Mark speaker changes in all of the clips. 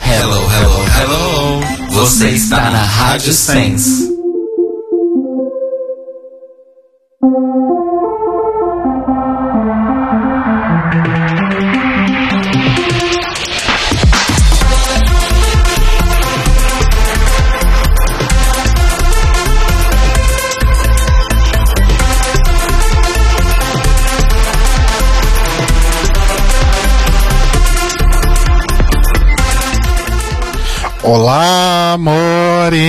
Speaker 1: Hello, hello, hello. Você está na Rádio Sense.
Speaker 2: Olá, amores!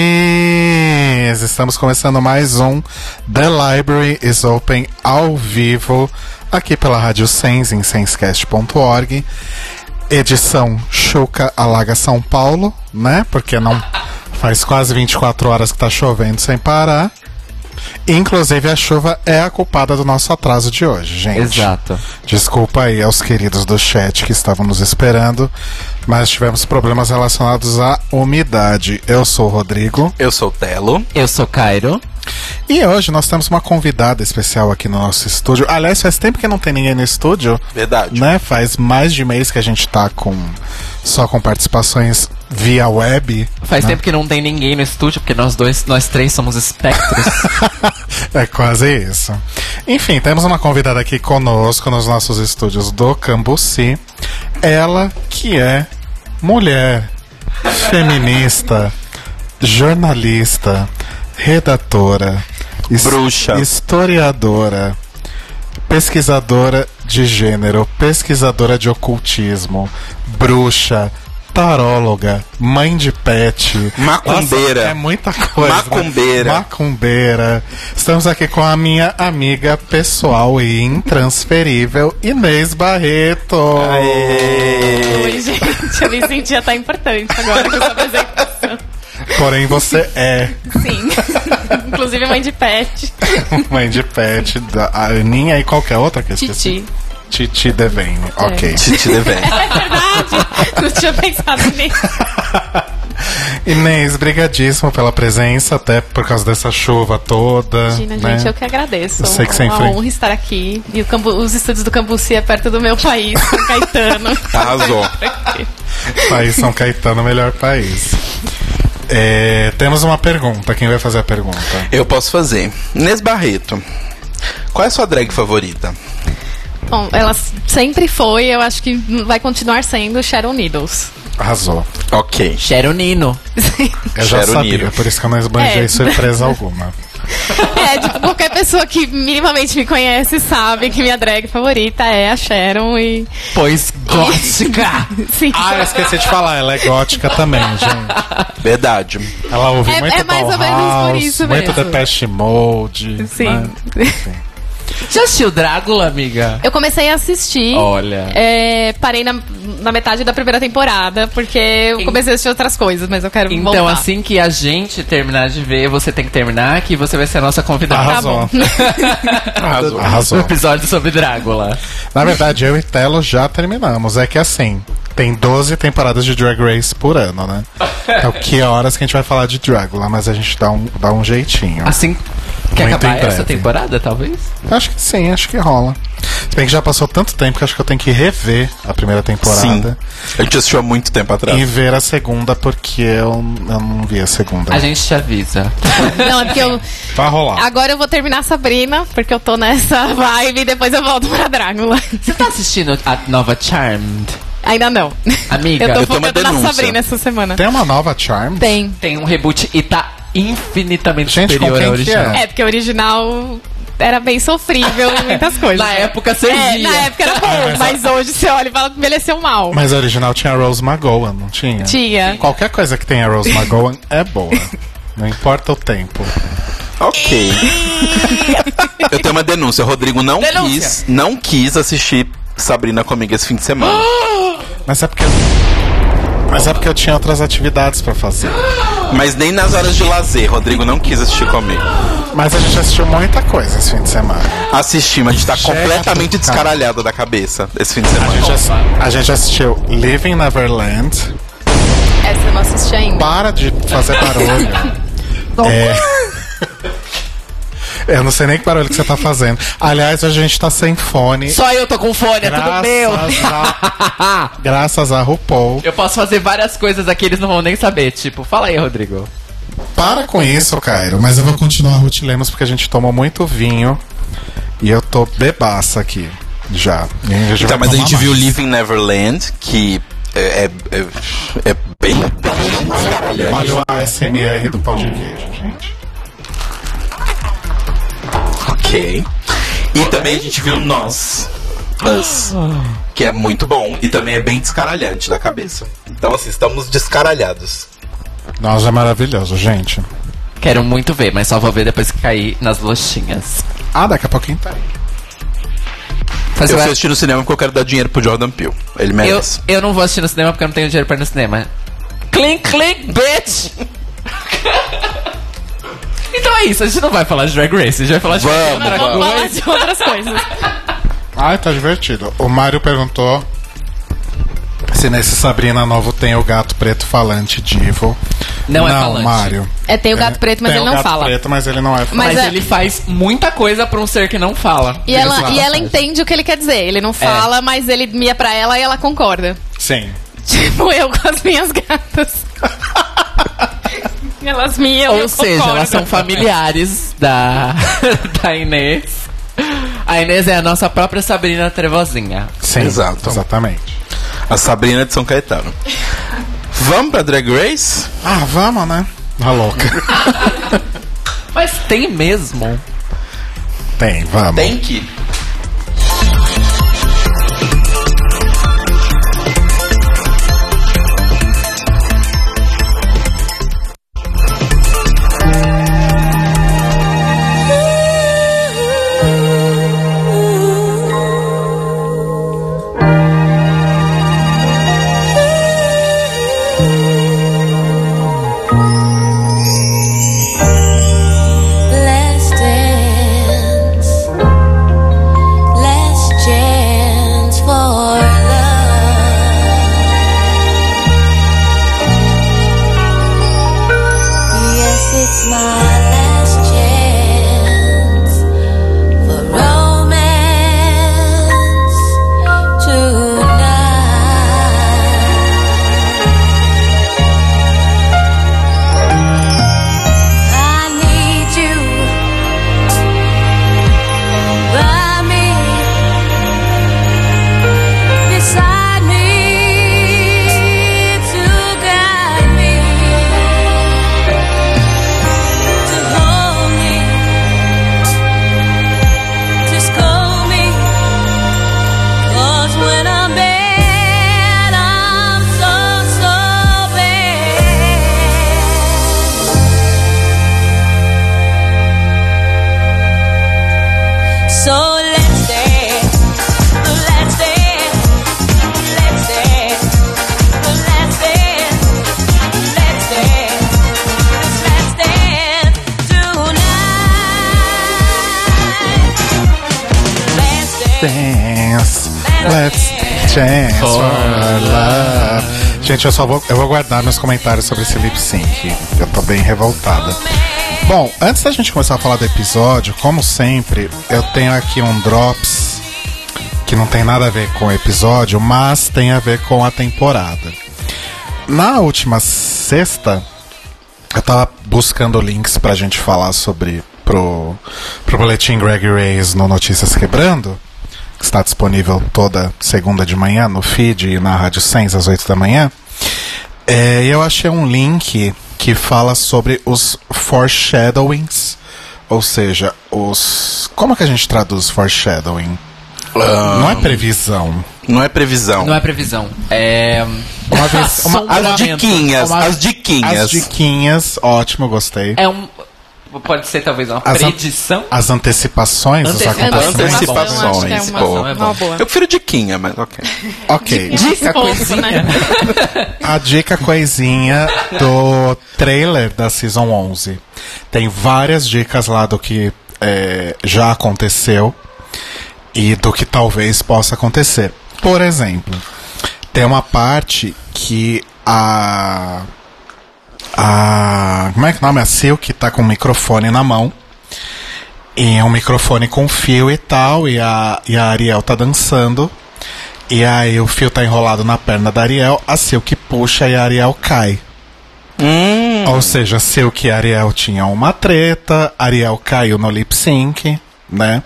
Speaker 2: Estamos começando mais um The Library is Open ao vivo, aqui pela Rádio Sens, em senscast.org. Edição Chuca Alaga São Paulo, né? Porque não faz quase 24 horas que tá chovendo sem parar. Inclusive, a chuva é a culpada do nosso atraso de hoje, gente.
Speaker 3: Exato.
Speaker 2: Desculpa aí aos queridos do chat que estavam nos esperando, mas tivemos problemas relacionados à umidade. Eu sou o Rodrigo
Speaker 1: Eu sou o Telo.
Speaker 3: Eu sou Cairo.
Speaker 2: e hoje nós temos uma convidada especial aqui no nosso estúdio. Aliás, faz tempo que não tem ninguém no estúdio,
Speaker 1: Verdade.
Speaker 2: né? Faz mais de mês que a gente tá com só com participações via web.
Speaker 3: Faz tempo que não tem ninguém no estúdio, porque nós dois, nós três somos espectros.
Speaker 2: é quase isso. Enfim, temos uma convidada aqui conosco nos nossos estúdios do Cambuci. Ela que é mulher, feminista, jornalista, redatora, his-
Speaker 1: Bruxa.
Speaker 2: historiadora, pesquisadora de gênero, pesquisadora de ocultismo, bruxa, taróloga, mãe de pet,
Speaker 1: Macumbeira.
Speaker 2: Nossa, é muita coisa.
Speaker 1: Macumbeira.
Speaker 2: Macumbeira. Estamos aqui com a minha amiga pessoal e intransferível, Inês Barreto.
Speaker 4: Oi, gente. Eu me senti até importante agora com essa apresentação.
Speaker 2: Porém, você é
Speaker 4: Sim. Inclusive mãe de pet.
Speaker 2: mãe de pet da Aninha e qualquer outra que eu esqueci.
Speaker 4: Titi.
Speaker 2: Titi Devane, ok.
Speaker 1: Titi Devem.
Speaker 4: É verdade. Não tinha pensado nisso.
Speaker 2: Inês, brigadíssimo pela presença, até por causa dessa chuva toda.
Speaker 4: Imagina,
Speaker 2: né?
Speaker 4: gente. Eu que agradeço.
Speaker 2: Eu sei que
Speaker 4: é
Speaker 2: você
Speaker 4: uma
Speaker 2: enfrenta.
Speaker 4: honra estar aqui. E o Cambu- os estúdios do Cambuci é perto do meu país, São Caetano.
Speaker 1: Arrasou.
Speaker 2: País São Caetano, melhor país. É, temos uma pergunta. Quem vai fazer a pergunta?
Speaker 1: Eu posso fazer. Nes Barreto. Qual é a sua drag favorita?
Speaker 4: Bom, ela sempre foi, eu acho que vai continuar sendo Sharon Needles.
Speaker 2: Arrasou.
Speaker 1: Ok.
Speaker 3: Cheiro Nino.
Speaker 2: Eu já
Speaker 1: Cheiro
Speaker 2: sabia,
Speaker 1: nível.
Speaker 2: por isso que eu não esbanjei
Speaker 4: É.
Speaker 2: surpresa alguma.
Speaker 4: É, tipo, qualquer pessoa que minimamente me conhece sabe que minha drag favorita é a Sharon e.
Speaker 3: Pois gótica.
Speaker 4: Sim.
Speaker 2: Ah, eu esqueci de falar, ela é gótica também, gente.
Speaker 1: Verdade.
Speaker 2: Ela ouve
Speaker 4: É-
Speaker 2: muito
Speaker 4: é mais ou menos por
Speaker 2: Bauhaus,
Speaker 4: isso
Speaker 2: muito
Speaker 4: mesmo.
Speaker 2: Depeche Mode.
Speaker 4: Sim.
Speaker 2: né? Enfim.
Speaker 3: Já assistiu Drácula, amiga?
Speaker 4: Eu comecei a assistir.
Speaker 3: Olha.
Speaker 4: É, parei na, na metade da primeira temporada, porque eu
Speaker 3: Em-
Speaker 4: comecei a assistir outras coisas, mas eu quero
Speaker 3: Então,
Speaker 4: voltar.
Speaker 3: assim que a gente terminar de ver, você tem que terminar, que você vai ser a nossa
Speaker 4: Tá
Speaker 3: convidada.
Speaker 2: Tá, Arrasou.
Speaker 1: Arrasou.
Speaker 3: Um
Speaker 2: Arrasou.
Speaker 3: episódio sobre Drácula.
Speaker 2: Na verdade, eu e Telo já terminamos. É que assim, tem 12 temporadas de Drag Race por ano, né? Então, que horas que a gente vai falar de Dragula, mas a gente dá um, dá um jeitinho.
Speaker 3: Assim que
Speaker 2: Muito
Speaker 3: acabar
Speaker 2: em
Speaker 3: essa
Speaker 2: breve.
Speaker 3: temporada, talvez?
Speaker 2: Acho que sim, acho que rola. Se bem que já passou tanto tempo que acho que eu tenho que rever a primeira
Speaker 1: Sim.
Speaker 2: temporada.
Speaker 1: A gente assistiu há muito tempo atrás.
Speaker 2: E ver a segunda, porque eu, eu não vi a segunda. Tá
Speaker 3: A gente te avisa.
Speaker 4: Não, é porque eu.
Speaker 2: Vai rolar.
Speaker 4: Agora eu vou terminar Sabrina, porque eu tô nessa vibe e depois eu volto pra Drácula.
Speaker 3: Você tá assistindo a nova Charmed?
Speaker 4: Ainda não.
Speaker 3: Amiga,
Speaker 4: eu tô
Speaker 1: eu tenho uma
Speaker 4: focando na
Speaker 1: denúncia.
Speaker 4: Sabrina essa semana.
Speaker 2: Tem uma nova Charm?
Speaker 4: Tem.
Speaker 3: Tem um reboot e tá infinitamente
Speaker 2: Gente, com
Speaker 3: superior
Speaker 2: quem
Speaker 3: ao
Speaker 2: que
Speaker 3: original.
Speaker 2: é?
Speaker 4: É, porque o original era bem sofrível, muitas coisas.
Speaker 3: Na época
Speaker 4: É,
Speaker 3: servia.
Speaker 4: na época era bom, mas hoje você olha e fala que envelheceu mal.
Speaker 2: Mas a original tinha a Rose McGowan, não tinha?
Speaker 4: Tinha.
Speaker 2: Qualquer coisa que tenha a Rose McGowan é boa. Não importa o tempo.
Speaker 1: Ok. Eu tenho uma denúncia. O Rodrigo não
Speaker 3: Denúncia.
Speaker 1: quis, não quis assistir Sabrina comigo esse fim de semana.
Speaker 2: Mas é porque eu, mas é porque eu tinha outras atividades pra fazer.
Speaker 1: Mas nem nas horas de lazer, Rodrigo não quis assistir comigo.
Speaker 2: Mas a gente assistiu muita coisa esse fim de semana.
Speaker 1: Assisti, mas a gente tá
Speaker 2: Chega
Speaker 1: completamente
Speaker 2: do cara.
Speaker 1: descaralhado da cabeça esse fim de
Speaker 2: A
Speaker 1: semana.
Speaker 2: gente, ass- a gente assistiu Living Neverland.
Speaker 4: Essa eu não assisti ainda.
Speaker 2: Para de fazer barulho. É. Eu não sei nem que barulho que você tá fazendo. Aliás, hoje a gente tá sem fone.
Speaker 3: Só eu tô com fone, é tudo meu.
Speaker 2: a... graças a RuPaul.
Speaker 3: Eu posso fazer várias coisas aqui, eles não vão nem saber. Tipo, fala aí, Rodrigo.
Speaker 2: Para com isso, Cairo. Mas eu vou continuar a Ruth Lemos porque a gente toma muito vinho. E eu tô bebaça aqui. Já. E a gente vai
Speaker 1: Então, mas a
Speaker 2: tomar
Speaker 1: gente viu
Speaker 2: mais.
Speaker 1: Living Neverland, que é, é- é- é bem.
Speaker 2: Olha o ASMR do pau de queijo, gente.
Speaker 1: Ok. E também a gente viu Nós. Us, que é muito bom. E também é bem descaralhante da cabeça. Então, assim, estamos descaralhados.
Speaker 2: Nossa, é maravilhoso, gente.
Speaker 3: Quero muito ver, mas só vou ver depois que cair nas loxinhas.
Speaker 2: Ah, daqui a pouquinho tá aí.
Speaker 3: Mas
Speaker 1: Eu
Speaker 3: eu,
Speaker 1: fui assistir no cinema porque eu quero dar dinheiro pro Jordan Peele. Ele
Speaker 3: eu,
Speaker 1: merece.
Speaker 3: eu não vou assistir no cinema porque eu não tenho dinheiro pra ir no cinema. Clink, clink, bitch! então é isso, a gente não vai falar de Drag Race, a gente vai falar de
Speaker 1: Vamos,
Speaker 3: Drag
Speaker 1: vamos.
Speaker 4: Fala
Speaker 3: Race.
Speaker 4: de outras coisas.
Speaker 2: Ai, tá divertido. O Mário perguntou se nesse Sabrina novo tem o gato preto falante divo.
Speaker 3: Não é
Speaker 2: não
Speaker 3: falante.
Speaker 2: Mário.
Speaker 4: É, tem o gato
Speaker 2: É,
Speaker 4: preto, mas
Speaker 2: tem
Speaker 4: ele
Speaker 2: o
Speaker 4: não
Speaker 2: gato
Speaker 4: fala.
Speaker 2: preto, mas ele não é falante.
Speaker 3: Mas,
Speaker 4: Mas é-
Speaker 3: ele faz muita coisa pra um ser que não fala. É.
Speaker 4: E ela,
Speaker 2: Exato.
Speaker 4: e ela entende o que ele quer dizer. Ele não fala, mas ele mia pra ela e ela concorda.
Speaker 2: Sim.
Speaker 4: Tipo eu com as minhas gatas. Elas miam.
Speaker 3: Ou
Speaker 4: eu
Speaker 3: seja,
Speaker 4: concordo.
Speaker 3: elas são familiares da, da Inês. A Inês é a nossa própria Sabrina Trevozinha.
Speaker 2: Sim.
Speaker 1: Exato.
Speaker 2: Exatamente.
Speaker 1: A Sabrina de São Caetano. Vamos pra Drag Race?
Speaker 2: Ah, vamos, né? Tá louca.
Speaker 3: Mas tem mesmo.
Speaker 2: tem, vamos.
Speaker 1: Tem que.
Speaker 5: Last dance, last chance for love. Yes, it's my last chance for romance tonight. I need you by me, beside me to guide me, to hold me, to scold me. 'Cause when I'm bad, I'm so so bad. So let's dance, let's dance, let's dance, let's dance, let's dance, let's dance tonight. Let's
Speaker 2: Dance.
Speaker 5: dance.
Speaker 2: Let's dance for love. Gente, eu só vou, eu vou guardar meus comentários sobre esse lip sync. Eu tô bem revoltada. Bom, antes da gente começar a falar do episódio, como sempre, eu tenho aqui um drops que não tem nada a ver com o episódio, mas tem a ver com a temporada. Na última sexta, eu tava buscando links pra gente falar sobre pro, pro boletim Greg Reyes no Notícias Quebrando, que está disponível toda segunda de manhã no feed e na Rádio Sens às 8 da manhã. É, e eu achei um link que fala sobre os foreshadowings, ou seja, os. Como é que a gente traduz foreshadowing? Não é previsão.
Speaker 1: Não é previsão.
Speaker 3: Não é previsão. É.
Speaker 2: Uma vez- uma-
Speaker 1: As diquinhas,
Speaker 3: Uma-
Speaker 1: as diquinhas.
Speaker 2: As diquinhas, ótimo, gostei.
Speaker 3: É um. Pode ser talvez uma
Speaker 2: As an-
Speaker 3: predição.
Speaker 2: As antecipações,
Speaker 3: Anteci-
Speaker 2: os
Speaker 4: é
Speaker 2: acontecimentos.
Speaker 4: Antecipações.
Speaker 1: Antecipações.
Speaker 4: É bom,
Speaker 1: boa.
Speaker 3: é bom.
Speaker 4: Uma boa.
Speaker 1: Eu prefiro diquinha, mas ok.
Speaker 2: Ok.
Speaker 3: Dica,
Speaker 4: Fofo,
Speaker 3: coisinha.
Speaker 4: né?
Speaker 2: A dica coisinha do trailer da Season 11. Tem várias dicas lá do que é, já aconteceu e do que talvez possa acontecer. Por exemplo, tem uma parte que a. A. Como é que é o nome? A Silk tá com o microfone na mão. E um microfone com fio e tal, e a, e a Ariel tá dançando. E aí o fio tá enrolado na perna da Ariel, a Silk puxa e a Ariel cai. Ou seja, Silk e Ariel tinham uma treta, Ariel caiu no lip sync, né?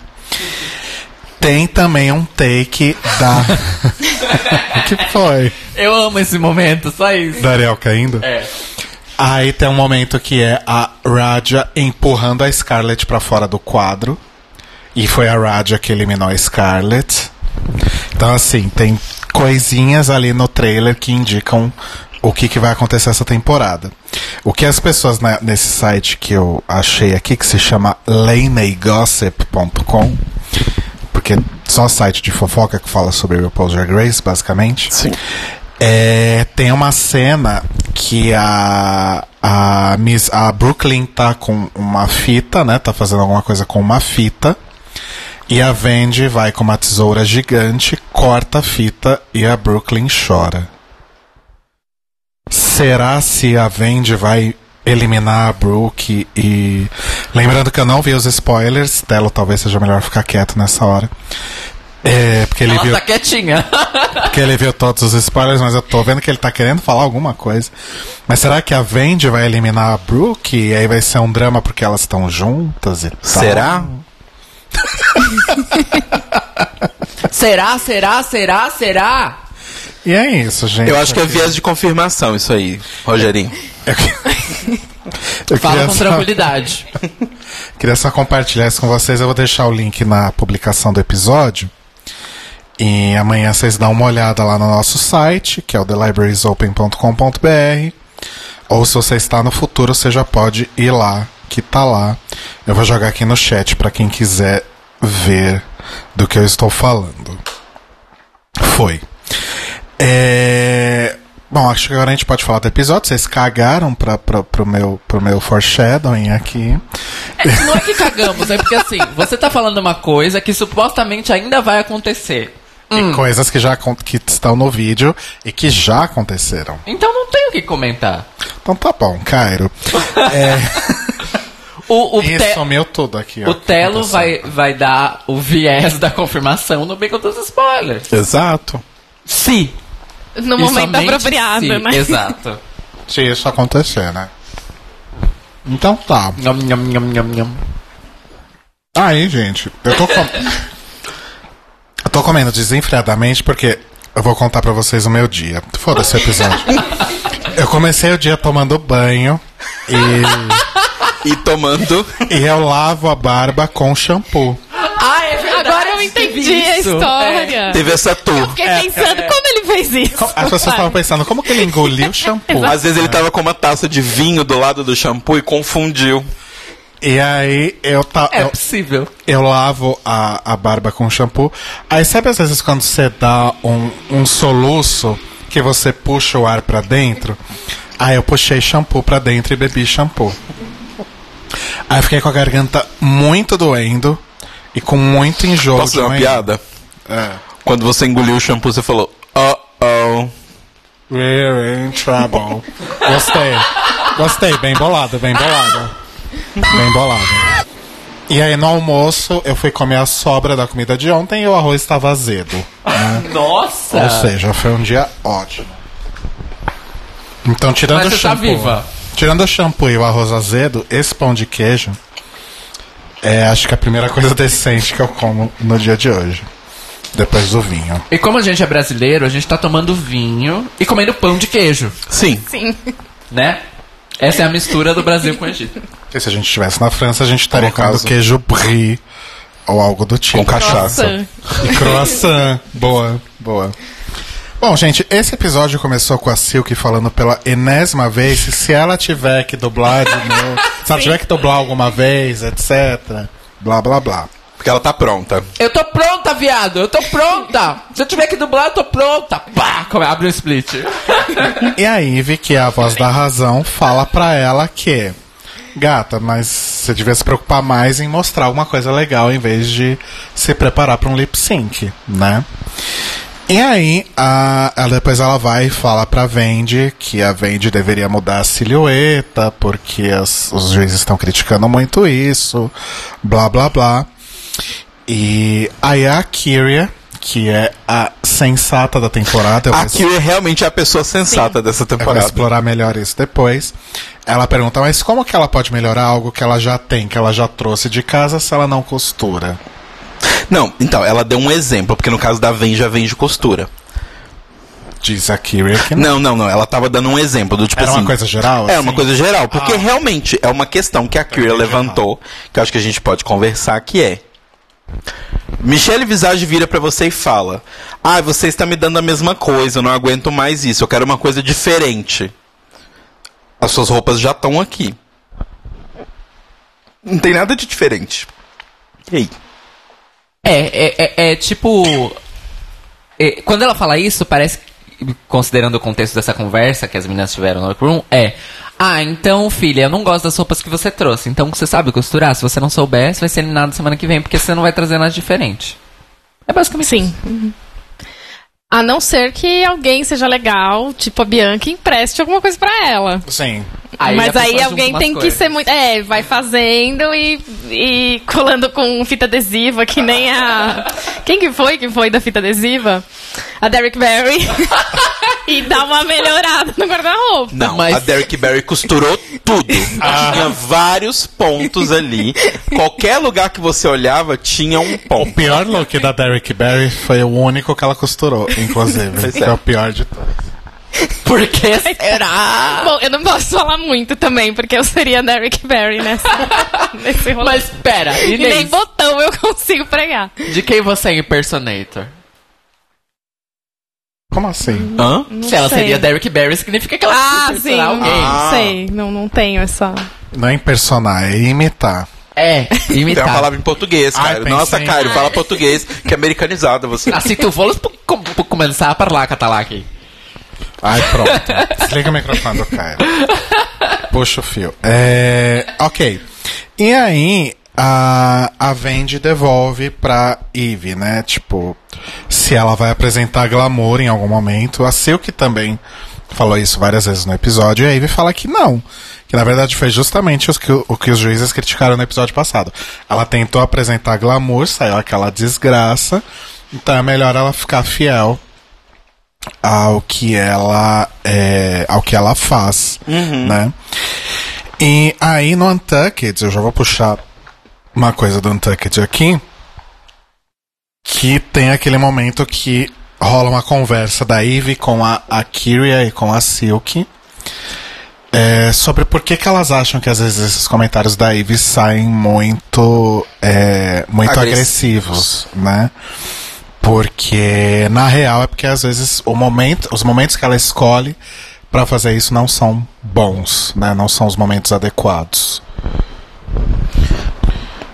Speaker 2: Tem também um take da. o que foi?
Speaker 3: Eu amo esse momento, só isso.
Speaker 2: Da Ariel caindo?
Speaker 3: É.
Speaker 2: Aí tem um momento que é a Raja empurrando a Scarlett pra fora do quadro. E foi a Raja que eliminou a Scarlett. Então, assim, tem coisinhas ali no trailer que indicam o que, que vai acontecer essa temporada. O que as pessoas na- nesse site que eu achei aqui, que se chama laneygossip.com, porque só site de fofoca que fala sobre RuPaul's Drag Race, basicamente. Sim. É, tem uma cena que a a Miss a Brooklyn tá com uma fita, né? Tá fazendo alguma coisa com uma fita. E a Vandy vai com uma tesoura gigante, corta a fita e a Brooklyn chora. Será se a Vandy vai eliminar a Brooke e. Lembrando que eu não vi os spoilers dela, talvez seja melhor ficar quieto nessa hora. É, porque ele
Speaker 3: Ela
Speaker 2: viu.
Speaker 3: tá quietinha.
Speaker 2: Porque ele viu todos os spoilers, mas eu tô vendo que ele tá querendo falar alguma coisa. Mas será que a Vendi vai eliminar a Brooke? E aí vai ser um drama porque elas estão juntas e tal?
Speaker 1: Será?
Speaker 3: será, será, será, será?
Speaker 2: E é isso, gente.
Speaker 1: Eu acho que é viés de confirmação isso aí, Rogerinho.
Speaker 2: Eu, que- eu
Speaker 3: Fala
Speaker 2: queria,
Speaker 3: com
Speaker 2: só,
Speaker 3: tranquilidade.
Speaker 2: queria só compartilhar isso com vocês. Eu vou deixar o link na publicação do episódio. E amanhã vocês dão uma olhada lá no nosso site, que é o thelibrariesopen.com.br. Ou se você está no futuro, você já pode ir lá, que tá lá. Eu vou jogar aqui no chat para quem quiser ver do que eu estou falando. Foi. É... Bom, acho que agora a gente pode falar do episódio. Vocês cagaram pra, pra, pro, meu, pro meu foreshadowing aqui.
Speaker 3: Não é que cagamos, é porque assim, você tá falando uma coisa que supostamente ainda vai acontecer. Hum.
Speaker 2: E coisas que já acon- que estão no vídeo e que já aconteceram.
Speaker 3: Então não tem o que comentar.
Speaker 2: Então tá bom, Cairo.
Speaker 3: O, o,
Speaker 2: Ih,
Speaker 3: Te-
Speaker 2: sumiu tudo aqui. ó,
Speaker 3: o
Speaker 2: que
Speaker 3: Telo
Speaker 2: aconteceu.
Speaker 3: vai, vai dar o viés da confirmação no bico dos spoilers.
Speaker 2: Exato.
Speaker 3: Se.
Speaker 4: No
Speaker 3: E
Speaker 4: momento
Speaker 3: somente
Speaker 4: apropriado,
Speaker 3: se.
Speaker 4: né?
Speaker 3: Exato.
Speaker 2: Se isso acontecer, né? Então tá.
Speaker 3: Nham, nham, nham, nham, nham.
Speaker 2: Aí, gente, eu tô com... eu tô comendo desenfreadamente porque eu vou contar pra vocês o meu dia. Foda-se o episódio. eu comecei o dia tomando banho e,
Speaker 1: E tomando.
Speaker 2: e eu lavo a barba com shampoo.
Speaker 3: Ah, é verdade.
Speaker 4: Agora eu entendi a
Speaker 3: Isso,
Speaker 4: história.
Speaker 1: Teve essa
Speaker 4: Eu
Speaker 1: tour.
Speaker 4: fiquei pensando, como ele fez isso?
Speaker 2: As pessoas estavam pensando, como que ele engoliu o shampoo?
Speaker 1: Às vezes ele tava com uma taça de vinho do lado do shampoo e confundiu.
Speaker 2: E aí eu, ta...
Speaker 3: É, é
Speaker 2: eu,
Speaker 3: possível.
Speaker 2: eu lavo a, a barba com shampoo. Aí sabe às vezes quando você dá um, um soluço que você puxa o ar pra dentro? Aí eu puxei shampoo pra dentro e bebi shampoo. Aí eu fiquei com a garganta muito doendo e com muito enjoo.
Speaker 1: Posso
Speaker 2: de
Speaker 1: fazer uma
Speaker 2: manhã.
Speaker 1: piada?
Speaker 2: É.
Speaker 1: Quando você engoliu o shampoo, você falou, oh, oh.
Speaker 2: We're in trouble. Gostei. Gostei, bem bolado, bem bolado. Bem bolado. E aí no almoço eu fui comer a sobra da comida de ontem e o arroz estava azedo.
Speaker 3: Nossa.
Speaker 2: Ou seja, foi um dia ótimo. Então, tirando
Speaker 3: Mas
Speaker 2: o
Speaker 3: você tá
Speaker 2: shampoo.
Speaker 3: viva.
Speaker 2: Tirando o shampoo e o arroz azedo, esse pão de queijo é acho que a primeira coisa decente que eu como no dia de hoje. Depois do vinho.
Speaker 3: E como a gente é brasileiro, a gente tá tomando vinho e comendo pão de queijo,
Speaker 1: Sim.
Speaker 4: Sim.
Speaker 3: né? Essa é a mistura do Brasil com o Egito.
Speaker 2: Porque se a gente estivesse na França, a gente estaria
Speaker 1: Como
Speaker 2: comendo
Speaker 1: caso.
Speaker 2: queijo brie ou algo do tipo.
Speaker 1: Com cachaça.
Speaker 4: Nossa.
Speaker 2: E croissant. boa, boa. Bom, gente, esse episódio começou com a Silk falando pela enésima vez que se ela tiver que dublar de novo, se ela tiver que dublar alguma vez, etc. Blá, blá, blá.
Speaker 1: Porque ela tá pronta.
Speaker 3: Eu tô pronta, viado! Eu tô pronta! Se eu tiver que dublar, eu tô pronta! Pá! Como é? Abre o split.
Speaker 2: E a Ivy, que é a voz da razão, fala pra ela que. Gata, mas você devia se preocupar mais em mostrar alguma coisa legal em vez de se preparar pra um lip sync, né? E aí, a, ela- depois ela vai e fala pra Vendi que a Vendi deveria mudar a silhueta, porque as- os juízes estão criticando muito isso, blá blá blá. E aí a Kyria, que é a sensata da temporada, eu vou
Speaker 1: Aqui realmente é a pessoa sensata dessa
Speaker 2: eu vou
Speaker 1: temporada.
Speaker 2: explorar melhor isso depois. Ela pergunta, mas como que ela pode melhorar algo que ela já tem, que ela já trouxe de casa, se ela não costura?
Speaker 1: Não, então, ela deu um exemplo, porque no caso da Venge, a Venge costura.
Speaker 2: Diz a Kyria que não.
Speaker 1: Não, não, não. Ela tava dando um exemplo do tipo
Speaker 2: Era
Speaker 1: assim.
Speaker 2: uma coisa geral?
Speaker 1: É
Speaker 2: assim?
Speaker 1: uma coisa geral, porque realmente é uma questão que a Kira levantou, que eu acho que a gente pode conversar, que é. Michelle Visage vira pra você e fala: Ah, você está me dando a mesma coisa, eu não aguento mais isso, eu quero uma coisa diferente. As suas roupas já estão aqui. Não tem nada de diferente. E aí?
Speaker 3: É, é, é, é tipo. é, quando ela fala isso, parece. que, Considerando o contexto dessa conversa que as meninas tiveram no workroom, é. Ah, então, filha, eu não gosto das roupas que você trouxe. Então você sabe costurar. Se você não souber, você vai ser eliminado semana que vem, porque você não vai trazer nada diferente. É basicamente
Speaker 4: Sim.
Speaker 3: isso.
Speaker 4: Uhum. A não ser que alguém seja legal, tipo a Bianca, empreste alguma coisa pra ela.
Speaker 2: Sim.
Speaker 4: Mas
Speaker 3: a
Speaker 4: aí
Speaker 3: pessoa
Speaker 4: alguém
Speaker 3: junta
Speaker 4: tem
Speaker 3: umas
Speaker 4: que
Speaker 3: coisas.
Speaker 4: ser muito. É, vai fazendo e, e colando com fita adesiva, que nem a. Quem que foi que foi da fita adesiva? A Derrick Barry. e dá uma melhorada no guarda-roupa.
Speaker 1: Não,
Speaker 3: Mas-
Speaker 1: a Derrick Barry costurou tudo. Tinha vários pontos ali. Qualquer lugar que você olhava tinha um
Speaker 2: O
Speaker 1: ponto.
Speaker 2: pior look da Derrick Barry foi o único que ela costurou, inclusive.
Speaker 1: Pois é.
Speaker 2: que é o pior de todos.
Speaker 3: Por que será?
Speaker 4: Bom, eu não posso falar muito também, porque eu seria a Derrick Barry nessa, nesse rolê.
Speaker 3: Mas pera,
Speaker 4: e
Speaker 3: Inês,
Speaker 4: nem botão eu consigo pregar.
Speaker 3: de quem você é impersonator?
Speaker 2: Como assim?
Speaker 1: Hã?
Speaker 3: Se ela
Speaker 4: sei.
Speaker 3: seria Derrick Barry, significa que ela
Speaker 4: Ah,
Speaker 3: precisa
Speaker 4: sim.
Speaker 3: impersonar alguém.
Speaker 1: Ah.
Speaker 4: Não sei, não, não tenho essa.
Speaker 2: Não é impersonar, é imitar.
Speaker 3: É,
Speaker 1: Tem
Speaker 3: imitar.
Speaker 1: uma palavra em português,
Speaker 2: Ai,
Speaker 1: Cairo.
Speaker 2: pensei.
Speaker 1: Nossa, Cairo, fala português, que é americanizada você.
Speaker 3: Assim, tu vou começar a falar catalá aqui.
Speaker 2: Ai, pronto. Desliga o microfone do cara. Puxa o fio. É, ok. E aí, a, a Vendi devolve pra Eve, né? Tipo, se ela vai apresentar glamour em algum momento. A Silk também falou isso várias vezes no episódio. E a Eve fala que não. Que na verdade foi justamente os que, o- o que os juízes criticaram no episódio passado. Ela tentou apresentar glamour, saiu aquela desgraça. Então é melhor ela ficar fiel ao que ela é, ao que ela faz, né? E aí no Untucked, eu já vou puxar uma coisa do Untucked aqui, que tem aquele momento que rola uma conversa da Eve com a, a Kyria e com a Silk é, sobre por que, que elas acham que às vezes esses comentários da Eve saem muito é, muito agressivos,
Speaker 1: Agressivos.
Speaker 2: né? Porque na real é porque às vezes o momento, os momentos que ela escolhe pra fazer isso não são bons, né? Não são os momentos adequados.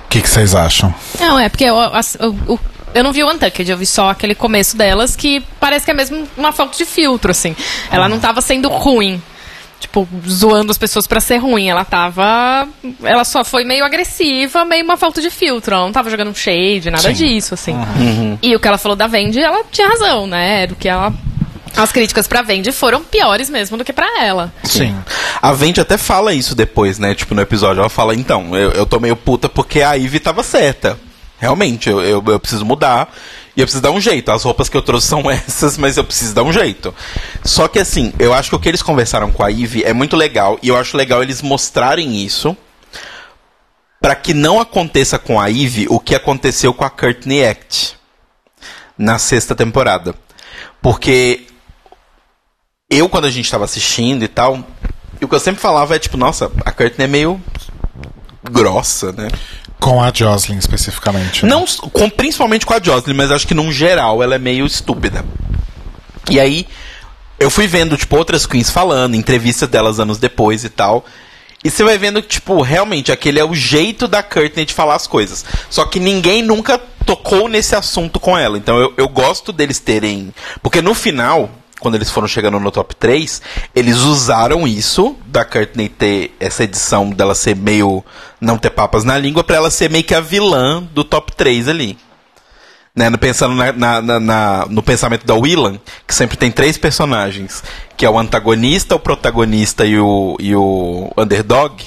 Speaker 2: O que que vocês acham?
Speaker 4: Não, é porque eu, as- eu- eu- eu não vi o Untucked, eu vi só aquele começo delas que parece que é mesmo uma falta de filtro, assim. Ela não tava sendo ruim. Tipo, zoando as pessoas pra ser ruim. Ela tava. Ela só foi meio agressiva, meio uma falta de filtro. Ela não tava jogando um shade, nada
Speaker 2: Sim.
Speaker 4: disso, assim. E o que ela falou da Vendi, ela tinha razão, né? Era o que ela. As críticas pra Vendi foram piores mesmo do que pra ela.
Speaker 2: Sim.
Speaker 1: A Vendi até fala isso depois, né? Tipo, no episódio. Ela fala, então, eu, eu tô meio puta porque a Ivy tava certa. Realmente, eu, eu, eu preciso mudar. E eu preciso dar um jeito. As roupas que eu trouxe são essas, mas eu preciso dar um jeito. Só que assim, eu acho que o que eles conversaram com a Ivy é muito legal. E eu acho legal eles mostrarem isso. Pra que não aconteça com a Ivy o que aconteceu com a Courtney Act. na sexta temporada. Porque eu, quando a gente tava assistindo e tal, e o que eu sempre falava é tipo, nossa, a Courtney é meio grossa, né?
Speaker 2: Com a Jocelyn especificamente. né?
Speaker 1: Não, s- com, principalmente com a Jocelyn, mas acho que num geral ela é meio estúpida. E aí, eu fui vendo, tipo, outras queens falando, entrevistas delas anos depois e tal. E você vai vendo que, tipo, realmente, aquele é o jeito da Courtney de falar as coisas. Só que ninguém nunca tocou nesse assunto com ela. Então eu, eu gosto deles terem. Porque no final, quando eles foram chegando no top 3, eles usaram isso, da Courtney ter essa edição dela ser meio. não ter papas na língua, pra ela ser meio que a vilã do top 3 ali. Né, no- pensando na- na- na- na- no pensamento da Willan, que sempre tem três personagens, que é o antagonista, o protagonista e o, e o underdog,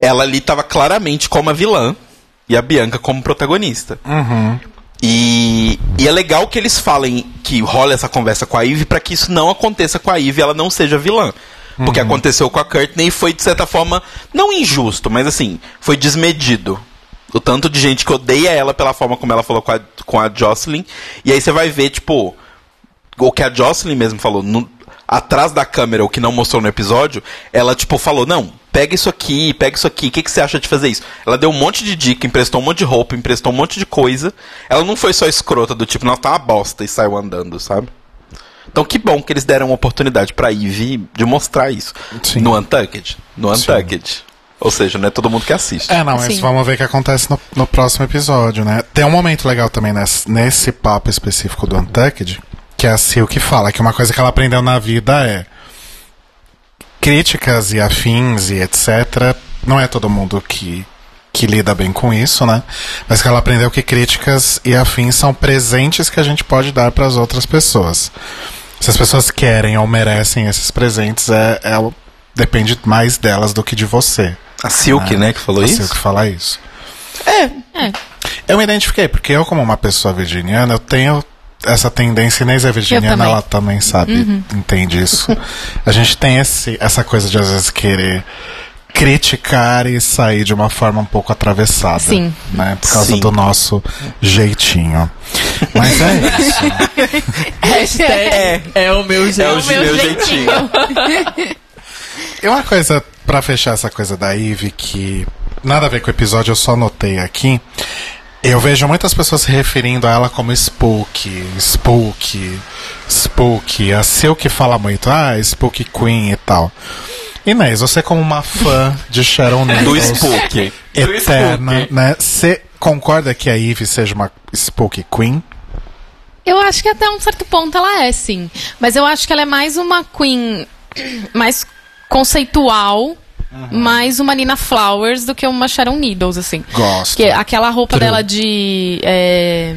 Speaker 1: ela ali estava claramente como a vilã e a Bianca como protagonista. E, e é legal que eles falem que rola essa conversa com a Ivy pra que isso não aconteça com a Ivy e ela não seja vilã. Porque aconteceu com a Courtney e foi, de certa forma, não injusto, mas assim, foi desmedido. O tanto de gente que odeia ela pela forma como ela falou com a, com a Jocelyn. E aí você vai ver, tipo, o que a Jocelyn mesmo falou, no- atrás da câmera, o que não mostrou no episódio, ela, tipo, falou, não, pega isso aqui, pega isso aqui, o que, que você acha de fazer isso? Ela deu um monte de dica, emprestou um monte de roupa, emprestou um monte de coisa. Ela não foi só escrota do tipo, não, tá uma bosta e saiu andando, sabe? Então que bom que eles deram uma oportunidade pra Ivy de mostrar isso.
Speaker 2: Sim.
Speaker 1: No Untucked. No Untucked. Ou seja, não é todo mundo que assiste.
Speaker 2: É, não, mas
Speaker 4: Sim.
Speaker 2: vamos ver o que acontece no, no próximo episódio, né? Tem um momento legal também nesse, nesse papo específico do Untucked, que é a Sil que fala que uma coisa que ela aprendeu na vida é críticas e afins e etc. Não é todo mundo que, que lida bem com isso, né? Mas que ela aprendeu que críticas e afins são presentes que a gente pode dar para as outras pessoas. Se as pessoas querem ou merecem esses presentes, é, é, o- depende mais delas do que de você.
Speaker 1: A Silk, né, que falou
Speaker 2: Eu sei o
Speaker 1: isso?
Speaker 2: que falar isso.
Speaker 4: É.
Speaker 2: Eu me identifiquei, porque eu, como uma pessoa virginiana, eu tenho essa tendência, Inês é virginiana,
Speaker 4: também. Uhum.
Speaker 2: ela também sabe, entende isso. A gente tem esse, essa coisa de às vezes querer criticar e sair de uma forma um pouco atravessada.
Speaker 4: Sim.
Speaker 2: Né, por causa
Speaker 1: Sim.
Speaker 2: do nosso jeitinho. Mas é isso.
Speaker 3: Hashtag é, o meu
Speaker 1: É
Speaker 3: jeito.
Speaker 1: o meu jeitinho.
Speaker 2: E uma coisa, pra fechar essa coisa da Ivy, que nada a ver com o episódio, eu só notei aqui. Eu vejo muitas pessoas se referindo a ela como Spook, Spook, Spook. A Sil que fala muito, ah, Spook Queen e tal. Inês, você como uma fã de Sharon Needles...
Speaker 1: Do Spook. Do
Speaker 2: Eterna,
Speaker 1: Spook.
Speaker 2: né? Você concorda que a Ivy seja uma Spook Queen?
Speaker 4: Eu acho que até um certo ponto ela é, sim. Mas eu acho que ela é mais uma queen mais conceitual, mais uma Nina Flowers do que uma Sharon Needles, assim.
Speaker 2: Gosto.
Speaker 4: Que aquela roupa
Speaker 2: True.
Speaker 4: dela de. é,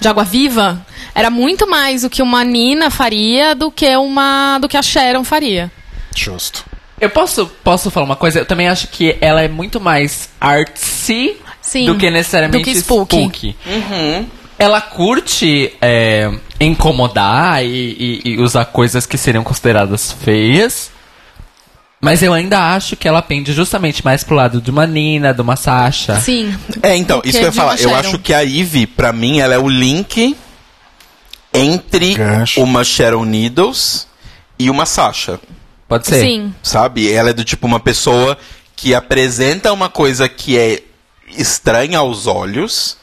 Speaker 4: de água viva era muito mais o que uma Nina faria do que uma. do que a Sharon faria.
Speaker 2: Justo.
Speaker 3: Eu posso, posso falar uma coisa? Eu também acho que ela é muito mais artsy
Speaker 4: Sim.
Speaker 3: do que necessariamente
Speaker 4: Do que spooky.
Speaker 1: Uhum.
Speaker 3: Ela curte é, incomodar e, e- e usar coisas que seriam consideradas feias. Mas eu ainda acho que ela pende justamente mais pro lado de uma Nina, de uma Sasha.
Speaker 4: Sim.
Speaker 1: É, então,
Speaker 4: Do
Speaker 1: isso que
Speaker 4: que
Speaker 1: eu ia
Speaker 4: de
Speaker 1: falar.
Speaker 4: uma
Speaker 1: Eu
Speaker 4: Sharon.
Speaker 1: acho que a Ivy, pra mim, ela é o link entre
Speaker 2: Gancho.
Speaker 1: uma Sharon Needles e uma Sasha.
Speaker 3: Pode ser?
Speaker 4: Sim.
Speaker 1: Sabe? Ela é do tipo uma pessoa que apresenta uma coisa que é estranha aos olhos,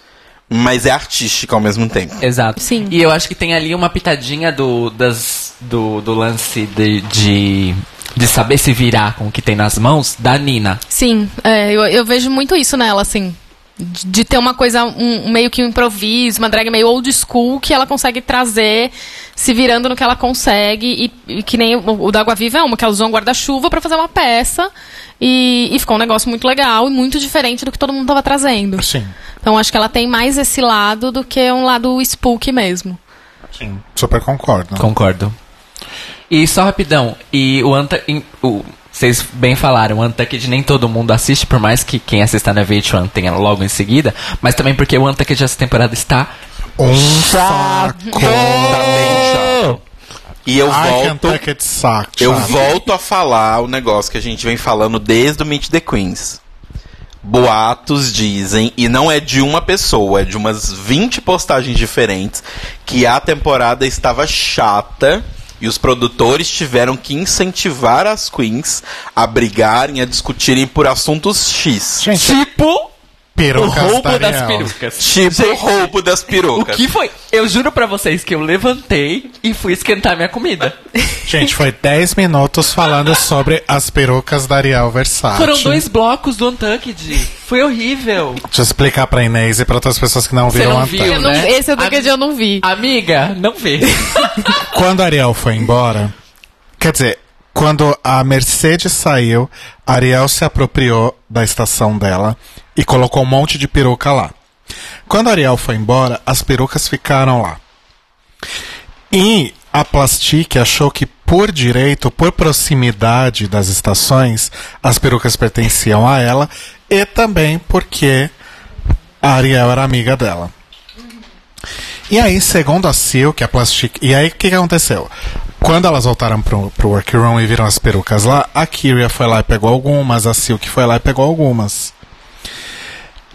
Speaker 1: mas é artística ao mesmo tempo.
Speaker 3: Exato.
Speaker 4: Sim.
Speaker 3: E eu acho que tem ali uma pitadinha do, das, do, do lance de, de, de saber se virar com o que tem nas mãos da Nina.
Speaker 4: Sim, é, eu, eu vejo muito isso nela, assim. De, de ter uma coisa, um, um meio que um improviso, uma drag meio old school que ela consegue trazer, se virando no que ela consegue. E, e que nem o, o da Água Viva é uma, que ela usou um guarda-chuva pra fazer uma peça. E, e ficou um negócio muito legal e muito diferente do que todo mundo tava trazendo.
Speaker 2: Sim.
Speaker 4: Então acho que ela tem mais esse lado do que um lado spook mesmo.
Speaker 2: Sim. Super concordo.
Speaker 3: Concordo. E só rapidão, e o Anta. em- o- Vocês bem falaram, o Untucked nem todo mundo assiste, por mais que quem assista na VH1 tenha logo em seguida, mas também porque o Untucked essa temporada está.
Speaker 2: Um saco.
Speaker 1: Tá bem chato. E eu
Speaker 2: Ai,
Speaker 1: volto.
Speaker 2: Kentucky saco.
Speaker 1: Eu
Speaker 2: chato.
Speaker 1: volto a falar o negócio que a gente vem falando desde o Meet the Queens. Boatos dizem, e não é de uma pessoa, é de umas 20 postagens diferentes, que a temporada estava chata e os produtores tiveram que incentivar as queens a brigarem, a discutirem por assuntos X.
Speaker 2: Gente, tá
Speaker 3: Tipo o
Speaker 2: peruca
Speaker 3: roubo das
Speaker 2: Ariel.
Speaker 3: perucas.
Speaker 1: Tipo o roubo das
Speaker 3: O
Speaker 1: perucas.
Speaker 3: que foi? Eu juro pra vocês que eu levantei e fui esquentar minha comida.
Speaker 2: Gente, foi 10 minutos falando sobre as perucas da Ariel Versace.
Speaker 3: Foram dois blocos do Untucked. Foi horrível.
Speaker 2: Deixa eu explicar pra Inês e pra outras pessoas que não
Speaker 3: Você
Speaker 2: viram
Speaker 3: não
Speaker 2: a
Speaker 3: viu?
Speaker 2: tela.
Speaker 4: Eu não-
Speaker 3: né?
Speaker 4: Esse é do que eu não vi.
Speaker 3: Amiga, não vê.
Speaker 2: Quando a Ariel foi embora, quer dizer, quando a Mercedes saiu, a Ariel se apropriou da estação dela e colocou um monte de peruca lá. Quando a Ariel foi embora, as perucas ficaram lá. E a Plastique achou que, por direito, por proximidade das estações, as perucas pertenciam a ela e também porque a Ariel era amiga dela. E aí, segundo a Sil, que é a Plastic. E aí, o que, que aconteceu? Quando elas voltaram pro, pro workroom e viram as perucas lá, a Kyria foi lá e pegou algumas, a Sil que foi lá e pegou algumas.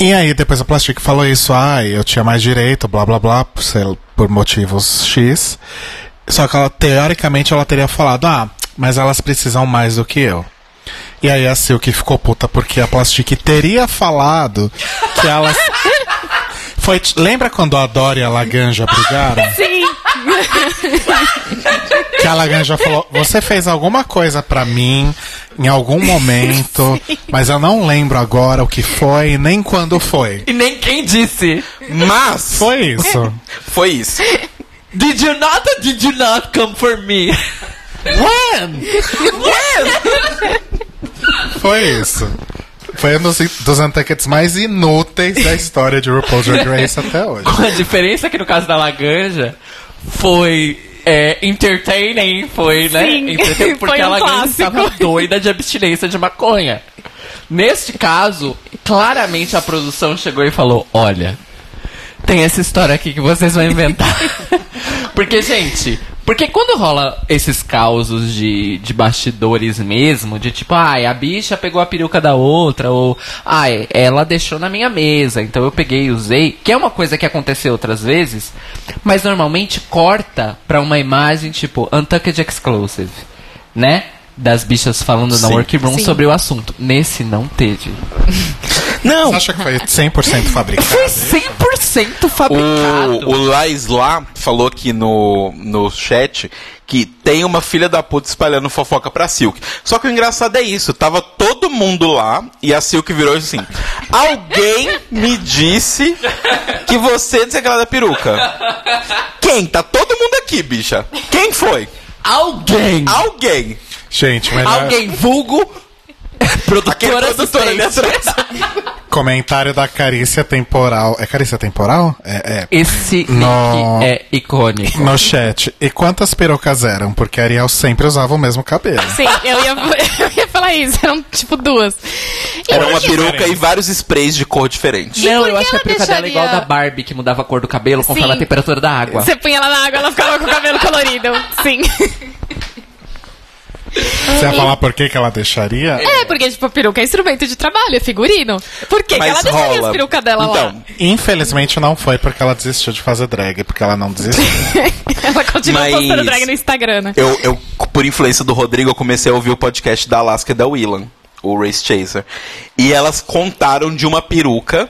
Speaker 2: E aí, depois a Plastic falou isso, ah, eu tinha mais direito, blá blá blá, por, ser- por motivos X. Só que ela, teoricamente, ela teria falado, ah, mas elas precisam mais do que eu. E aí a Silk ficou puta porque a Plastic teria falado que elas. Foi, lembra quando a Dora e a Laganja brigaram?
Speaker 4: Sim.
Speaker 2: Que a Laganja falou: Você fez alguma coisa pra mim em algum momento, mas eu não lembro agora o que foi e nem quando foi.
Speaker 3: E nem quem disse.
Speaker 1: Mas
Speaker 2: Foi isso.
Speaker 1: foi isso.
Speaker 3: Did you not or did you not come for me? When?
Speaker 2: Foi isso. Foi um dos, dos untuckets mais inúteis da história de RuPaul's Drag Race até hoje.
Speaker 3: A diferença é que no caso da Laganja foi é, entertaining, foi, né?
Speaker 4: Sim,
Speaker 3: Entertaining, porque
Speaker 4: foi um
Speaker 3: a Laganja
Speaker 4: clássico.
Speaker 3: estava doida de abstinência de maconha. Neste caso, claramente a produção chegou e falou: olha, tem essa história aqui que vocês vão inventar. porque, gente, porque quando rola esses causos de, de bastidores mesmo, de tipo, ai, a bicha pegou a peruca da outra, ou ai, ela deixou na minha mesa, então eu peguei e usei, que é uma coisa que aconteceu outras vezes, mas normalmente corta pra uma imagem tipo Untucked Exclusive, né? Das bichas falando na
Speaker 1: Sim.
Speaker 3: workroom
Speaker 4: Sim.
Speaker 3: sobre o assunto. Nesse não teve.
Speaker 1: Não,
Speaker 2: Você acha que foi 100% fabricado?
Speaker 3: Foi 100%
Speaker 4: Tá
Speaker 3: fabricado.
Speaker 1: O, o Lais lá falou aqui no, no chat que tem uma filha da puta espalhando fofoca pra Silk. Só que o engraçado é isso, tava todo mundo lá e a Silk virou assim: Alguém me disse que você desagrada a peruca. Quem? Tá todo mundo aqui, bicha. Quem foi?
Speaker 3: Alguém!
Speaker 1: Alguém.
Speaker 2: Gente, melhor
Speaker 3: Alguém vulgo
Speaker 1: Aquele
Speaker 3: produtora
Speaker 1: é produtor ali
Speaker 3: assistente.
Speaker 1: atrás.
Speaker 2: comentário da carícia temporal. É carícia temporal? É, é.
Speaker 3: Esse
Speaker 2: Não.
Speaker 3: nick é icônico.
Speaker 2: No chat. E quantas perucas eram? Porque a Ariel sempre usava o mesmo cabelo.
Speaker 4: Sim, eu ia, eu ia falar isso. Eram tipo duas. E
Speaker 1: Era
Speaker 4: por
Speaker 1: uma
Speaker 4: que-
Speaker 1: peruca e vários sprays de cor diferente.
Speaker 3: Não,
Speaker 4: por
Speaker 3: eu
Speaker 4: que
Speaker 3: acho que a
Speaker 4: ela
Speaker 3: peruca dela é igual a da
Speaker 4: deixaria-
Speaker 3: Barbie, que mudava a cor do cabelo conforme
Speaker 4: Sim.
Speaker 3: a temperatura da água.
Speaker 4: Você punha ela na água, ela ficava com o cabelo colorido. Sim.
Speaker 2: Você ia falar por que, que ela deixaria?
Speaker 4: É, porque, tipo, a peruca é instrumento de trabalho, é figurino. Por que, que ela deixaria as perucas dela lá?
Speaker 1: então,
Speaker 2: Infelizmente não foi porque ela desistiu de fazer drag, porque ela não desistiu.
Speaker 4: Ela continua
Speaker 1: Mas-
Speaker 4: postando drag no Instagram, né?
Speaker 1: Eu, eu, por influência do Rodrigo, eu comecei a ouvir o podcast da Alaska e da Willan, o Race Chaser. E elas contaram de uma peruca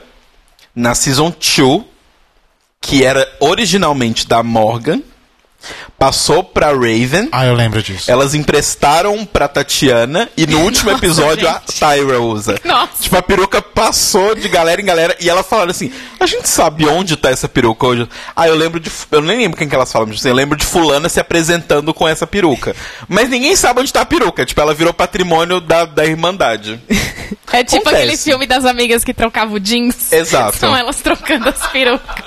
Speaker 1: na Season 2, que era originalmente da Morgan, passou pra Raven,
Speaker 2: ah, eu lembro disso.
Speaker 1: elas emprestaram pra Tatiana, e no último episódio a Tyra usa.
Speaker 4: Nossa.
Speaker 1: Tipo, a peruca passou de galera em galera, e elas falaram assim, a gente sabe onde tá essa peruca hoje? Ah, eu lembro de... fu- Eu nem lembro quem que elas falam, mas, assim, eu lembro de fulana se apresentando com essa peruca. Mas ninguém sabe onde tá a peruca, tipo, ela virou patrimônio da, da Irmandade.
Speaker 4: É tipo
Speaker 1: Acontece.
Speaker 4: aquele filme das amigas que trocavam o jeans.
Speaker 1: Exato.
Speaker 4: São elas trocando as perucas.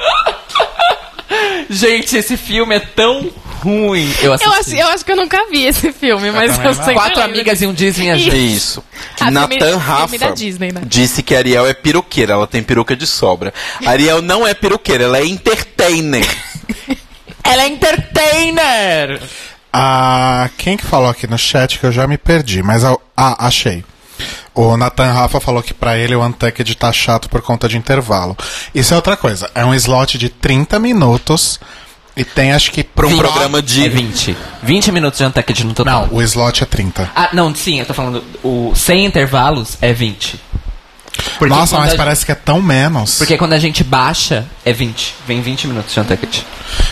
Speaker 3: Gente, esse filme é tão ruim. Eu assisti.
Speaker 4: Eu acho, eu acho que eu nunca vi esse filme, mas
Speaker 2: também
Speaker 4: eu
Speaker 2: não.
Speaker 4: sei
Speaker 3: Quatro amigas e um Disney a
Speaker 4: Isso.
Speaker 3: gente.
Speaker 1: Isso.
Speaker 4: Ah, filme-
Speaker 1: Nathan
Speaker 4: filme da
Speaker 1: Rafa
Speaker 4: Disney, né?
Speaker 1: disse que Ariel é peruqueira, ela tem peruca de sobra. Ariel não é peruqueira, ela é entertainer.
Speaker 3: Ela é entertainer!
Speaker 2: Ah, quem que falou aqui no chat que eu já me perdi, mas eu- ah, achei. O Nathan Rafa falou que pra ele o Untucked tá chato por conta de intervalo. Isso é outra coisa. É um slot de 30 minutos e tem acho que
Speaker 1: Pra um
Speaker 2: pro-
Speaker 1: programa de
Speaker 3: É 20. 20 minutos de Untucked no total.
Speaker 2: Não, o slot é 30.
Speaker 3: Ah, não, sim, eu tô falando. O, sem intervalos é 20. Porque
Speaker 2: Nossa,
Speaker 3: quando
Speaker 2: mas
Speaker 3: a-
Speaker 2: parece que é tão menos.
Speaker 3: Porque quando a gente baixa, é 20. Vem 20 minutos de Untucked.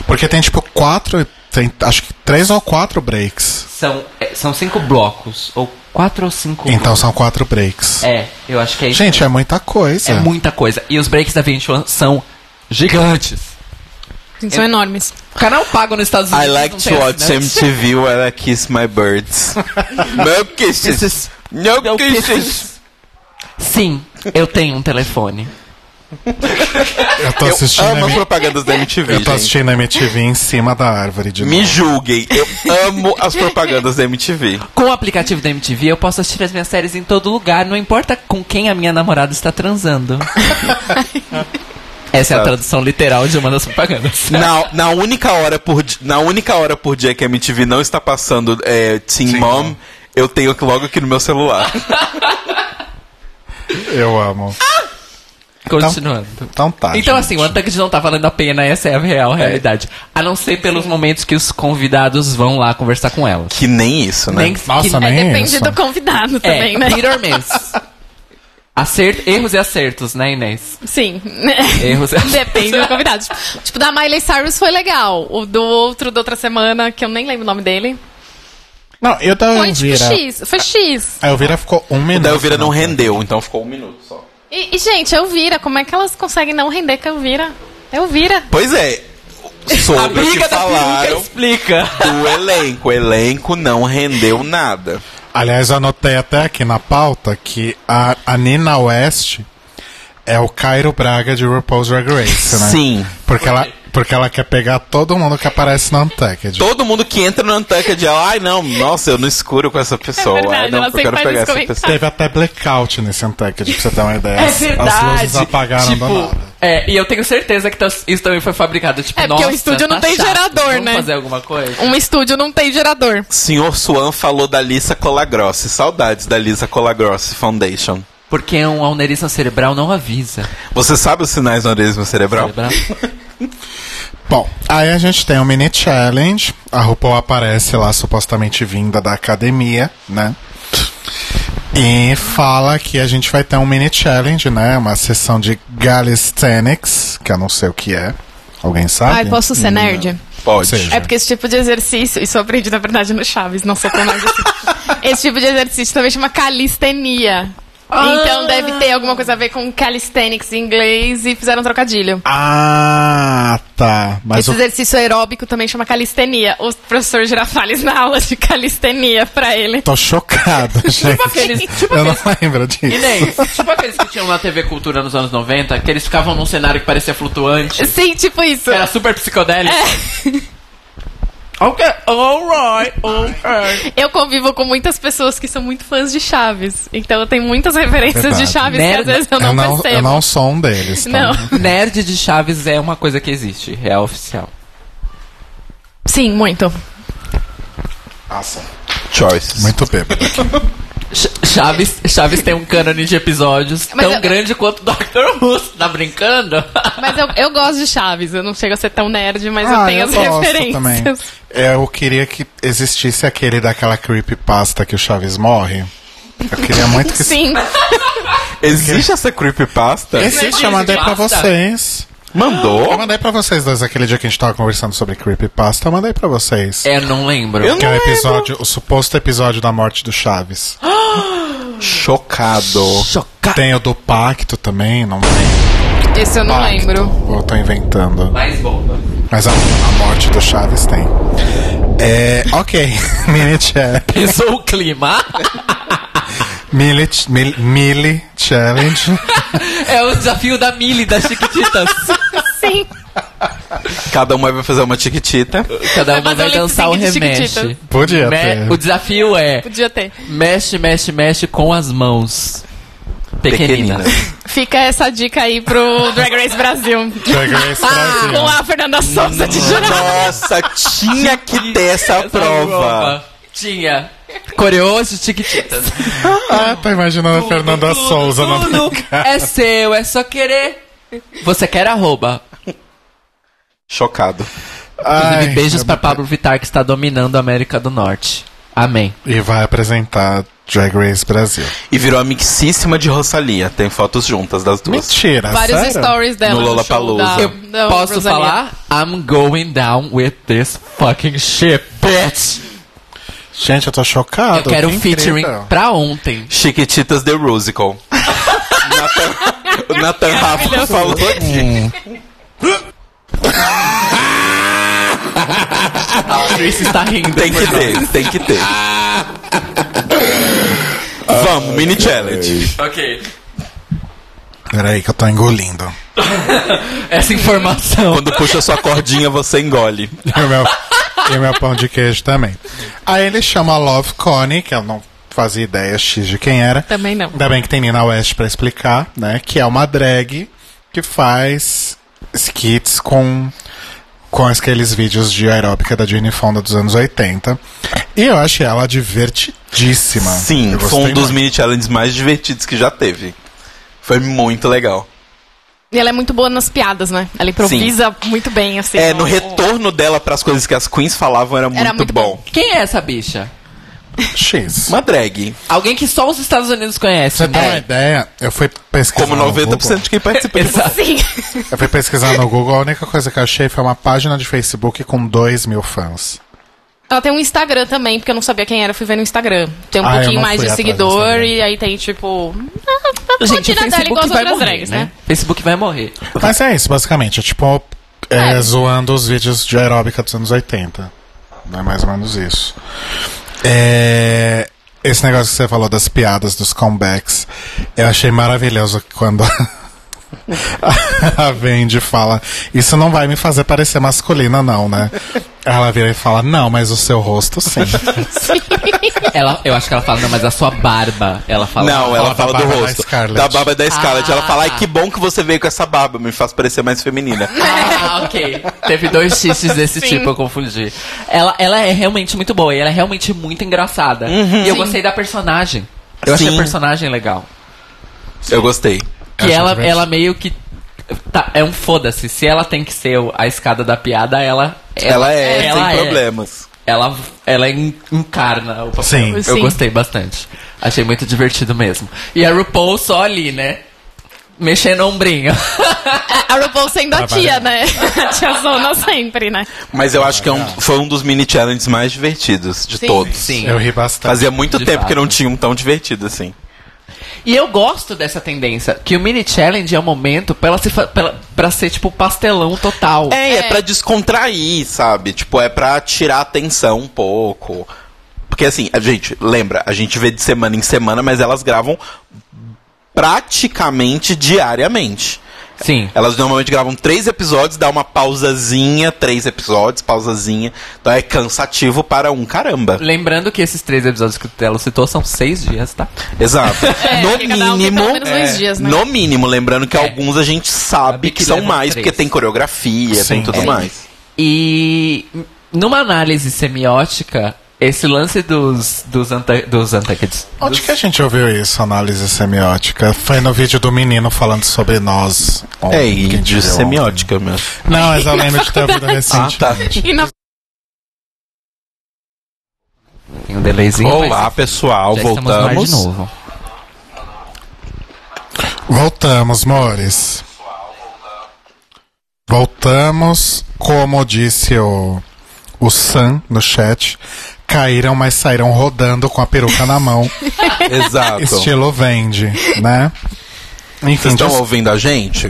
Speaker 2: Porque tem tipo quatro, tem acho que três ou quatro breaks.
Speaker 3: São, é, são cinco blocos. Ou quatro ou cinco
Speaker 2: Então são quatro breaks.
Speaker 3: blocos. É, eu acho que é isso.
Speaker 2: Gente, é muita coisa.
Speaker 3: é muita coisa. E os breaks da 21 são gigantes.
Speaker 4: Sim, São enormes.
Speaker 3: Canal pago nos Estados
Speaker 1: I
Speaker 3: Unidos.
Speaker 1: like
Speaker 3: não
Speaker 1: to
Speaker 3: tem né?
Speaker 1: watch
Speaker 3: assinante.
Speaker 1: MTV when I kiss my birds. no kisses.
Speaker 3: Esses-
Speaker 1: No,
Speaker 3: Não,
Speaker 1: kisses.
Speaker 3: esses- Sim, eu tenho um telefone.
Speaker 2: Eu tô
Speaker 1: Eu
Speaker 2: assistindo.
Speaker 1: amo as
Speaker 2: M-
Speaker 1: propagandas da MTV,
Speaker 2: Eu tô
Speaker 1: gente.
Speaker 2: assistindo MTV em cima da árvore de
Speaker 1: Me
Speaker 2: novo.
Speaker 1: julguem, eu amo as propagandas da MTV.
Speaker 3: Com o aplicativo da MTV, eu posso assistir as minhas séries em todo lugar, não importa com quem a minha namorada está transando. Essa é a tradução literal de uma das propagandas.
Speaker 1: Na, na, única hora por, di- na única hora por dia que a MTV não está passando é, Teen
Speaker 2: Sim.
Speaker 1: Mom, eu tenho aqui logo aqui no meu celular.
Speaker 2: Eu amo.
Speaker 3: Continuando.
Speaker 2: Então tá.
Speaker 3: Então,
Speaker 2: gente.
Speaker 3: assim, o Untucked não tá valendo a pena, essa é a real realidade. A não ser pelos momentos que os convidados vão lá conversar com elas.
Speaker 1: que nem isso, né?
Speaker 3: Nem,
Speaker 2: Nossa,
Speaker 4: É,
Speaker 2: nem
Speaker 4: depende
Speaker 2: isso.
Speaker 4: do convidado
Speaker 3: que, é,
Speaker 4: também, né?
Speaker 3: hit or miss. Acerto, erros e acertos, né, Inês?
Speaker 4: Sim.
Speaker 3: Erros e acertos.
Speaker 4: Depende do convidado. Tipo, Tipo, da Miley Cyrus foi legal. O do outro da outra semana, que eu nem lembro o nome dele.
Speaker 2: Não, eu da
Speaker 4: Foi tipo
Speaker 2: Elvira.
Speaker 4: X. Foi X.
Speaker 2: A Elvira ficou um
Speaker 1: O
Speaker 2: minuto.
Speaker 1: da Elvira não
Speaker 2: né?
Speaker 1: rendeu, então ficou um minuto só.
Speaker 4: E, e, gente, eu vira. Como é que elas conseguem não render com a Elvira? Eu vira.
Speaker 1: Pois é, sobre o que
Speaker 3: Amiga da peruca
Speaker 1: falaram
Speaker 3: explica.
Speaker 1: do elenco. O elenco não rendeu nada.
Speaker 2: Aliás, eu anotei até aqui na pauta que a, a Nina West é o Cairo Braga de RuPaul's Drag Race, né?
Speaker 1: Sim.
Speaker 2: Porque ela, porque ela quer pegar todo mundo que aparece na Untucked.
Speaker 1: Todo mundo que entra no Antucket, ela, ai não, nossa, eu não escuro com essa pessoa.
Speaker 4: É verdade,
Speaker 1: ai, não,
Speaker 4: ela
Speaker 1: porque eu quero
Speaker 4: sempre faz
Speaker 1: pegar
Speaker 4: esse
Speaker 1: essa
Speaker 4: comentário.
Speaker 1: pessoa.
Speaker 2: Teve até blackout nesse Untucked, pra você ter uma ideia.
Speaker 3: É
Speaker 2: As-
Speaker 3: verdade.
Speaker 2: As luzes apagaram
Speaker 3: tipo,
Speaker 2: do nada.
Speaker 3: É, e eu tenho certeza que tas- isso também foi fabricado. Tipo,
Speaker 4: É porque o
Speaker 3: nossa,
Speaker 4: estúdio não
Speaker 3: tá
Speaker 4: tem
Speaker 3: chato,
Speaker 4: gerador,
Speaker 3: vamos
Speaker 4: né?
Speaker 3: fazer alguma coisa?
Speaker 4: Um estúdio não tem gerador.
Speaker 1: Senhor Swan falou da Lisa Colagrossi. Saudades da Lisa Colagrossi Foundation.
Speaker 3: Porque um aneurisma cerebral não avisa.
Speaker 1: Você sabe os sinais do aneurisma cerebral?
Speaker 3: Cerebral.
Speaker 2: Bom, aí a gente tem um mini challenge. A RuPaul aparece lá, supostamente vinda da academia, né? E fala que a gente vai ter um mini challenge, né? Uma sessão de calisthenics, que eu não sei o que é. Alguém sabe?
Speaker 4: Ai, posso ser nerd?
Speaker 1: Pode.
Speaker 2: Seja.
Speaker 4: É porque esse tipo de exercício, isso eu aprendi na verdade no Chaves, não sou tão nerd assim. Esse tipo de exercício também chama calistenia.
Speaker 2: Ah.
Speaker 4: Então deve ter alguma coisa a ver com calisthenics em inglês e fizeram um trocadilho.
Speaker 2: Ah, tá. Mas
Speaker 4: Esse
Speaker 2: o...
Speaker 4: exercício aeróbico também chama calistenia. O professor Girafales na aula de calistenia pra ele.
Speaker 2: tô chocado, gente.
Speaker 3: aqueles- tipo
Speaker 2: eu não lembro disso.
Speaker 3: Inês, tipo aqueles que tinham na TV Cultura nos anos 90, que eles ficavam num cenário que parecia flutuante,
Speaker 4: Sim, tipo isso.
Speaker 3: que era super psicodélico.
Speaker 4: É.
Speaker 3: Ok, alright, alright.
Speaker 4: Eu convivo com muitas pessoas que são muito fãs de Chaves. Então eu tenho muitas referências
Speaker 2: Verdade. É
Speaker 4: de Chaves que às
Speaker 3: Merda.
Speaker 4: vezes eu não,
Speaker 2: Eu não,
Speaker 4: percebo.
Speaker 2: eu não sou um deles. Tá?
Speaker 4: Não.
Speaker 3: Nerd de Chaves é uma coisa que existe, é oficial.
Speaker 4: Sim, muito.
Speaker 2: Nossa.
Speaker 1: É, Choices.
Speaker 2: Muito bêbado.
Speaker 3: Ch- Chaves, Chaves tem um cânone de episódios
Speaker 4: Mas
Speaker 3: tão
Speaker 4: eu-
Speaker 3: grande quanto Dr. Who. Tá brincando?
Speaker 4: Mas eu, eu gosto de Chaves, eu não chego a ser tão nerd, mas eu
Speaker 2: Ah,
Speaker 4: tenho as
Speaker 2: gosto
Speaker 4: referências.
Speaker 2: também. É, Eu queria que existisse aquele daquela creepypasta que o Chaves morre. Eu queria muito que
Speaker 4: Sim,
Speaker 1: Existe essa creepypasta?
Speaker 2: Existe, eu mandei pra
Speaker 3: Creepypasta?
Speaker 2: vocês.
Speaker 1: Mandou?
Speaker 2: Eu mandei pra vocês dois aquele dia que a gente tava conversando sobre creepypasta, eu mandei pra vocês.
Speaker 4: É.
Speaker 3: Eu não lembro.
Speaker 1: Eu
Speaker 2: Que é o
Speaker 1: não lembro.
Speaker 2: episódio, o suposto episódio da morte do Chaves.
Speaker 1: Chocado.
Speaker 3: Chocado.
Speaker 2: Tem o do pacto também, não tem.
Speaker 4: esse eu não lembro.
Speaker 2: Ou eu tô inventando.
Speaker 3: Mais bomba.
Speaker 2: Mas a, a morte do Chaves tem. É. Ok. Mini cha-
Speaker 3: Pesou o clima.
Speaker 2: mili- mili- Mili Challenge.
Speaker 3: É o desafio da Millie das Chiquititas.
Speaker 4: Sim,
Speaker 1: Cada uma vai fazer uma tiquitita.
Speaker 3: Cada uma
Speaker 4: Mas eu
Speaker 3: vai
Speaker 4: lembro
Speaker 3: dançar o
Speaker 4: que tem um de
Speaker 3: remexe.
Speaker 4: Chiquititas.
Speaker 2: Podia
Speaker 3: Me-
Speaker 2: ter.
Speaker 3: O desafio é
Speaker 4: podia ter.
Speaker 3: mexe, mexe, mexe com as mãos. Pequenina.
Speaker 4: Fica essa dica aí pro Drag Race Brasil. Ah,
Speaker 2: Drag Race
Speaker 3: Ah,
Speaker 2: Brasil.
Speaker 4: Com a Fernanda Souza de jurado.
Speaker 1: Nossa, tinha que ter essa
Speaker 3: Essa é
Speaker 1: prova.
Speaker 3: Tinha. Coreoso de Chiquititas.
Speaker 2: Ah, tô imaginando a Fernanda
Speaker 3: Tudo,
Speaker 2: Souza
Speaker 3: tudo
Speaker 2: no
Speaker 3: É seu, é só querer. Você quer arroba.
Speaker 1: Chocado.
Speaker 2: Ai,
Speaker 3: Inclusive, beijos
Speaker 2: eu-
Speaker 3: pra Pablo Vittar, que está dominando a América do Norte. Amém.
Speaker 2: E vai apresentar Drag Race Brasil.
Speaker 1: E virou amicíssima de Rosalia. Tem fotos juntas das duas.
Speaker 2: Mentira,
Speaker 4: Vários
Speaker 2: É sério?
Speaker 4: stories dela.
Speaker 1: No
Speaker 4: No show
Speaker 1: Lollapalooza.
Speaker 4: da,
Speaker 1: Eu
Speaker 4: da
Speaker 3: Posso
Speaker 4: Rosalía.
Speaker 3: falar? I'm going down with this fucking shit, bitch.
Speaker 2: Gente, eu tô chocado.
Speaker 3: Eu quero
Speaker 2: que
Speaker 3: um featuring
Speaker 2: incrível.
Speaker 3: pra ontem.
Speaker 1: Chiquititas The Rusical. Nathan- o Nathan Rafa falou aqui.
Speaker 3: A Tracy está rindo.
Speaker 1: Tem que ter, tem que ter. Vamos, mini challenge.
Speaker 3: Ok.
Speaker 2: Peraí que eu tô engolindo.
Speaker 3: Essa informação.
Speaker 1: Quando puxa sua cordinha, você engole.
Speaker 2: E o meu, e o meu pão de queijo também. Aí ele chama a Love Connie, que eu não fazia ideia X de quem era.
Speaker 4: Também não.
Speaker 2: Ainda bem que tem Nina West pra explicar, né? Que é uma drag que faz skits com, com aqueles vídeos de aeróbica da Jane Fonda dos anos 80. E eu achei ela divertidíssima.
Speaker 1: Sim,
Speaker 2: Eu
Speaker 1: foi um
Speaker 2: gostei
Speaker 1: dos
Speaker 2: muito.
Speaker 1: mini challenges mais divertidos que já teve. Foi muito legal.
Speaker 4: E ela é muito boa nas piadas, né? Ela improvisa muito bem, assim.
Speaker 1: É, no retorno dela pras coisas que as queens falavam era muito,
Speaker 4: muito
Speaker 1: bom.
Speaker 3: Quem é essa bicha?
Speaker 2: X.
Speaker 1: Uma drag.
Speaker 3: Alguém que só os Estados Unidos É.
Speaker 2: Pra
Speaker 3: conhecem.
Speaker 2: você tá ter uma ideia, eu fui pesquisar.
Speaker 1: é. Como
Speaker 2: no
Speaker 1: 90% de quem participa de
Speaker 3: Exato.
Speaker 4: Sim.
Speaker 2: Google. Eu fui pesquisar no Google, a única coisa que eu achei foi uma página de Facebook com 2 mil fãs.
Speaker 4: Ela tem um Instagram também, porque eu não sabia quem era, fui ver no Instagram. Tem um
Speaker 2: Ah, eu não
Speaker 4: pouquinho mais
Speaker 2: fui
Speaker 4: de
Speaker 2: atrás do
Speaker 4: seguidor
Speaker 2: Instagram.
Speaker 4: e aí tem tipo. ah, A
Speaker 3: Gente, o
Speaker 4: rotina dela
Speaker 3: Facebook
Speaker 4: igual as
Speaker 3: vai
Speaker 4: outras
Speaker 3: morrer,
Speaker 4: drags,
Speaker 3: né?
Speaker 4: né?
Speaker 3: Facebook vai morrer.
Speaker 2: Mas é isso, basicamente. É tipo, é, zoando os vídeos de aeróbica dos anos 80. É mais ou menos isso. É, esse negócio que você falou das piadas, dos comebacks, eu achei maravilhoso quando. A Vendi fala: Isso não vai me fazer parecer masculina, não, né? Ela vira e fala: Não, mas o seu rosto sim.
Speaker 3: Ela, eu acho que ela fala, não, mas a sua barba. Ela fala.
Speaker 1: Não, ela
Speaker 2: Fala
Speaker 1: fala
Speaker 2: da
Speaker 1: do
Speaker 2: barba da
Speaker 1: rosto.
Speaker 2: Scarlett.
Speaker 1: Da barba da Scarlett. Ela
Speaker 3: Ah.
Speaker 1: fala, ai, que bom que você veio com essa barba, me faz parecer mais feminina.
Speaker 3: Ah, ok. Teve dois xistes desse
Speaker 4: Sim.
Speaker 3: tipo, eu confundi. Ela, ela é realmente muito boa e ela é realmente muito engraçada. E eu gostei da personagem. Eu achei
Speaker 1: Uhum. Sim.
Speaker 3: a personagem legal.
Speaker 1: Eu gostei.
Speaker 3: Que
Speaker 2: Acho
Speaker 3: ela,
Speaker 2: divertido.
Speaker 3: ela meio que. tá, é um foda-se. Se ela tem que ser o- a escada da piada, ela.
Speaker 1: Ela, é,
Speaker 3: ela
Speaker 1: sem problemas.
Speaker 3: Ela, ela en- encarna o papel.
Speaker 2: Sim.
Speaker 3: Eu
Speaker 4: Sim.
Speaker 3: gostei bastante. Achei muito divertido mesmo. E a RuPaul só ali, né? Mexendo o ombrinho.
Speaker 4: A RuPaul sendo a tia, né? A tia Zona sempre, né?
Speaker 1: Mas eu acho que é um- foi um dos mini challenges mais divertidos de
Speaker 4: Sim.
Speaker 1: todos.
Speaker 3: Sim.
Speaker 2: Eu ri bastante.
Speaker 1: Fazia muito
Speaker 3: De
Speaker 1: tempo que
Speaker 3: fato.
Speaker 1: não tinha um tão divertido assim.
Speaker 3: E eu gosto dessa tendência, que o mini challenge é o momento pra, ela se fa- pra, ela- pra ser tipo pastelão total.
Speaker 1: É, é,
Speaker 4: É.
Speaker 1: pra descontrair, sabe? Tipo, é pra tirar a atenção um pouco. Porque assim, a gente, lembra, a gente vê de semana em semana, mas elas gravam praticamente diariamente.
Speaker 3: Sim.
Speaker 1: Elas normalmente gravam três episódios, dá uma pausazinha, três episódios, pausazinha. Então é cansativo para um caramba.
Speaker 3: Lembrando que esses três episódios que o Telo citou são seis dias, tá?
Speaker 1: Exato.
Speaker 4: É,
Speaker 1: no
Speaker 4: porque cada um tem
Speaker 1: mínimo, é,
Speaker 4: pelo menos dois dias, né?
Speaker 1: no mínimo, lembrando que alguns a gente sabe
Speaker 3: Sabe
Speaker 1: que,
Speaker 3: que
Speaker 1: são
Speaker 3: leva
Speaker 1: mais,
Speaker 3: três.
Speaker 1: porque tem coreografia, tem
Speaker 2: Sim.
Speaker 1: tudo
Speaker 2: É.
Speaker 1: mais.
Speaker 3: E numa análise semiótica, esse lance dos, dos, anta, dos antagonistas.
Speaker 2: Onde que a gente ouviu isso, análise semiótica? Foi no vídeo do menino falando sobre nós. ontem,
Speaker 1: É,
Speaker 2: que a
Speaker 1: e
Speaker 2: gente
Speaker 1: de
Speaker 2: viu
Speaker 1: semiótica mesmo.
Speaker 2: ontem. Não, mas eu lembro de ter ouvido
Speaker 1: Ah,
Speaker 2: recente.
Speaker 1: tá.
Speaker 4: E na
Speaker 3: Tem um delayzinho.
Speaker 1: Olá, pessoal,
Speaker 3: mas já estamos no ar
Speaker 1: voltamos.
Speaker 3: de novo.
Speaker 2: Voltamos, Mores. Voltamos, como disse o, o Sam no chat, caíram, mas saíram rodando com a peruca na mão,
Speaker 1: Tá Exato.
Speaker 2: estilo vende, né? Enfim,
Speaker 1: Vocês estão
Speaker 2: des-
Speaker 1: ouvindo a gente?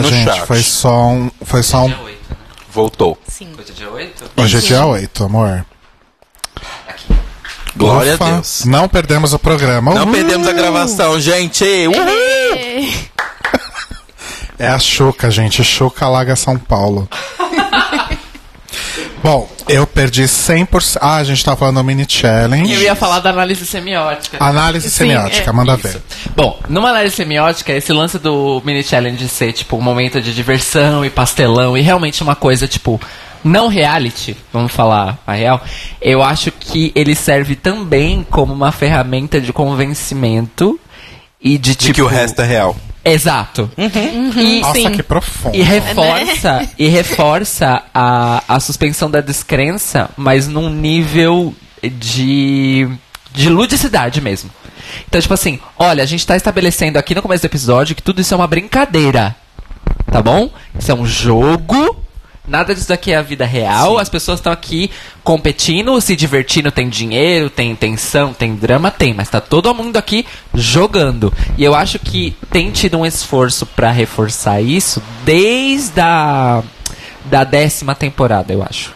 Speaker 2: desculpa,
Speaker 1: no
Speaker 2: gente,
Speaker 1: chat.
Speaker 2: foi só um, foi só um,
Speaker 3: 8, né?
Speaker 1: Voltou.
Speaker 4: Sim.
Speaker 3: Coisa de 8?
Speaker 2: hoje é dia 8, amor.
Speaker 1: Glória
Speaker 2: Ufa, Uh!
Speaker 1: a Deus.
Speaker 2: Não perdemos o programa.
Speaker 1: Não
Speaker 2: Uhul!
Speaker 1: perdemos a gravação, gente. Uhul.
Speaker 2: É a Xuca, gente. Xuca Laga São Paulo. Bom, eu perdi 100%. Ah, a gente tá falando do mini
Speaker 3: E eu
Speaker 2: challenge.
Speaker 3: ia falar da análise semiótica.
Speaker 2: Análise semiótica, manda ver.
Speaker 3: é. Isso. Bom, numa análise semiótica, esse lance do mini challenge ser, tipo, um momento de diversão e pastelão e realmente uma coisa, tipo, não reality, vamos falar a real, eu acho que ele serve também como uma ferramenta de convencimento e de,
Speaker 1: De
Speaker 3: tipo...
Speaker 1: que o Uhum. resto é real.
Speaker 3: Exato. E,
Speaker 2: Nossa,
Speaker 4: Sim.
Speaker 2: que profundo.
Speaker 3: e reforça, e reforça a, a suspensão da descrença, mas num nível de, de ludicidade mesmo. Então, tipo assim, olha, a gente tá estabelecendo aqui no começo do episódio que tudo isso é uma brincadeira. Tá bom? Isso é um jogo. Nada disso daqui é a vida real. As pessoas estão aqui competindo, se divertindo, tem dinheiro, tem tensão, tem drama, tem, mas tá todo mundo aqui jogando. E eu acho que tem tido um esforço pra reforçar isso desde a da décima temporada, eu acho.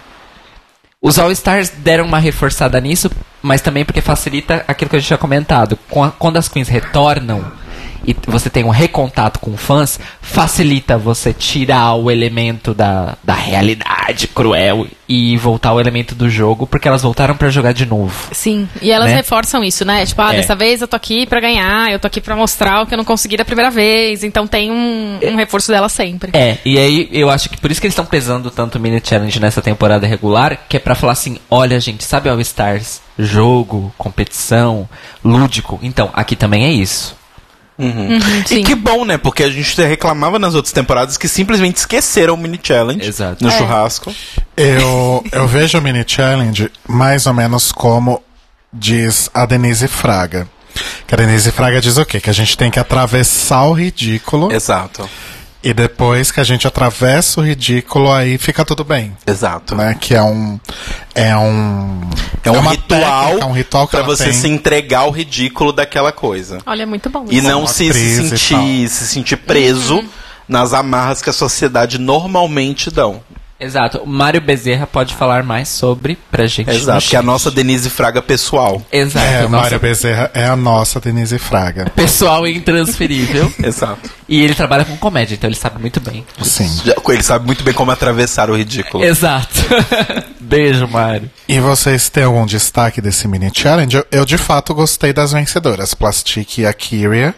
Speaker 3: Os All Stars deram uma reforçada nisso, mas também porque facilita aquilo que a gente tinha comentado. Com a- quando as queens retornam e t- você tem um recontato com fãs, facilita você tirar o elemento da, da realidade cruel e voltar ao elemento do jogo, porque elas voltaram pra jogar de novo.
Speaker 4: Sim, e elas
Speaker 3: Né?
Speaker 4: reforçam isso, né? Tipo, ah,
Speaker 3: É.
Speaker 4: dessa vez eu tô aqui pra ganhar, eu tô aqui pra mostrar o que eu não consegui da primeira vez. Então tem um, um reforço dela sempre.
Speaker 3: É, e aí eu acho que por isso que eles estão pesando tanto o Mini Challenge nessa temporada regular, que é pra falar assim, olha gente, sabe All Stars? Jogo, competição, lúdico. Então, aqui também é isso.
Speaker 1: E
Speaker 4: Uhum.
Speaker 2: É.
Speaker 4: Sim.
Speaker 1: que bom, né? Porque a gente reclamava nas outras temporadas que simplesmente esqueceram o mini challenge
Speaker 3: Exato.
Speaker 1: no
Speaker 4: É.
Speaker 1: churrasco.
Speaker 2: Eu, eu vejo o mini challenge mais ou menos como diz a Denise Fraga. Que a Denise Fraga diz o quê? Que a gente tem que atravessar o ridículo
Speaker 3: É.
Speaker 1: Exato.
Speaker 2: e depois que a gente atravessa o ridículo, aí fica tudo bem.
Speaker 1: Exato.
Speaker 2: Né? Que é um. É um.
Speaker 1: É um
Speaker 2: uma
Speaker 1: ritual,
Speaker 2: técnica, um ritual que
Speaker 1: pra
Speaker 2: ela
Speaker 1: você
Speaker 2: tem.
Speaker 1: se entregar ao ridículo daquela coisa.
Speaker 4: Olha, é muito bom.
Speaker 1: E
Speaker 4: isso.
Speaker 1: não se, se
Speaker 2: atriz e
Speaker 1: sentir, se sentir preso nas amarras que a sociedade normalmente dão.
Speaker 3: Exato. O Mário Bezerra pode falar mais sobre pra gente. no
Speaker 1: Exato. Que é a
Speaker 3: chat.
Speaker 1: nossa Denise Fraga pessoal.
Speaker 3: Exato.
Speaker 2: É,
Speaker 3: nossa-
Speaker 2: Mário Bezerra é a nossa Denise Fraga.
Speaker 3: Pessoal intransferível.
Speaker 1: Exato.
Speaker 3: e ele trabalha com comédia, então ele sabe muito bem.
Speaker 2: Sim.
Speaker 1: Já- Ele sabe muito bem como atravessar o ridículo.
Speaker 3: Exato. Beijo, Mário.
Speaker 2: E vocês têm algum destaque desse mini challenge? Eu, eu, de fato gostei das vencedoras, Plastic e a Kyria.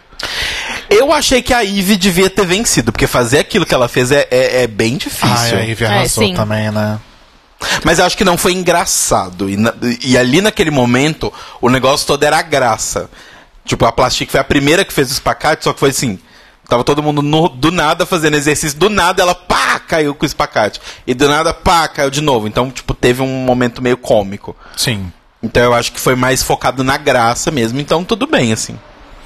Speaker 1: Eu achei que a Ivy devia ter vencido, porque fazer aquilo que ela fez é, é- é bem
Speaker 2: Ai,
Speaker 1: difícil.
Speaker 2: a Ivy
Speaker 4: É,
Speaker 2: arrasou
Speaker 4: sim.
Speaker 2: também, né?
Speaker 1: Mas eu acho que não foi engraçado. E, na- e ali naquele momento, o negócio todo era a graça. Tipo, a Plastic foi a primeira que fez o espacate, só que foi assim. Tava todo mundo no- do nada fazendo exercício, do nada ela pá, caiu com o espacate. E do nada, pá, caiu de novo. Então, tipo, teve um momento meio cômico.
Speaker 2: Sim.
Speaker 1: Então eu acho que foi mais focado na graça mesmo. Então tudo bem, assim.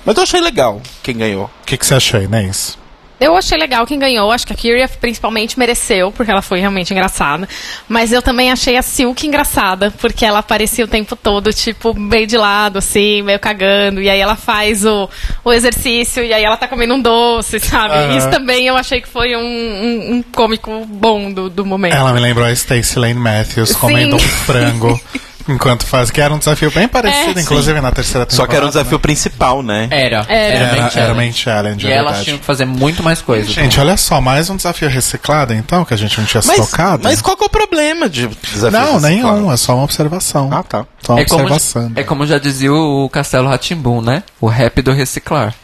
Speaker 1: Mas eu achei legal quem ganhou.
Speaker 2: O que, que você achou, Inês?
Speaker 4: Eu achei legal quem ganhou. Acho que a Kyria principalmente mereceu, porque ela foi realmente engraçada. Mas eu também achei a Silk engraçada, porque ela aparecia o tempo todo, tipo, meio de lado, assim, meio cagando. E aí ela faz o, o exercício, e aí ela tá comendo um doce, sabe?
Speaker 2: Aham.
Speaker 4: Isso também eu achei que foi um, um- um cômico bom do, do momento.
Speaker 2: Ela me lembrou a Stacey Lane Matthews comendo um
Speaker 4: É. Sim.
Speaker 2: frango enquanto faz, que era um desafio bem parecido,
Speaker 4: É.
Speaker 2: inclusive na terceira temporada.
Speaker 1: Só que era um o
Speaker 2: né?
Speaker 1: desafio principal, né?
Speaker 3: Era.
Speaker 4: Era.
Speaker 3: main
Speaker 2: Era, era
Speaker 3: challenge.
Speaker 2: main challenge,
Speaker 3: E
Speaker 2: é
Speaker 3: elas
Speaker 2: verdade.
Speaker 3: tinham que fazer muito mais coisas.
Speaker 2: Gente, olha só, mais um desafio reciclado, então, que a gente não tinha
Speaker 1: Mas,
Speaker 2: tocado.
Speaker 1: mas qual que é o problema de desafio?
Speaker 2: né? não,
Speaker 1: reciclado?
Speaker 2: nenhum, é só uma observação.
Speaker 1: Ah, tá.
Speaker 2: Só uma
Speaker 3: é como,
Speaker 2: observação. né?
Speaker 3: é como já dizia o Castelo Ratimbum, né? O rap do reciclar.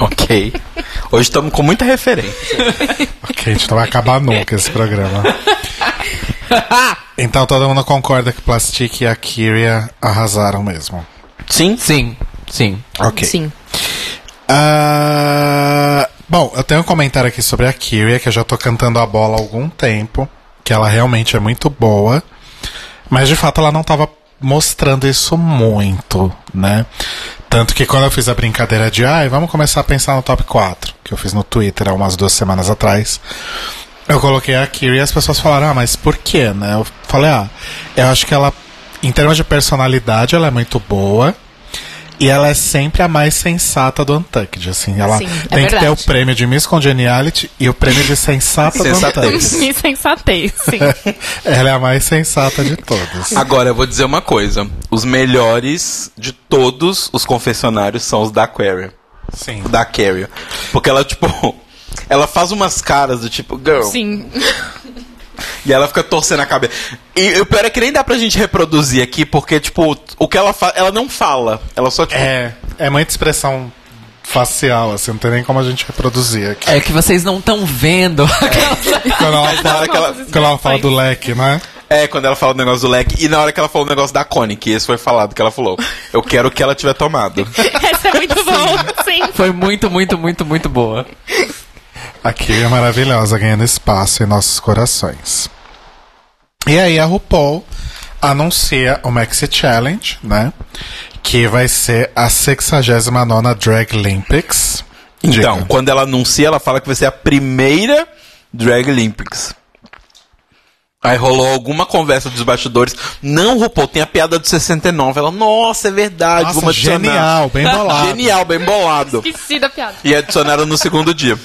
Speaker 1: Ok. Hoje estamos com muita referência.
Speaker 2: Ok, a gente não vai acabar nunca esse programa. Então todo mundo concorda que Plastic e a Kyria arrasaram mesmo.
Speaker 1: Sim?
Speaker 3: Sim, sim.
Speaker 2: Ok.
Speaker 4: Sim.
Speaker 2: Ah, bom, eu tenho um comentário aqui sobre a Kyria, que eu já tô cantando a bola há algum tempo, que ela realmente é muito boa, mas de fato ela não tava mostrando isso muito, né? Tanto que quando eu fiz a brincadeira de, ai, vamos começar a pensar no top 4, que eu fiz no Twitter há umas duas semanas atrás, eu coloquei a Kyrie e as pessoas falaram, ah, mas por quê, né? Eu falei, ah, eu acho que ela, em termos de personalidade, ela é muito boa. E ela é sempre a mais sensata do Untucked, assim. Ela
Speaker 4: Sim, é
Speaker 2: tem que ter o
Speaker 4: verdade.
Speaker 2: prêmio de Miss Congeniality e o prêmio de sensata do
Speaker 1: Sensatez.
Speaker 2: Untucked.
Speaker 4: Me sensatez, é sim.
Speaker 2: ela é a mais sensata de todas.
Speaker 1: Agora, eu vou dizer uma coisa. Os melhores de todos os confessionários são os da Aquaria.
Speaker 2: Sim.
Speaker 1: Da Carrie. Porque ela, tipo... Ela faz umas caras do tipo, girl.
Speaker 4: sim.
Speaker 1: E ela fica torcendo a cabeça. E o pior é que nem dá pra gente reproduzir aqui, porque, tipo, o que ela fala, ela não fala. Ela só, tipo,
Speaker 2: É, é muita expressão facial, assim, não tem nem como a gente reproduzir aqui.
Speaker 3: É que vocês não estão vendo.
Speaker 2: Quando ela
Speaker 1: na
Speaker 2: fala,
Speaker 1: hora que ela,
Speaker 2: quando ela fala do leque, né?
Speaker 1: É, quando ela fala o negócio do leque. E na hora que ela falou o negócio da Cone, que esse foi falado, que ela falou, eu quero o que ela tiver tomado.
Speaker 4: Essa é muito bom. Sim.
Speaker 3: Foi muito, muito, muito, muito boa.
Speaker 2: A Kyria é maravilhosa, ganhando espaço em nossos corações. E aí a RuPaul anuncia o Maxi Challenge, né? Que vai ser a 69ª Drag Olympics.
Speaker 1: Então,
Speaker 2: Diga.
Speaker 1: quando ela anuncia, ela fala que vai ser a primeira Drag Olympics. Aí rolou alguma conversa dos bastidores. Não, RuPaul, tem a piada do 69. Ela, nossa, é verdade,
Speaker 2: Nossa,
Speaker 1: vamos adicionar.
Speaker 2: genial, bem bolado.
Speaker 1: Genial, bem bolado.
Speaker 4: Esqueci da piada.
Speaker 1: E adicionaram no segundo dia.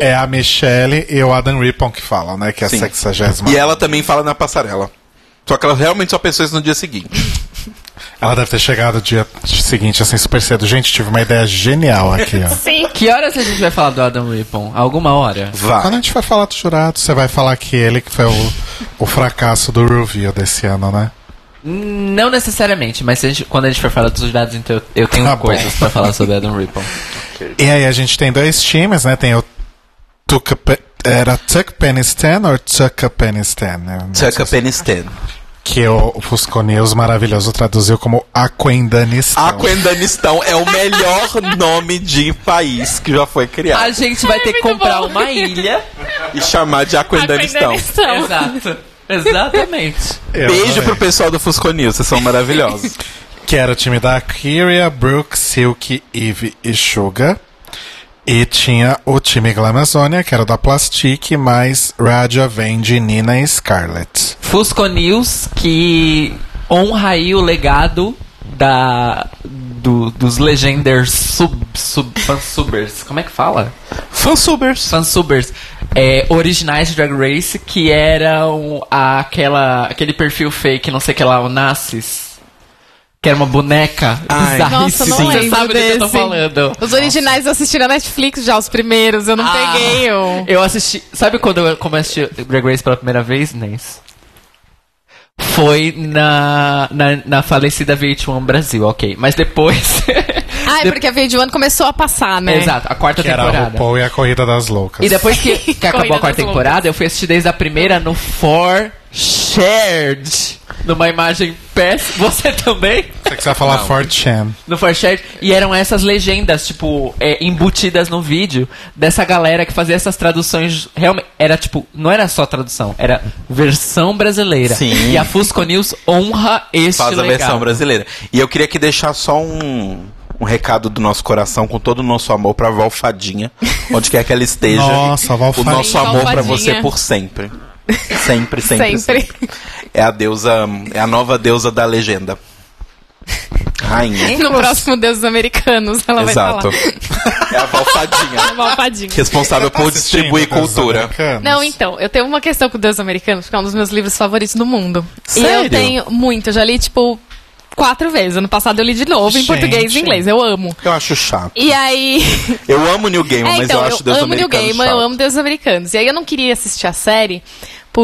Speaker 2: É a Michelle e o Adam Rippon que falam, né? Que é a
Speaker 1: Sim.
Speaker 2: 60
Speaker 1: E ela também fala na passarela. Só que ela realmente só pensou isso no dia seguinte.
Speaker 2: Ela deve ter chegado dia seguinte, assim, super cedo. Gente, tive uma ideia genial aqui, ó.
Speaker 4: Sim.
Speaker 3: Que horas a gente vai falar do Adam Rippon? Alguma hora?
Speaker 1: Vá.
Speaker 2: Quando a gente vai falar do jurado, você vai falar que ele que foi o, o fracasso do review desse ano, né?
Speaker 3: Não necessariamente, mas se a gente- quando a gente for falar dos jurados, então eu, eu tenho
Speaker 2: Tá bom.
Speaker 3: coisas pra falar sobre Adam Rippon.
Speaker 2: E aí a gente tem dois times, né? Tem o Tuca Pe- era Tuckpenistan ou Tuckapenistan? né?
Speaker 1: Tucker Penistan.
Speaker 2: Que o, o Fusco News maravilhoso traduziu como Aquendanistan.
Speaker 1: Aquendanistão é o melhor nome de país que já foi
Speaker 3: A
Speaker 1: criado.
Speaker 3: gente vai ter que
Speaker 4: muito
Speaker 3: comprar
Speaker 4: bom.
Speaker 3: uma ilha.
Speaker 1: E chamar de Aquendanistão.
Speaker 4: Aquendanistão.
Speaker 3: Exato. Exatamente.
Speaker 2: Eu
Speaker 1: Beijo
Speaker 2: adorei.
Speaker 1: pro pessoal do Fusco News, vocês são maravilhosos.
Speaker 2: Que era o time da Kyria, Brooke, Silk, Eve e Suga. E tinha o time Glamazônia, que era da Plastic, mais Radia, Vendi, Nina e Scarlett.
Speaker 3: Fusco News que honra aí o legado da do- dos legenders sub, sub fansubers. Como é que fala?
Speaker 1: Fansubers.
Speaker 3: Fansubers é, originais de Drag Race que eram a- aquela aquele perfil fake, não sei o que lá, o Nassis. Que era uma boneca
Speaker 1: Ai,
Speaker 3: bizarra.
Speaker 4: Nossa, não
Speaker 1: Sim.
Speaker 4: lembro
Speaker 3: Você sabe do que eu
Speaker 4: desse.
Speaker 3: tô falando.
Speaker 4: Os originais eu assisti na Netflix já, os primeiros. Eu não
Speaker 3: Ah,
Speaker 4: peguei o...
Speaker 3: Eu assisti. Sabe quando eu comecei a assistir Drag Race pela primeira vez, Nens? Foi na, na, na falecida VH1 Brasil, ok. Mas depois.
Speaker 4: Ah, é porque a Verde One começou a passar, né?
Speaker 3: Exato, a quarta
Speaker 2: Que era a
Speaker 3: temporada.
Speaker 2: RuPaul e a Corrida das Loucas.
Speaker 3: E depois que, que acabou a
Speaker 4: Corrida
Speaker 3: quarta
Speaker 4: das
Speaker 3: temporada, eu fui assistir desde a primeira no For Shared. Numa imagem péssima. Você também?
Speaker 2: Você que você vai falar
Speaker 1: Não.
Speaker 2: Fort Chan.
Speaker 3: No For Shared. E eram essas legendas, tipo, é, embutidas no vídeo dessa galera que fazia essas traduções. Realmente. Era tipo, não era só tradução, era versão brasileira.
Speaker 1: Sim.
Speaker 3: E a Fusco News honra este
Speaker 1: Faz a
Speaker 3: legado.
Speaker 1: versão brasileira. E eu queria que deixar só um, um recado do nosso coração, com todo o nosso amor pra Valfadinha, onde quer que ela esteja.
Speaker 2: Nossa,
Speaker 1: o
Speaker 2: Valfadinha.
Speaker 1: nosso amor pra
Speaker 4: Valfadinha.
Speaker 1: você por sempre. Sempre, sempre, sempre.
Speaker 4: Sempre.
Speaker 1: É a deusa, é a nova deusa da legenda. Rainha.
Speaker 4: No próximo Deus dos Americanos, ela
Speaker 1: Exato.
Speaker 4: vai falar. tá
Speaker 1: É a Valfadinha.
Speaker 4: Malvadinha.
Speaker 1: Responsável por
Speaker 2: Assistindo
Speaker 1: distribuir
Speaker 2: Deus
Speaker 1: cultura.
Speaker 2: Americanos.
Speaker 4: Não, então, eu tenho uma questão com Deus Americanos, porque é um dos meus livros favoritos do mundo. E
Speaker 1: Sério?
Speaker 4: eu tenho muito, eu já li, tipo, quatro vezes. Ano passado eu li de novo, em
Speaker 2: Gente.
Speaker 4: português e inglês. Eu amo.
Speaker 1: Eu acho chato.
Speaker 4: E aí.
Speaker 1: Eu amo New Game,
Speaker 4: É,
Speaker 1: mas
Speaker 4: então,
Speaker 1: eu
Speaker 4: eu,
Speaker 1: acho Deus
Speaker 4: amo New
Speaker 1: Americano
Speaker 4: Game,
Speaker 1: chato.
Speaker 4: eu amo Deus Americanos. E aí eu não queria assistir a série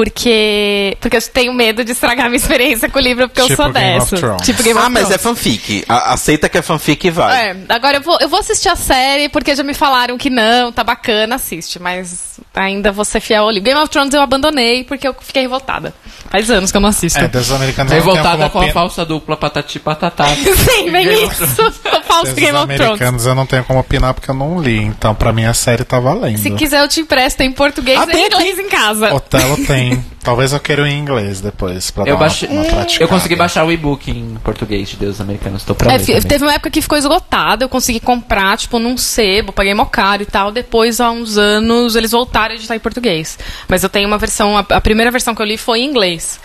Speaker 4: porque porque eu tenho medo de estragar minha experiência com o livro, porque
Speaker 2: Tipo
Speaker 4: eu sou
Speaker 2: Game of
Speaker 4: dessa.
Speaker 2: Thrones.
Speaker 4: Tipo Game of
Speaker 1: ah, mas é
Speaker 4: Thrones.
Speaker 1: fanfic. A- aceita que é fanfic e vai.
Speaker 4: É, agora eu vou, eu vou assistir a série porque já me falaram que não, tá bacana, assiste, mas ainda vou ser fiel ao livro. Game of Thrones eu abandonei porque eu fiquei revoltada. Faz anos que eu não assisto.
Speaker 2: É, Deus Americanos
Speaker 4: um
Speaker 2: não tem
Speaker 3: Revoltada
Speaker 2: como
Speaker 3: com a
Speaker 2: opin-
Speaker 3: falsa dupla patati patatá.
Speaker 4: Sim,
Speaker 3: Game
Speaker 4: bem
Speaker 3: of
Speaker 4: isso. O falso
Speaker 2: Deus
Speaker 4: Game of Thrones.
Speaker 2: Americanos eu não tenho como opinar porque eu não li. Então, pra mim, a série tá valendo.
Speaker 4: Se quiser, eu te empresto em português
Speaker 1: Ah,
Speaker 4: e
Speaker 1: tem
Speaker 4: em inglês em casa.
Speaker 2: Otelo tem. Talvez eu queira o em inglês depois. Pra dar
Speaker 3: Eu,
Speaker 2: uma-
Speaker 3: baixei,
Speaker 2: uma praticada.
Speaker 3: eu consegui baixar o e-book em português de Deus Americanos. Tô pra
Speaker 4: É,
Speaker 3: ler
Speaker 4: fi-
Speaker 3: também.
Speaker 4: teve uma época que ficou esgotado, eu consegui comprar, tipo, num sebo, paguei mó caro e tal. Depois, há uns anos, eles voltaram a editar em português. Mas eu tenho uma versão, a, a primeira versão que eu li foi em inglês.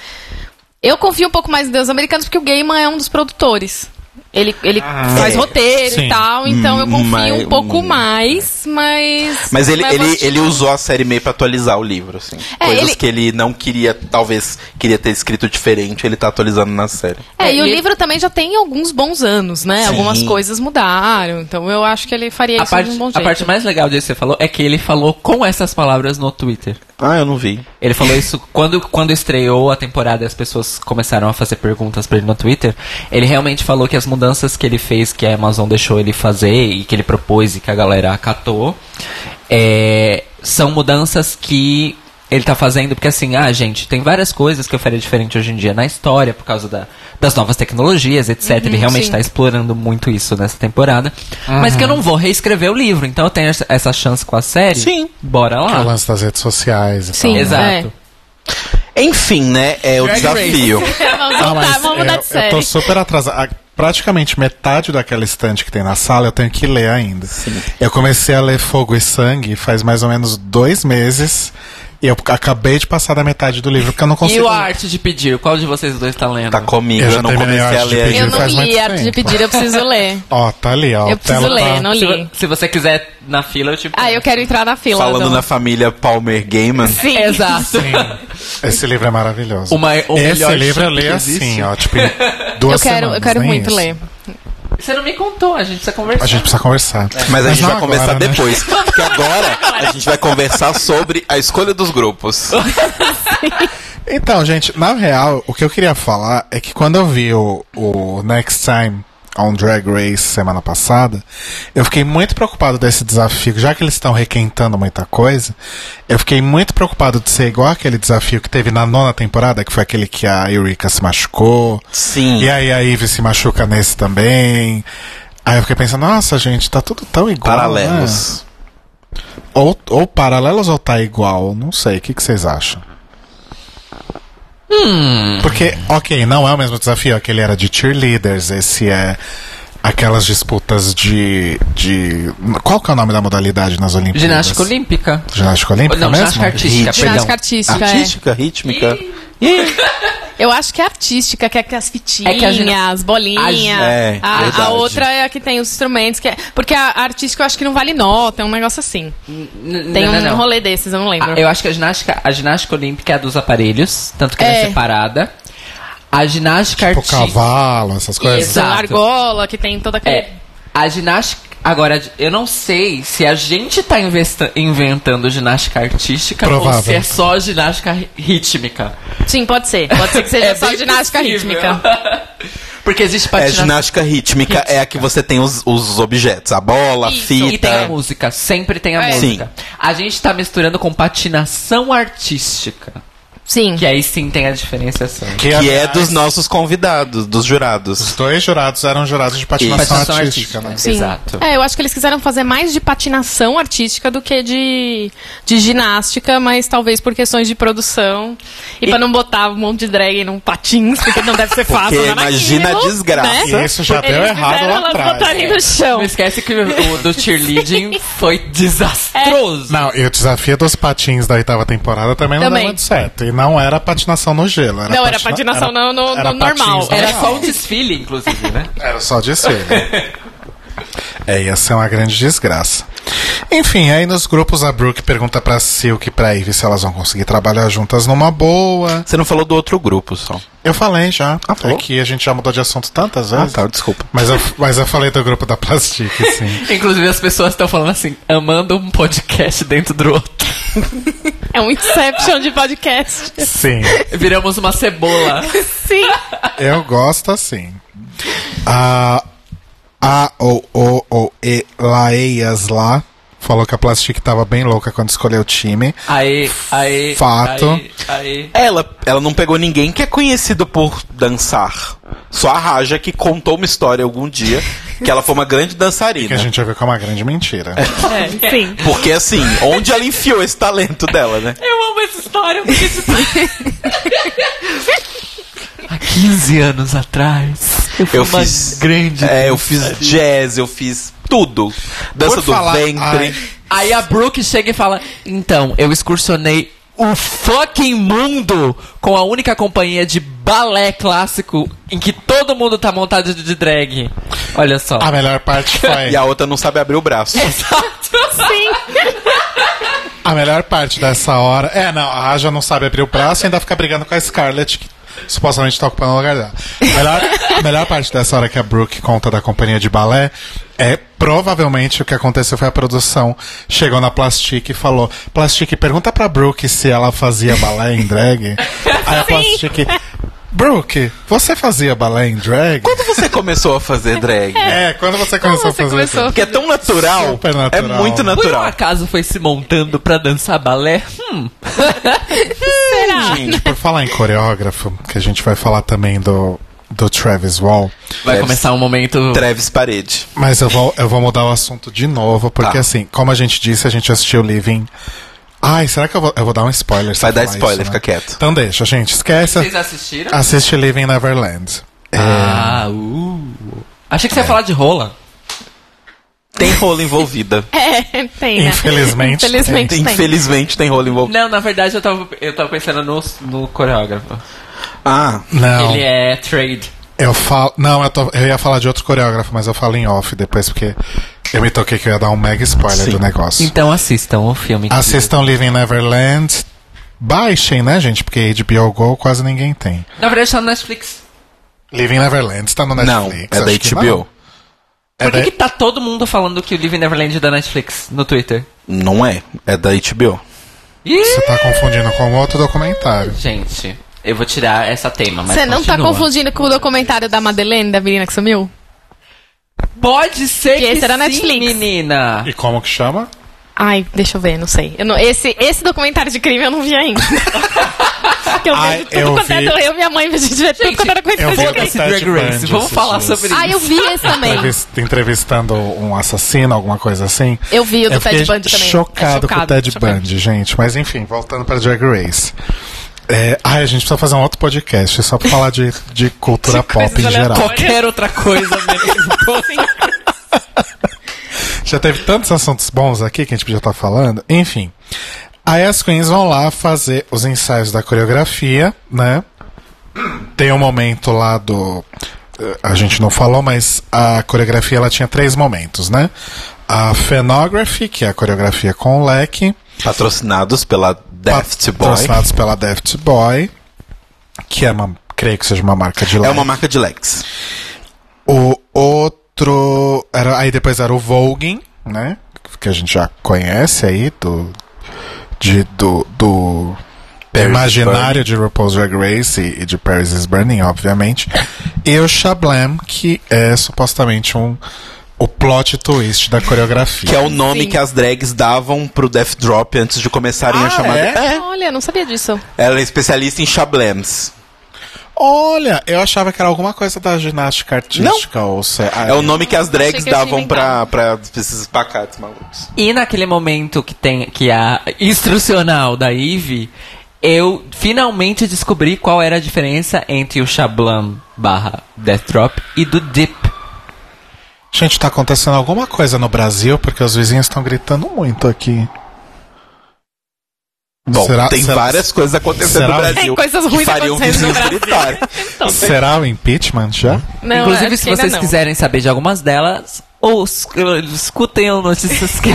Speaker 4: Eu confio um pouco mais em Deus Americanos, porque o Gaiman é um dos produtores. Ele, ele
Speaker 3: Ah,
Speaker 4: faz
Speaker 1: é.
Speaker 4: roteiro
Speaker 2: Sim.
Speaker 4: e tal, então eu
Speaker 1: Hum,
Speaker 4: confio
Speaker 1: mas-
Speaker 4: um pouco
Speaker 1: hum.
Speaker 4: mais, mas...
Speaker 1: Mas ele,
Speaker 4: mas eu
Speaker 1: ele,
Speaker 4: assisti-
Speaker 1: ele usou a série meio pra atualizar o livro, assim.
Speaker 4: É,
Speaker 1: Coisas
Speaker 4: ele-
Speaker 1: que ele não queria, talvez, queria ter escrito diferente, ele tá atualizando na série.
Speaker 4: É, e o
Speaker 3: ele-
Speaker 4: livro também já tem alguns bons anos, né?
Speaker 1: Sim.
Speaker 4: Algumas coisas mudaram, então eu acho que ele faria
Speaker 3: a
Speaker 4: isso
Speaker 3: parte,
Speaker 4: de um bom
Speaker 3: a
Speaker 4: jeito.
Speaker 3: parte mais legal disso que você falou é que ele falou com essas palavras no Twitter.
Speaker 1: Ah, eu não vi.
Speaker 3: Ele falou isso quando, quando estreou a temporada e as pessoas começaram a fazer perguntas pra ele no Twitter. Ele realmente falou que as mudanças que ele fez, que a Amazon deixou ele fazer e que ele propôs e que a galera acatou, é, são mudanças que ele tá fazendo porque assim, ah, gente, tem várias coisas que eu faria diferente hoje em dia na história por causa da- das novas tecnologias, etc. ele realmente
Speaker 4: Uhum, sim.
Speaker 3: tá explorando muito isso nessa temporada. Mas que eu não vou reescrever o livro, então eu tenho essa- essa chance com a série.
Speaker 1: Sim.
Speaker 3: Bora
Speaker 2: O
Speaker 3: lá.
Speaker 2: lance das redes sociais e
Speaker 4: Sim.
Speaker 2: tal.
Speaker 3: Exato.
Speaker 4: É.
Speaker 1: Enfim, né? É o
Speaker 3: Drag Race.
Speaker 1: desafio.
Speaker 4: vamos
Speaker 2: Ah,
Speaker 4: voltar,
Speaker 2: mas
Speaker 4: vamos mudar de
Speaker 2: eu,
Speaker 4: série.
Speaker 2: eu tô super atrasado. Ah, Praticamente metade daquela estante que tem na sala eu tenho que ler ainda. Eu comecei a ler Fogo e Sangue faz mais ou menos dois meses. E eu acabei de passar da metade do livro, porque eu não
Speaker 3: E
Speaker 2: consigo.
Speaker 3: o Arte de Pedir? Qual de vocês dois tá lendo?
Speaker 1: Tá comigo,
Speaker 2: Eu
Speaker 1: eu,
Speaker 2: já
Speaker 1: não
Speaker 2: terminei a
Speaker 1: comecei a
Speaker 2: arte de
Speaker 1: ler
Speaker 2: pedir.
Speaker 4: Eu
Speaker 1: ainda.
Speaker 4: não
Speaker 2: faz muito
Speaker 4: li Arte de
Speaker 2: tempo.
Speaker 4: Pedir, eu preciso ler.
Speaker 2: Ó, tá ali, ó. a
Speaker 4: Eu preciso
Speaker 2: tela
Speaker 4: ler,
Speaker 2: tá...
Speaker 4: não
Speaker 3: Se,
Speaker 4: li.
Speaker 3: vo- se você quiser na fila, eu te.
Speaker 4: Ah, eu quero entrar na fila.
Speaker 1: Falando
Speaker 4: Adão.
Speaker 1: na família Palmer Gaiman.
Speaker 4: Sim.
Speaker 3: então. Exato.
Speaker 2: Esse livro é maravilhoso.
Speaker 3: O mai- o
Speaker 2: Esse
Speaker 3: um melhor
Speaker 2: livro eu
Speaker 3: chip
Speaker 2: leio
Speaker 3: que existe.
Speaker 2: assim, ó, tipo, em
Speaker 4: Eu
Speaker 2: duas
Speaker 4: quero, eu
Speaker 2: semanas,
Speaker 4: quero
Speaker 2: nem
Speaker 4: muito
Speaker 2: isso.
Speaker 3: é
Speaker 4: ler.
Speaker 3: Você não me contou, a gente precisa conversar.
Speaker 2: A gente precisa conversar.
Speaker 1: Mas a gente
Speaker 2: não
Speaker 1: vai
Speaker 2: agora,
Speaker 1: conversar
Speaker 2: né?
Speaker 1: depois. Porque agora a gente vai conversar sobre a escolha dos grupos.
Speaker 2: Então, gente, na real, o que eu queria falar é que quando eu vi o, o Next Time on Drag Race semana passada, eu fiquei muito preocupado desse desafio, já que eles estão requentando muita coisa, eu fiquei muito preocupado de ser igual aquele desafio que teve na nona temporada, que foi aquele que a Eureka se machucou.
Speaker 1: Sim.
Speaker 2: E aí a Ivy se machuca nesse também. Aí eu fiquei pensando, nossa, gente, tá tudo tão igual. né?
Speaker 1: Paralelos.
Speaker 2: Ou, ou paralelos ou tá igual, não sei. O que, que vocês acham?
Speaker 3: Hum.
Speaker 2: Porque, ok, não é o mesmo desafio. Aquele era de cheerleaders, esse é aquelas disputas de. de qual que é o nome da modalidade nas Olimpíadas?
Speaker 3: Ginástica Olímpica.
Speaker 2: Ginástica olímpica
Speaker 3: Não,
Speaker 2: mesmo? Tipo
Speaker 3: ginástica artística, perdão.
Speaker 1: Ritmo.
Speaker 4: Ginástica artística, é.
Speaker 1: Artística, rítmica.
Speaker 4: Eu acho que é artística, que é que as fitinhas,
Speaker 3: É que a gina-
Speaker 4: as bolinhas.
Speaker 1: A- é,
Speaker 4: a, a
Speaker 1: verdade.
Speaker 4: outra é a que tem os instrumentos. Que é- porque a a artística eu acho que não vale nota, é um negócio assim.
Speaker 3: N-
Speaker 4: Tem
Speaker 3: não,
Speaker 4: um
Speaker 3: não, não.
Speaker 4: rolê desses, eu não lembro.
Speaker 3: Ah, eu acho que a ginástica, a ginástica olímpica é a dos aparelhos, tanto que ela é
Speaker 4: É.
Speaker 3: separada. A ginástica
Speaker 2: Tipo
Speaker 3: artística.
Speaker 2: cavalo, essas coisas.
Speaker 4: Isso,
Speaker 3: Exato.
Speaker 4: argola, que tem toda aquela.
Speaker 3: É. A ginástica. Agora, eu não sei se a gente tá investa- inventando ginástica artística
Speaker 2: Provável.
Speaker 3: ou se é só ginástica ri- rítmica.
Speaker 4: Sim, pode ser. Pode ser que seja
Speaker 3: É
Speaker 4: só
Speaker 3: bem
Speaker 4: ginástica
Speaker 3: possível.
Speaker 4: rítmica.
Speaker 3: Porque existe
Speaker 1: É,
Speaker 3: patinação.
Speaker 1: ginástica rítmica é a que você tem os, os objetos. A bola, a
Speaker 4: Isso.
Speaker 1: fita.
Speaker 3: E tem a música, sempre tem a
Speaker 4: É.
Speaker 3: música. A gente tá misturando com patinação artística.
Speaker 4: Sim.
Speaker 3: Que é aí sim tem a diferenciação.
Speaker 4: Então.
Speaker 1: Que é
Speaker 2: aliás,
Speaker 1: dos nossos convidados, dos
Speaker 2: Os
Speaker 1: jurados.
Speaker 2: dois jurados eram jurados de patinação,
Speaker 3: Patinação
Speaker 2: artística,
Speaker 3: artística,
Speaker 2: né?
Speaker 4: Sim.
Speaker 3: Exato.
Speaker 4: É, eu acho que eles quiseram fazer mais de patinação artística do que de, de ginástica, mas talvez por questões de produção. E, pra não botar um monte de drag num patins, porque não deve ser fácil.
Speaker 1: Porque
Speaker 4: andar
Speaker 1: imagina
Speaker 4: naquilo,
Speaker 1: a desgraça.
Speaker 4: Né?
Speaker 2: Isso já deu
Speaker 4: Eles
Speaker 2: Um errado
Speaker 4: fizeram
Speaker 2: lá
Speaker 4: elas
Speaker 2: atrás.
Speaker 4: botarem no chão.
Speaker 3: Não esquece que o do cheerleading foi desastroso.
Speaker 2: Não, e o desafio dos patins da oitava temporada também,
Speaker 4: Também.
Speaker 2: não deu muito certo. E não era patinação no gelo. Era
Speaker 4: Não, era patinação no- no- no normal.
Speaker 2: patins
Speaker 3: Era só um desfile, inclusive, né?
Speaker 2: Era só desfile. é, ia ser uma grande desgraça. Enfim, aí nos grupos a Brooke pergunta pra Silk e pra Ivy se elas vão conseguir trabalhar juntas numa boa.
Speaker 1: Você não falou do outro grupo só.
Speaker 2: Eu falei já. Ah, é
Speaker 1: falou?
Speaker 2: que a gente já mudou de assunto tantas vezes.
Speaker 1: tá, desculpa.
Speaker 2: Mas eu, mas eu falei do grupo da Plastique, sim.
Speaker 3: Inclusive as pessoas estão falando assim, amando um podcast dentro do outro.
Speaker 4: É um inception de podcast.
Speaker 2: sim.
Speaker 3: Viramos uma cebola.
Speaker 4: Sim.
Speaker 2: Eu gosto assim. A A ou O ou E Laeias lá falou que a Plastic tava bem louca quando escolheu o time.
Speaker 3: Aí, aí.
Speaker 2: Fato.
Speaker 3: Aí, aí.
Speaker 1: Ela, ela não pegou ninguém que é conhecido por dançar. Só a Raja que contou uma história algum dia que ela foi uma grande
Speaker 2: Que a
Speaker 1: dançarina.
Speaker 2: gente vai ver que é uma grande mentira.
Speaker 4: É, sim.
Speaker 1: Porque assim, onde ela enfiou esse talento dela, né?
Speaker 3: Eu amo essa história, porque isso Há 15 anos atrás, eu fui
Speaker 1: Eu
Speaker 3: uma
Speaker 1: fiz
Speaker 3: grande.
Speaker 1: É, eu fiz jazz, eu fiz tudo. Dança
Speaker 2: Por
Speaker 1: do
Speaker 2: falar-
Speaker 1: ventre.
Speaker 2: Ai.
Speaker 3: Aí a Brooke chega e fala: Então, eu excursionei o fucking mundo com a única companhia de balé clássico em que todo mundo tá montado de drag. Olha só.
Speaker 2: A melhor parte foi.
Speaker 1: E a outra não sabe abrir o braço.
Speaker 3: Exato.
Speaker 2: A melhor parte dessa hora. É, não, a Raja não sabe abrir o braço e ainda fica brigando com a Scarlett, que supostamente tá ocupando o lugar dela. A melhor, a melhor parte dessa hora que a Brooke conta da companhia de balé é provavelmente o que aconteceu foi a produção chegou na Plastique e falou: Plastique, pergunta pra Brooke se ela fazia balé em drag. Aí a Plastique. Brooke, você fazia balé em drag?
Speaker 1: Quando você começou a fazer drag? né?
Speaker 2: É, quando você começou
Speaker 4: Então, você
Speaker 2: a fazer
Speaker 4: começou?
Speaker 2: isso?
Speaker 1: Porque é tão natural.
Speaker 2: Super
Speaker 1: É
Speaker 2: natural.
Speaker 1: muito
Speaker 3: Por um
Speaker 1: natural.
Speaker 3: acaso foi se montando pra dançar balé? Hum.
Speaker 2: Gente, por falar em coreógrafo, que a gente vai falar também do, do Travis Wall.
Speaker 3: Vai
Speaker 1: Deve-
Speaker 3: começar um momento.
Speaker 1: Travis Parede.
Speaker 2: Mas eu vou, eu vou mudar o assunto de novo, porque
Speaker 1: Tá.
Speaker 2: assim, como a gente disse, a gente assistiu Living. Ai, será que eu vou, eu vou dar um spoiler? se
Speaker 1: Vai
Speaker 2: eu
Speaker 1: dar
Speaker 2: falar
Speaker 1: spoiler, fica quieto.
Speaker 2: Então deixa, gente,
Speaker 3: Vocês
Speaker 2: esquece.
Speaker 3: assistiram?
Speaker 2: Assiste Living
Speaker 3: é.
Speaker 2: Neverland.
Speaker 3: Ah, uh. Achei que você ia falar de rola.
Speaker 1: Tem rolo envolvida.
Speaker 4: É, tem, né?
Speaker 2: Infelizmente,
Speaker 4: Infelizmente tem.
Speaker 1: Infelizmente tem rolo envolvida.
Speaker 3: Não, na verdade eu tava, eu tava pensando no, no coreógrafo.
Speaker 1: Ah,
Speaker 2: Não,
Speaker 3: Ele é trade.
Speaker 2: eu falo. Não, eu, tô- eu ia falar de outro coreógrafo, mas eu falo em off depois, porque eu me toquei que eu ia dar um mega spoiler
Speaker 1: Sim.
Speaker 2: do negócio.
Speaker 3: Então assistam o filme.
Speaker 2: Assistam Living Neverland. Baixem, né, gente? Porque HBO Go quase ninguém tem.
Speaker 3: Na verdade tá no Netflix.
Speaker 2: Living Neverland está no
Speaker 1: não.
Speaker 2: Netflix.
Speaker 1: É da
Speaker 2: acho que não.
Speaker 1: HBO.
Speaker 2: É
Speaker 3: Por
Speaker 2: da-
Speaker 3: que, que tá todo mundo falando que o Living Neverland é da Netflix no Twitter?
Speaker 1: Não é. É da HBO.
Speaker 3: Ih,
Speaker 2: Você tá confundindo com outro documentário.
Speaker 3: Gente, eu vou tirar essa tema, mas
Speaker 4: Você não tá
Speaker 3: continua.
Speaker 4: confundindo com o documentário da Madeleine, da menina que sumiu?
Speaker 3: Pode ser que,
Speaker 4: Que esse era
Speaker 3: sim,
Speaker 4: Netflix.
Speaker 3: menina.
Speaker 2: E como que chama?
Speaker 4: Ai, deixa eu ver, não sei. Eu não- esse, esse documentário de crime eu não vi ainda. Porque eu
Speaker 2: Ai,
Speaker 4: vejo tudo
Speaker 2: eu
Speaker 4: quanto é
Speaker 2: vi.
Speaker 4: do eu, minha mãe, a gente vê tudo quanto era coisa
Speaker 2: eu
Speaker 4: de
Speaker 2: vi
Speaker 4: alguém.
Speaker 2: esse-
Speaker 3: Foda-se
Speaker 2: um Ted
Speaker 3: Drag Race,
Speaker 2: Bundy
Speaker 3: vamos
Speaker 2: esses
Speaker 3: falar
Speaker 2: dias.
Speaker 3: sobre isso.
Speaker 4: Ah, eu vi esse também.
Speaker 2: Entrevis- Entrevistando um assassino, alguma coisa assim.
Speaker 4: Eu vi o do
Speaker 2: fiquei
Speaker 4: Ted Bundy também.
Speaker 2: Chocado,
Speaker 4: É
Speaker 2: com o
Speaker 4: chocado,
Speaker 2: Ted
Speaker 4: chocado.
Speaker 2: Bundy, gente. Mas enfim, voltando pra Drag Race. É, ai, a gente precisa fazer um outro podcast só pra falar de, de cultura
Speaker 4: De coisas
Speaker 2: pop em geral.
Speaker 4: aleatórias.
Speaker 3: Qualquer outra coisa menos.
Speaker 2: Já teve tantos assuntos bons aqui que a gente podia estar falando. Enfim. Aí as queens vão lá fazer os ensaios da coreografia, né? Tem um momento lá do. eh, A gente não falou, mas a coreografia ela tinha três momentos, né? A Phenography, que é a coreografia com o leque.
Speaker 1: Patrocinados pela Daft Boy.
Speaker 2: Patrocinados pela Daft Boy. Que é uma. Creio que seja uma marca de leque.
Speaker 1: É uma marca de Lex.
Speaker 2: O outro. Era, aí depois era o Vogue, né? Que a gente já conhece aí, do. De, do. do
Speaker 1: Paris
Speaker 2: imaginário de RuPaul's Drag Race e, e de Paris is Burning, obviamente. E o Shablam, que é supostamente um. O plot twist da coreografia.
Speaker 1: Que é o nome
Speaker 4: Sim.
Speaker 1: que as drags davam pro Death Drop antes de começarem a
Speaker 2: Ah,
Speaker 1: chamar.
Speaker 2: é?
Speaker 4: Olha, não sabia disso.
Speaker 1: Ela é especialista em chablams.
Speaker 2: Olha, eu achava que era alguma coisa da ginástica artística ou se, ah,
Speaker 1: É o nome que as drags
Speaker 4: Achei que eu tinha
Speaker 1: davam pra, pra esses pacatos malucos.
Speaker 3: E naquele momento que tem que a instrucional da Eve, eu finalmente descobri qual era a diferença entre o Shablam barra Death Drop e do Dip.
Speaker 2: Gente, tá acontecendo alguma coisa no Brasil, porque os vizinhos estão gritando muito aqui.
Speaker 1: Bom,
Speaker 2: Será-
Speaker 1: tem
Speaker 2: será-
Speaker 1: várias coisas acontecendo
Speaker 2: será-
Speaker 1: no Brasil.
Speaker 4: Tem coisas
Speaker 1: que
Speaker 4: ruins
Speaker 1: fariam
Speaker 4: acontecendo no
Speaker 1: vizinhos
Speaker 4: Brasil. Então.
Speaker 1: gritarem.
Speaker 2: Será o impeachment
Speaker 1: Hum.
Speaker 2: já?
Speaker 4: Não,
Speaker 3: Inclusive,
Speaker 4: acho
Speaker 3: se
Speaker 4: que ainda
Speaker 3: vocês
Speaker 4: não.
Speaker 3: quiserem saber de algumas delas, ou es- escutem o notícias que.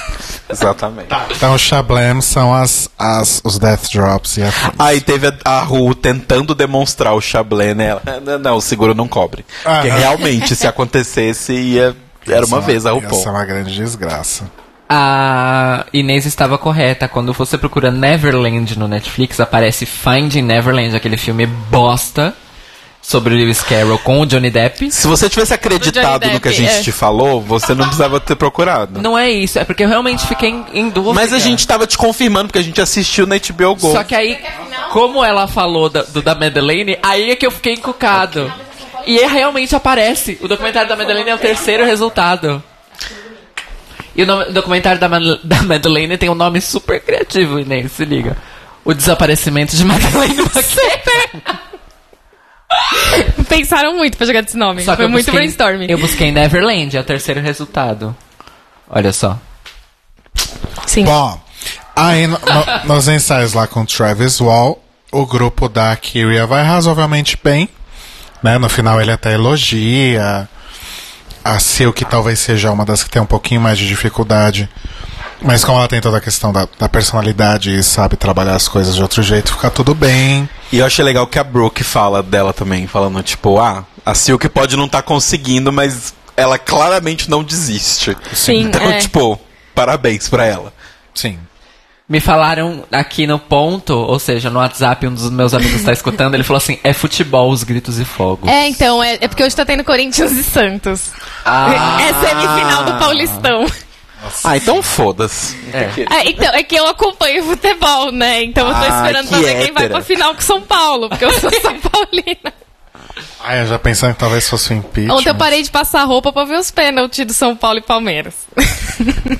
Speaker 1: Exatamente.
Speaker 2: Então, o Shablem são as, as, os death drops e a...
Speaker 1: Aí teve a, a Ru tentando demonstrar o chablé nela. Ah, Não, não, o seguro não cobre. Porque
Speaker 2: Aham.
Speaker 1: realmente, se acontecesse, ia. Era uma
Speaker 2: Ah, Essa-
Speaker 1: vez a RuPaul.
Speaker 2: Essa é uma grande desgraça.
Speaker 3: A Inês estava correta. Quando você procura Neverland no Netflix, aparece Finding Neverland, aquele filme bosta sobre o Lewis Carroll com o Johnny Depp.
Speaker 1: Se você tivesse acreditado
Speaker 4: Johnny
Speaker 1: no que a
Speaker 4: Depp,
Speaker 1: gente
Speaker 4: é.
Speaker 1: te falou, você não precisava ter procurado.
Speaker 3: Não é isso, é porque eu realmente fiquei em, em dúvida.
Speaker 1: Mas a gente tava te confirmando porque a gente assistiu na HBO Go.
Speaker 3: Só que aí, como ela falou da, do, da Madeleine, aí é que eu fiquei encucado. E é, realmente aparece. O documentário da Madeleine é o terceiro resultado. E o, nome- o documentário da, Ma- da Madeleine tem um nome super criativo, Inês, se liga. O desaparecimento de Madeleine Maquet.
Speaker 4: Pensaram muito pra jogar desse nome. Foi muito brainstorming.
Speaker 3: Eu busquei Neverland, é o terceiro resultado. Olha só.
Speaker 4: Sim.
Speaker 2: Bom, aí no- no- nos ensaios lá com o Travis Wall, o grupo da Kyria vai razoavelmente bem. Né? No final ele até elogia. A Silk talvez seja uma das que tem um pouquinho mais de dificuldade. Mas como ela tem toda a questão da, da personalidade e sabe trabalhar as coisas de outro jeito, fica tudo bem.
Speaker 1: E eu achei legal que a Brooke fala dela também, falando, tipo, ah, a Silk pode não tá conseguindo, mas ela claramente não desiste.
Speaker 4: Sim,
Speaker 1: Então,
Speaker 4: é.
Speaker 1: tipo, parabéns pra ela.
Speaker 2: Sim.
Speaker 3: Me falaram aqui no ponto, ou seja, no WhatsApp, um dos meus amigos está escutando, ele falou assim: é futebol, os gritos e fogo.
Speaker 4: É, então, é, é porque hoje tá tendo Corinthians e Santos.
Speaker 3: Ah.
Speaker 4: É semifinal do Paulistão.
Speaker 1: Ah, então foda-se.
Speaker 3: É.
Speaker 4: É, então, é que eu acompanho futebol, né? Então eu tô
Speaker 1: Ah,
Speaker 4: esperando
Speaker 1: que
Speaker 4: pra ver quem vai
Speaker 1: hétera.
Speaker 4: pra final com São Paulo, porque eu sou São Paulina.
Speaker 2: Ai, Ah, eu já pensando que talvez fosse um impeachment.
Speaker 4: Ontem eu parei de passar roupa pra ver os pênaltis do São Paulo e Palmeiras.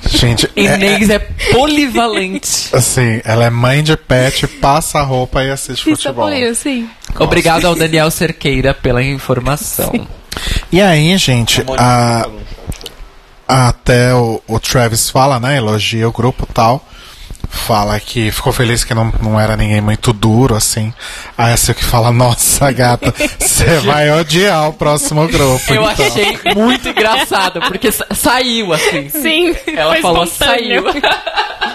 Speaker 2: Gente, é-
Speaker 3: Inês é, polivalente.
Speaker 2: assim, ela é mãe de pet, passa a roupa e assiste
Speaker 4: E São
Speaker 2: futebol.
Speaker 4: Paulino, sim.
Speaker 3: Obrigado ao Daniel Cerqueira pela informação.
Speaker 2: E aí, gente, a, Até o, o Travis fala, né? Elogia o grupo e tal. Fala que ficou feliz que não, não era ninguém muito duro, assim. Aí a Silk fala, nossa, gata, você vai odiar o próximo grupo.
Speaker 3: Eu
Speaker 2: então."
Speaker 3: achei muito engraçado, porque sa- saiu assim.
Speaker 4: Sim,
Speaker 3: Ela
Speaker 4: foi
Speaker 3: falou,
Speaker 4: espontâneo.
Speaker 3: saiu.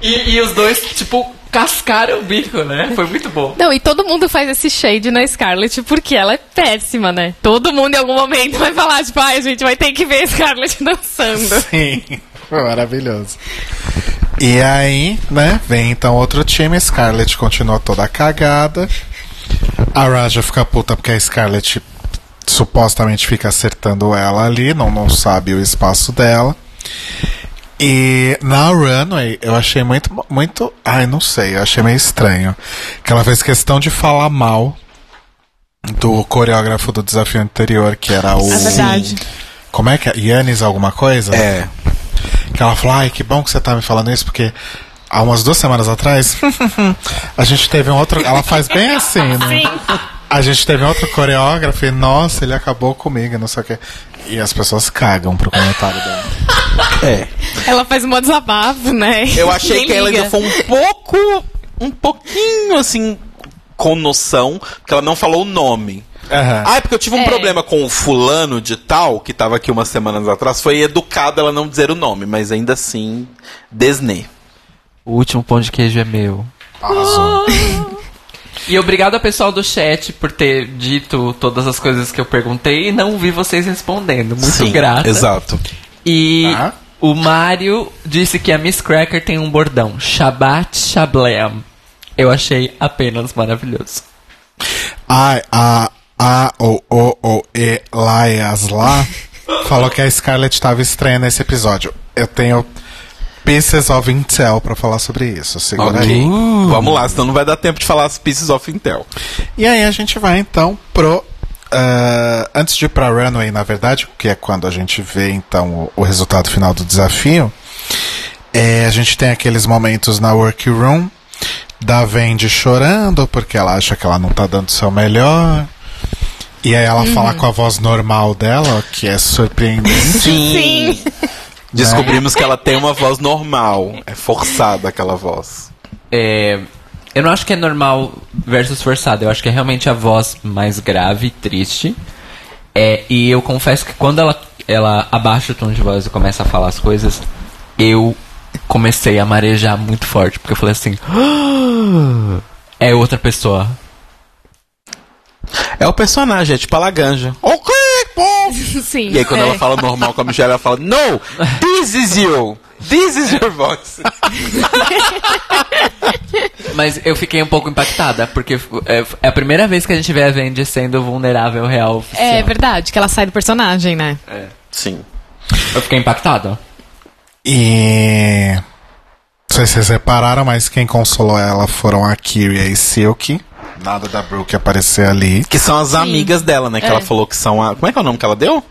Speaker 3: e, e os dois, tipo, cascaram o bico, né? Foi muito bom.
Speaker 4: Não, e todo mundo faz esse shade na Scarlett porque ela é péssima, né? Todo mundo em algum momento vai falar, tipo, ai, a gente vai ter que ver a Scarlett dançando.
Speaker 2: Sim, foi maravilhoso. E aí, né, vem então outro time, Scarlett continua toda cagada. A Raja fica puta porque a Scarlett supostamente fica acertando ela ali, não, não sabe o espaço dela. E na Runway eu achei muito, muito. Ai, não sei, eu achei meio estranho. Que ela fez questão de falar mal do coreógrafo do desafio anterior, que era o.
Speaker 4: É verdade.
Speaker 2: Como é que é? Yannis alguma coisa?
Speaker 1: É.
Speaker 2: Que ela falou, ai, que bom que você tá me falando isso, porque há umas duas semanas atrás, a gente teve um outro. Ela faz bem assim, né? A gente teve um outro coreógrafo e, nossa, ele acabou comigo, não sei o quê. E as pessoas cagam pro comentário dela.
Speaker 1: É.
Speaker 4: Ela faz um desabafo, né?
Speaker 1: Eu achei
Speaker 4: Ninguém
Speaker 1: que ela ainda
Speaker 4: liga.
Speaker 1: foi um pouco. Um pouquinho assim. Com noção, porque ela não falou o nome.
Speaker 2: Aham.
Speaker 1: Ah, é porque eu tive um
Speaker 4: É.
Speaker 1: problema com o fulano de tal, que tava aqui umas semanas atrás. Foi educado ela não dizer o nome, mas ainda assim, Disney.
Speaker 3: O último pão de queijo é meu. E obrigado ao pessoal do chat por ter dito todas as coisas que eu perguntei e não vi vocês respondendo. Muito
Speaker 1: Sim,
Speaker 3: grata.
Speaker 1: Exato.
Speaker 3: E
Speaker 2: Tá.
Speaker 3: o Mário disse que a Miss Cracker tem um bordão. Shabat Shablam. Eu achei apenas maravilhoso.
Speaker 2: Ai, a A, O, O, O, E, lá e as lá falou que a Scarlett tava estranha nesse episódio. Eu tenho pieces of intel pra falar sobre isso. Segura
Speaker 1: Ok. Hum.
Speaker 2: aí.
Speaker 1: Vamos lá, senão não vai dar tempo de falar as Pieces of Intel.
Speaker 2: E aí a gente vai então pro. ah, antes de ir pra runway, na verdade, que é quando a gente vê então o, o resultado final do desafio, eh, a gente tem aqueles momentos na workroom da Vendi chorando porque ela acha que ela não tá dando o seu melhor. E aí ela fala com a voz normal dela, que é surpreendente.
Speaker 1: Sim. Descobrimos que ela tem uma voz normal. É forçada aquela voz.
Speaker 3: É, eu não acho que é normal versus forçado. Eu acho que é realmente a voz mais grave e triste. É, e eu confesso que quando ela, ela abaixa o tom de voz e começa a falar as coisas, eu comecei a marejar muito forte. Porque eu falei assim: "Ah, é outra pessoa.
Speaker 1: É o personagem, é tipo a Laganja. Ok, pô!
Speaker 4: Sim.
Speaker 1: E aí quando
Speaker 4: é.
Speaker 1: ela fala normal com a Michelle, ela fala, No, this is you! This is your voice!
Speaker 3: Mas eu fiquei um pouco impactada, porque é, é a primeira vez que a gente vê a Vendi sendo vulnerável real
Speaker 1: assim,
Speaker 3: oficial.
Speaker 4: É verdade, que ela sai do personagem, né?
Speaker 1: Sim.
Speaker 3: Eu fiquei impactada.
Speaker 2: E. Não sei se vocês repararam, mas quem consolou ela foram a Kyria e Silk. Nada da Brooke aparecer ali.
Speaker 1: Que são as amigas dela, né? Que
Speaker 4: É.
Speaker 1: ela falou que são a. Como é que é o nome que ela deu?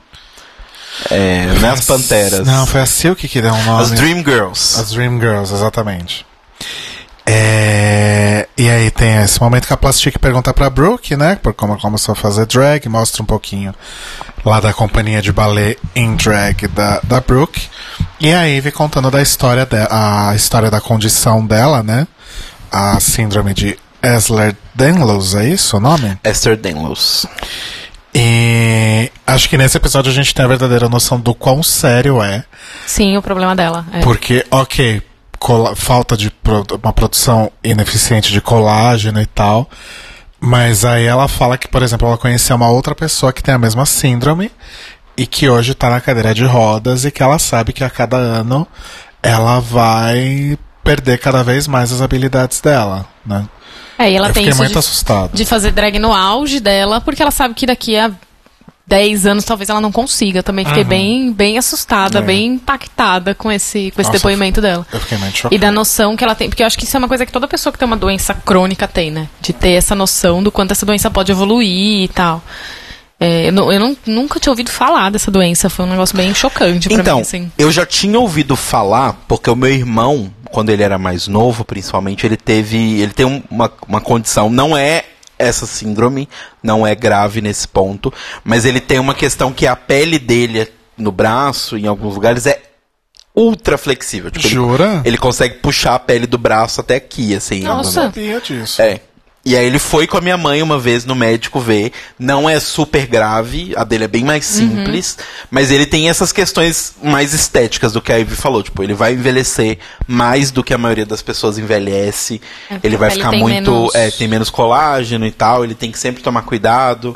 Speaker 1: É, né? As Panteras.
Speaker 2: Não, foi a Silk que deu um nome.
Speaker 1: As Dream Girls.
Speaker 2: As Dream Girls, exatamente. É, E aí tem esse momento que a Plastic pergunta pra Brooke, né? Por como ela começou a fazer drag, mostra um pouquinho lá da companhia de ballet em drag da, da Brooke. E a Ivy contando da história dela, a história da condição dela, né? A síndrome de Esler-Danlos, é isso o nome?
Speaker 1: Esther Denlos.
Speaker 2: E acho que nesse episódio a gente tem a verdadeira noção do quão sério é
Speaker 4: Sim, o problema dela. é.
Speaker 2: Porque, ok, cola- falta de pro- uma produção ineficiente de colágeno e tal. Mas aí ela fala que, por exemplo, ela conheceu uma outra pessoa que tem a mesma síndrome e que hoje tá na cadeira de rodas e que ela sabe que a cada ano ela vai perder cada vez mais as habilidades dela, né?
Speaker 4: É, e ela
Speaker 2: Eu
Speaker 4: tem
Speaker 2: fiquei
Speaker 4: isso
Speaker 2: muito
Speaker 4: de,
Speaker 2: assustado.
Speaker 4: de fazer drag no auge dela, porque ela sabe que daqui a 10 anos talvez ela não consiga. Eu Também fiquei bem, bem assustada,
Speaker 2: Uhum. É.
Speaker 4: bem impactada com esse, com esse
Speaker 2: Nossa,
Speaker 4: depoimento dela.
Speaker 2: Eu fiquei muito
Speaker 4: E
Speaker 2: chocado.
Speaker 4: da noção que ela tem. Porque eu acho que isso é uma coisa que toda pessoa que tem uma doença crônica tem, né? De ter essa noção do quanto essa doença pode evoluir e tal. É, eu não- eu não- nunca tinha ouvido falar dessa doença. Foi um negócio bem chocante pra
Speaker 1: Então,
Speaker 4: mim, assim.
Speaker 1: eu já tinha ouvido falar, porque o meu irmão, quando ele era mais novo, principalmente, ele teve. Ele tem um- uma, uma condição, não é essa síndrome, não é grave nesse ponto, mas ele tem uma questão que a pele dele é no braço, em alguns lugares, é ultra flexível. Tipo, ele-
Speaker 2: Jura?
Speaker 1: Ele, consegue puxar a pele do braço até aqui, assim. em alguns
Speaker 4: Nossa.
Speaker 1: lugares.
Speaker 2: sabia disso.
Speaker 1: É. E aí ele foi com a minha mãe uma vez no médico ver. Não é super grave, a dele é bem mais
Speaker 4: Uhum.
Speaker 1: simples, mas ele tem essas questões mais estéticas do que a Ivy falou. Tipo, ele vai envelhecer mais do que a maioria das pessoas envelhece.
Speaker 4: É, porque
Speaker 1: ele
Speaker 4: a
Speaker 1: vai
Speaker 4: pele
Speaker 1: ficar
Speaker 4: tem
Speaker 1: muito.
Speaker 4: menos-
Speaker 1: É, tem menos colágeno e tal, ele tem que sempre tomar cuidado.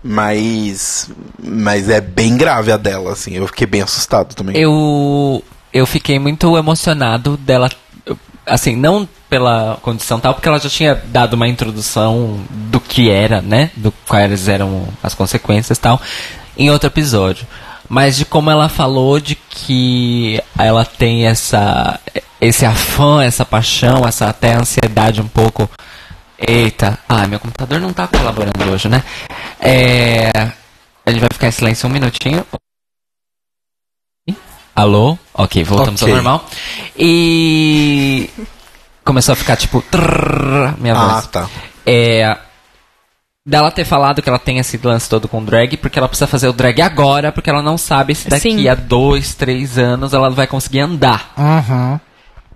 Speaker 1: Mas. Mas é bem grave a dela, assim. Eu fiquei bem assustado também.
Speaker 3: Eu, eu fiquei muito emocionado dela, eu- assim, não pela condição tal, porque ela já tinha dado uma introdução do que era, né? Do quais eram as consequências e tal, em outro episódio. Mas de como ela falou de que ela tem essa esse afã, essa paixão, essa até ansiedade um pouco. Eita, ah, meu computador não tá colaborando hoje, né? É, a gente vai ficar em silêncio um minutinho. Alô? Ok, voltamos
Speaker 1: Ok.
Speaker 3: ao normal. E. Começou a ficar tipo. trrr, minha
Speaker 1: Ah,
Speaker 3: voz.
Speaker 1: tá.
Speaker 3: É. Dela ter falado que ela tem esse lance todo com drag, porque ela precisa fazer o drag agora, porque ela não sabe se daqui
Speaker 4: Sim.
Speaker 3: a dois, três anos ela vai conseguir andar.
Speaker 2: Uhum.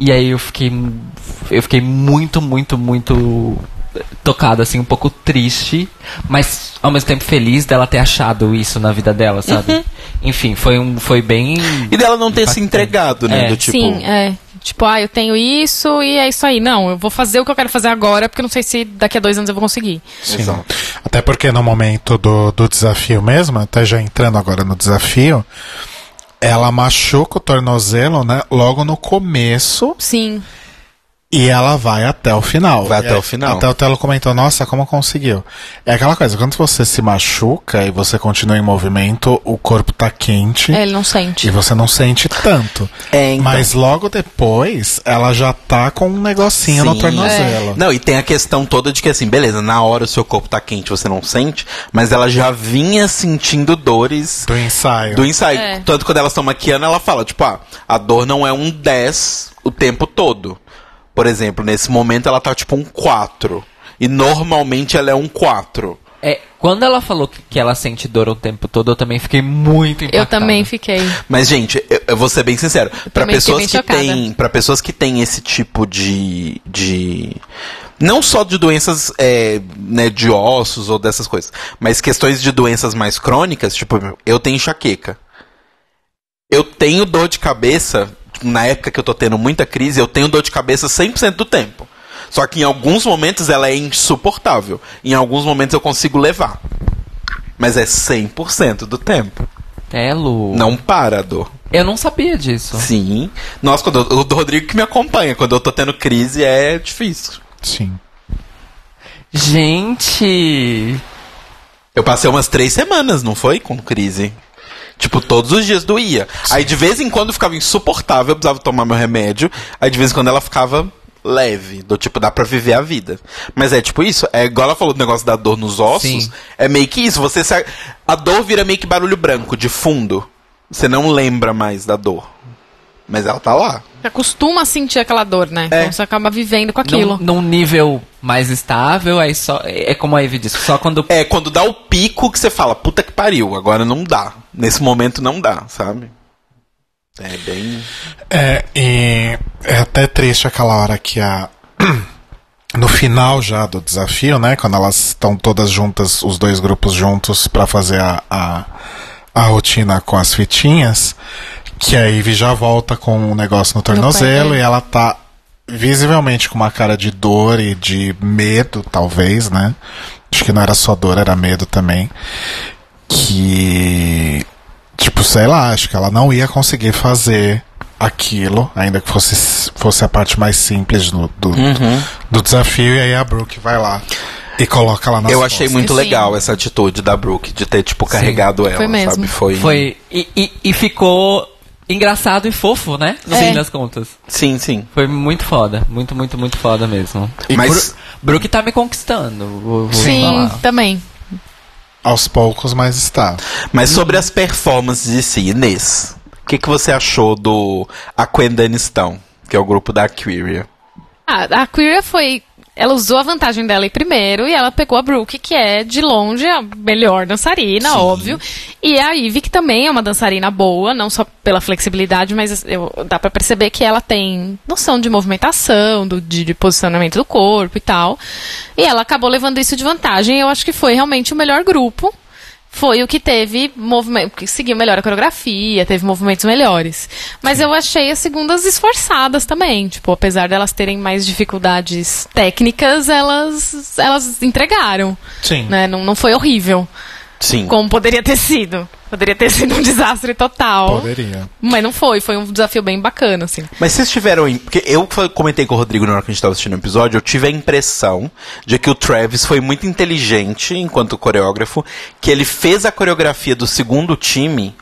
Speaker 3: E aí eu fiquei. Eu fiquei muito, muito, muito tocado, assim, um pouco triste, mas ao mesmo tempo feliz dela ter achado isso na vida dela, sabe?
Speaker 4: Uhum.
Speaker 3: Enfim, foi um. Foi bem.
Speaker 1: E dela não ter se entregado, né?
Speaker 3: É.
Speaker 1: do tipo.
Speaker 4: Sim, é. Tipo, ah, eu tenho isso e é isso aí. Não, eu vou fazer o que eu quero fazer agora, porque eu não sei se daqui a dois anos eu vou conseguir.
Speaker 2: Sim.
Speaker 1: Exato.
Speaker 2: Até porque no momento do, do desafio mesmo, até já entrando agora no desafio, ela machuca o tornozelo, né? Logo no começo
Speaker 4: Sim.
Speaker 2: e ela vai até o final.
Speaker 1: Vai até
Speaker 2: É,
Speaker 1: o final.
Speaker 2: Até o Telo comentou, nossa, como conseguiu? É aquela coisa, quando você se machuca e você continua em movimento, o corpo tá quente.
Speaker 4: É, ele não
Speaker 2: E
Speaker 4: sente.
Speaker 2: você não sente tanto.
Speaker 1: É, então.
Speaker 2: Mas logo depois, ela já tá com um negocinho no
Speaker 1: Sim. É.
Speaker 2: tornozelo.
Speaker 1: Não, e tem a questão toda de que assim, beleza, na hora o seu corpo tá quente, você não sente, mas ela já vinha sentindo dores
Speaker 2: Do ensaio.
Speaker 1: do ensaio.
Speaker 4: É.
Speaker 1: Tanto que quando elas estão maquiando, ela fala, tipo, ah, a dor não é um 10 o tempo todo. Por exemplo, nesse momento ela tá tipo um 4. E normalmente ela é um 4.
Speaker 3: É, quando ela falou que, que ela sente dor o tempo todo, eu também fiquei muito impactado.
Speaker 4: Eu também fiquei.
Speaker 1: Mas, gente, eu, eu vou ser bem sincero. Pra
Speaker 4: também fiquei
Speaker 1: pessoas,
Speaker 4: bem
Speaker 1: que
Speaker 4: chocada.
Speaker 1: têm, pra pessoas que têm esse tipo de. de não só de doenças é, né, de ossos ou dessas coisas, mas questões de doenças mais crônicas, tipo, eu tenho enxaqueca. Eu tenho dor de cabeça, tipo, na época que eu tô tendo muita crise, eu tenho dor de cabeça 100% do tempo. Só que em alguns momentos ela é insuportável. Em alguns momentos eu consigo levar. Mas é 100% do tempo.
Speaker 3: Telo.
Speaker 1: Não para a dor.
Speaker 3: É, Eu não sabia disso.
Speaker 1: Sim. Nossa, quando eu- o do Rodrigo que me acompanha. Quando eu tô tendo crise é difícil.
Speaker 2: Sim.
Speaker 3: Gente!
Speaker 1: Eu passei umas três semanas, não foi? Com crise. Tipo, todos os dias doía. Aí de vez em quando ficava insuportável, eu precisava tomar meu remédio. Aí de vez em quando ela ficava leve, do tipo, dá pra viver a vida. Mas é tipo isso, é igual ela falou do negócio da dor nos ossos.
Speaker 3: Sim.
Speaker 1: É meio que isso, você se, a dor vira meio que barulho branco, de fundo. Você não lembra mais da dor. Mas ela tá lá.
Speaker 4: Você acostuma a sentir aquela dor, né?
Speaker 1: É.
Speaker 4: Então você acaba vivendo com
Speaker 3: Num,
Speaker 4: aquilo.
Speaker 3: num nível mais estável, aí só. É é como a Eve disse, só quando.
Speaker 1: É, quando dá o pico que você fala, puta que pariu, agora não dá. Nesse momento não dá, sabe? É bem.
Speaker 2: É, e é até triste aquela hora que a. No final já do desafio, né? Quando elas estão todas juntas, os dois grupos juntos, pra fazer a, a, a rotina com as fitinhas, que a Ivy já volta com um negócio no tornozelo
Speaker 4: pai,
Speaker 2: e ela tá visivelmente com uma cara de dor e de medo, talvez, né? Acho que não era só dor, era medo também. Que. Tipo, sei lá, acho que ela não ia conseguir fazer aquilo, ainda que fosse, fosse a parte mais simples do, do,
Speaker 1: Uhum.
Speaker 2: do desafio, e aí a Brooke vai lá e coloca lá nas
Speaker 1: Eu achei
Speaker 2: costas.
Speaker 1: muito
Speaker 4: Sim.
Speaker 1: legal essa atitude da Brooke de ter, tipo, carregado ela,
Speaker 4: Foi mesmo.
Speaker 1: sabe? Foi.
Speaker 3: Foi. E, e, e ficou engraçado e fofo, né? No
Speaker 4: Sim.
Speaker 3: fim das contas.
Speaker 1: Sim, sim.
Speaker 3: Foi muito foda. Muito, muito, muito foda mesmo.
Speaker 2: E
Speaker 1: Mas.
Speaker 3: Brook tá me conquistando. Vou, vou
Speaker 4: Sim,
Speaker 3: falar.
Speaker 4: também.
Speaker 2: Aos poucos, mas está.
Speaker 1: Mas sobre as performances de si, Inês, o que, que você achou do Aquendanistão, que é o grupo da Aquiria?
Speaker 4: Ah, a Queer foi Ela usou a vantagem dela aí primeiro e ela pegou a Brooke, que é de longe a melhor dançarina, óbvio. E a Ivy, que também é uma dançarina boa, não só pela flexibilidade, mas eu- dá pra perceber que ela tem noção de movimentação, do- de, de posicionamento do corpo e tal. E ela acabou levando isso de vantagem. e Eu acho que foi realmente o melhor grupo foi o que teve movimento, que seguiu melhor a coreografia, teve movimentos melhores. Mas eu achei as segundas esforçadas também, tipo, apesar delas terem mais dificuldades técnicas, elas elas entregaram,
Speaker 6: Sim.
Speaker 4: né? Não, não foi horrível,
Speaker 1: Sim.
Speaker 4: como poderia ter sido. Poderia ter sido um desastre total.
Speaker 2: Poderia.
Speaker 4: Mas não foi, foi um desafio bem bacana, assim.
Speaker 1: Mas vocês tiveram. a im- Porque eu fa- comentei com o Rodrigo na hora que a gente tava assistindo o episódio, eu tive a impressão de que o Travis foi muito inteligente enquanto coreógrafo, que ele fez a coreografia do segundo time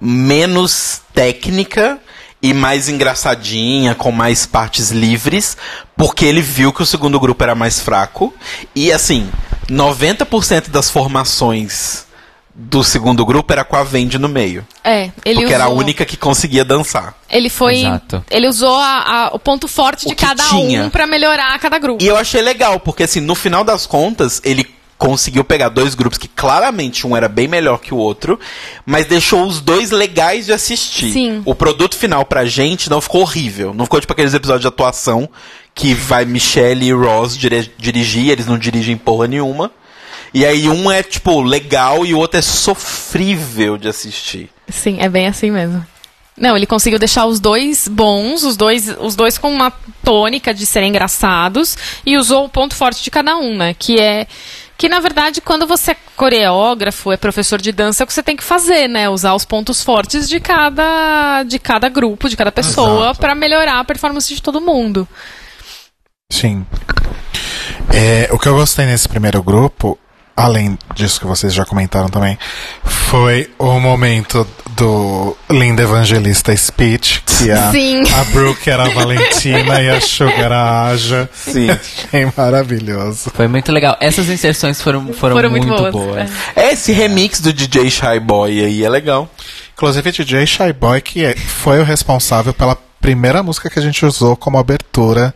Speaker 1: menos técnica e mais engraçadinha, com mais partes livres, porque ele viu que o segundo grupo era mais fraco. E assim, 90% das formações do segundo grupo era com a Vendi no meio.
Speaker 4: É, ele
Speaker 1: porque era a
Speaker 4: usou-
Speaker 1: única que conseguia dançar.
Speaker 4: Ele foi,
Speaker 3: Exato.
Speaker 4: ele usou a- a- o ponto forte
Speaker 1: O
Speaker 4: de
Speaker 1: que
Speaker 4: cada
Speaker 1: tinha.
Speaker 4: um pra melhorar cada grupo.
Speaker 1: E eu achei legal, porque assim, no final das contas, ele conseguiu pegar dois grupos que claramente um era bem melhor que o outro, mas deixou os dois legais de assistir.
Speaker 4: Sim.
Speaker 1: O produto final pra gente não ficou horrível. Não ficou tipo aqueles episódios de atuação que vai Michelle e Ross dire- dirigir, eles não dirigem porra nenhuma. E aí um é, tipo, legal e o outro é sofrível de assistir.
Speaker 4: Sim, é bem assim mesmo. Não, ele conseguiu deixar os dois bons, os dois, os dois com uma tônica de serem engraçados e usou o ponto forte de cada um, né? Que é que na verdade quando você é coreógrafo, é professor de dança, é o que você tem que fazer, né? Usar os pontos fortes de cada de cada grupo, de cada pessoa pra melhorar a performance de todo mundo.
Speaker 2: Sim. É, o que eu gostei nesse primeiro grupo, além disso que vocês já comentaram também, foi o momento do linda evangelista speech, que é a,
Speaker 4: Sim.
Speaker 2: a Brooke era a Valentina e a Sugar era a Aja.
Speaker 1: Sim.
Speaker 2: É maravilhoso.
Speaker 3: Foi muito legal. Essas inserções foram, foram,
Speaker 4: Foram
Speaker 3: muito,
Speaker 4: muito
Speaker 3: boas.
Speaker 4: boas,
Speaker 1: é esse remix do DJ Shy Boy aí é legal.
Speaker 2: Inclusive, DJ Shy Boy, que é- foi o responsável pela primeira música que a gente usou como abertura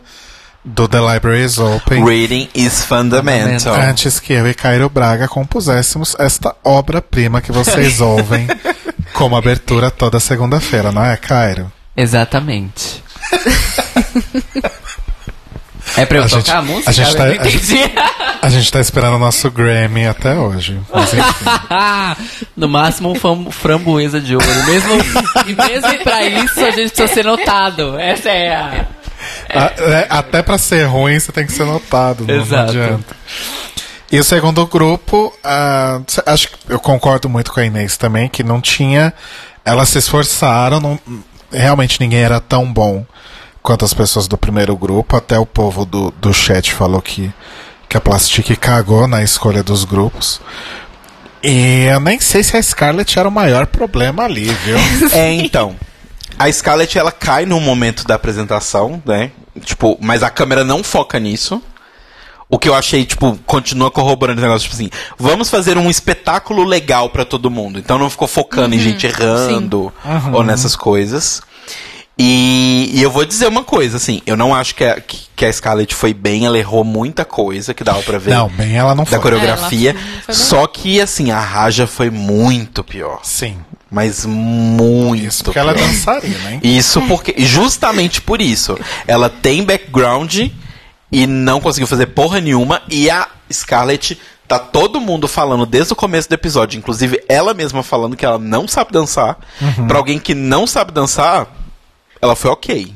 Speaker 2: do The Library is Open.
Speaker 1: Reading is fundamental.
Speaker 2: Antes que eu e Cairo Braga compuséssemos esta obra-prima que vocês ouvem como abertura toda segunda-feira, não é, Cairo?
Speaker 3: Exatamente. é pra eu
Speaker 2: A
Speaker 3: tocar
Speaker 2: gente-
Speaker 3: a música?
Speaker 2: a gente
Speaker 3: Eu
Speaker 2: tá-
Speaker 3: não
Speaker 2: a gente-
Speaker 3: entendi.
Speaker 2: A gente tá esperando o nosso Grammy até hoje. Mas enfim,
Speaker 3: Ah, no máximo um fam- framboesa de ouro. E mesmo, e mesmo pra isso a gente precisa ser notado. Essa é a.
Speaker 2: a- é, até pra ser ruim, você tem que ser notado, não, não
Speaker 3: Exato.
Speaker 2: adianta. E o segundo grupo, ah, cê- acho que eu concordo muito com a Inês também, que não tinha. Elas se esforçaram, não- realmente ninguém era tão bom quanto as pessoas do primeiro grupo. Até o povo do, do chat falou que, que a Plastique cagou na escolha dos grupos. E eu nem sei se a Scarlett era o maior problema ali, viu?
Speaker 1: É, então. A Scarlett, ela cai no momento da apresentação, né? Tipo, mas a câmera não foca nisso. O que eu achei, tipo, continua corroborando esse negócio, tipo assim, vamos fazer um espetáculo legal pra todo mundo. Então não ficou focando em gente errando ou nessas coisas. E, e eu vou dizer uma coisa, assim, eu não acho que a, que, que a Scarlett foi bem, ela errou muita coisa que dava pra ver
Speaker 2: Não, bem, ela não
Speaker 1: da
Speaker 2: foi.
Speaker 1: coreografia.
Speaker 4: Ela foi- foi bem.
Speaker 1: só que, assim, a Raja foi muito pior.
Speaker 2: Sim.
Speaker 1: Mas muito.
Speaker 2: Isso, porque ela é
Speaker 1: pior.
Speaker 2: dançarina, hein?
Speaker 1: Isso porque. Justamente por isso. Ela tem background e não conseguiu fazer porra nenhuma. E a Scarlett tá todo mundo falando desde o começo do episódio. Inclusive ela mesma falando que ela não sabe dançar.
Speaker 2: Uhum.
Speaker 1: Pra alguém que não sabe dançar, ela foi ok.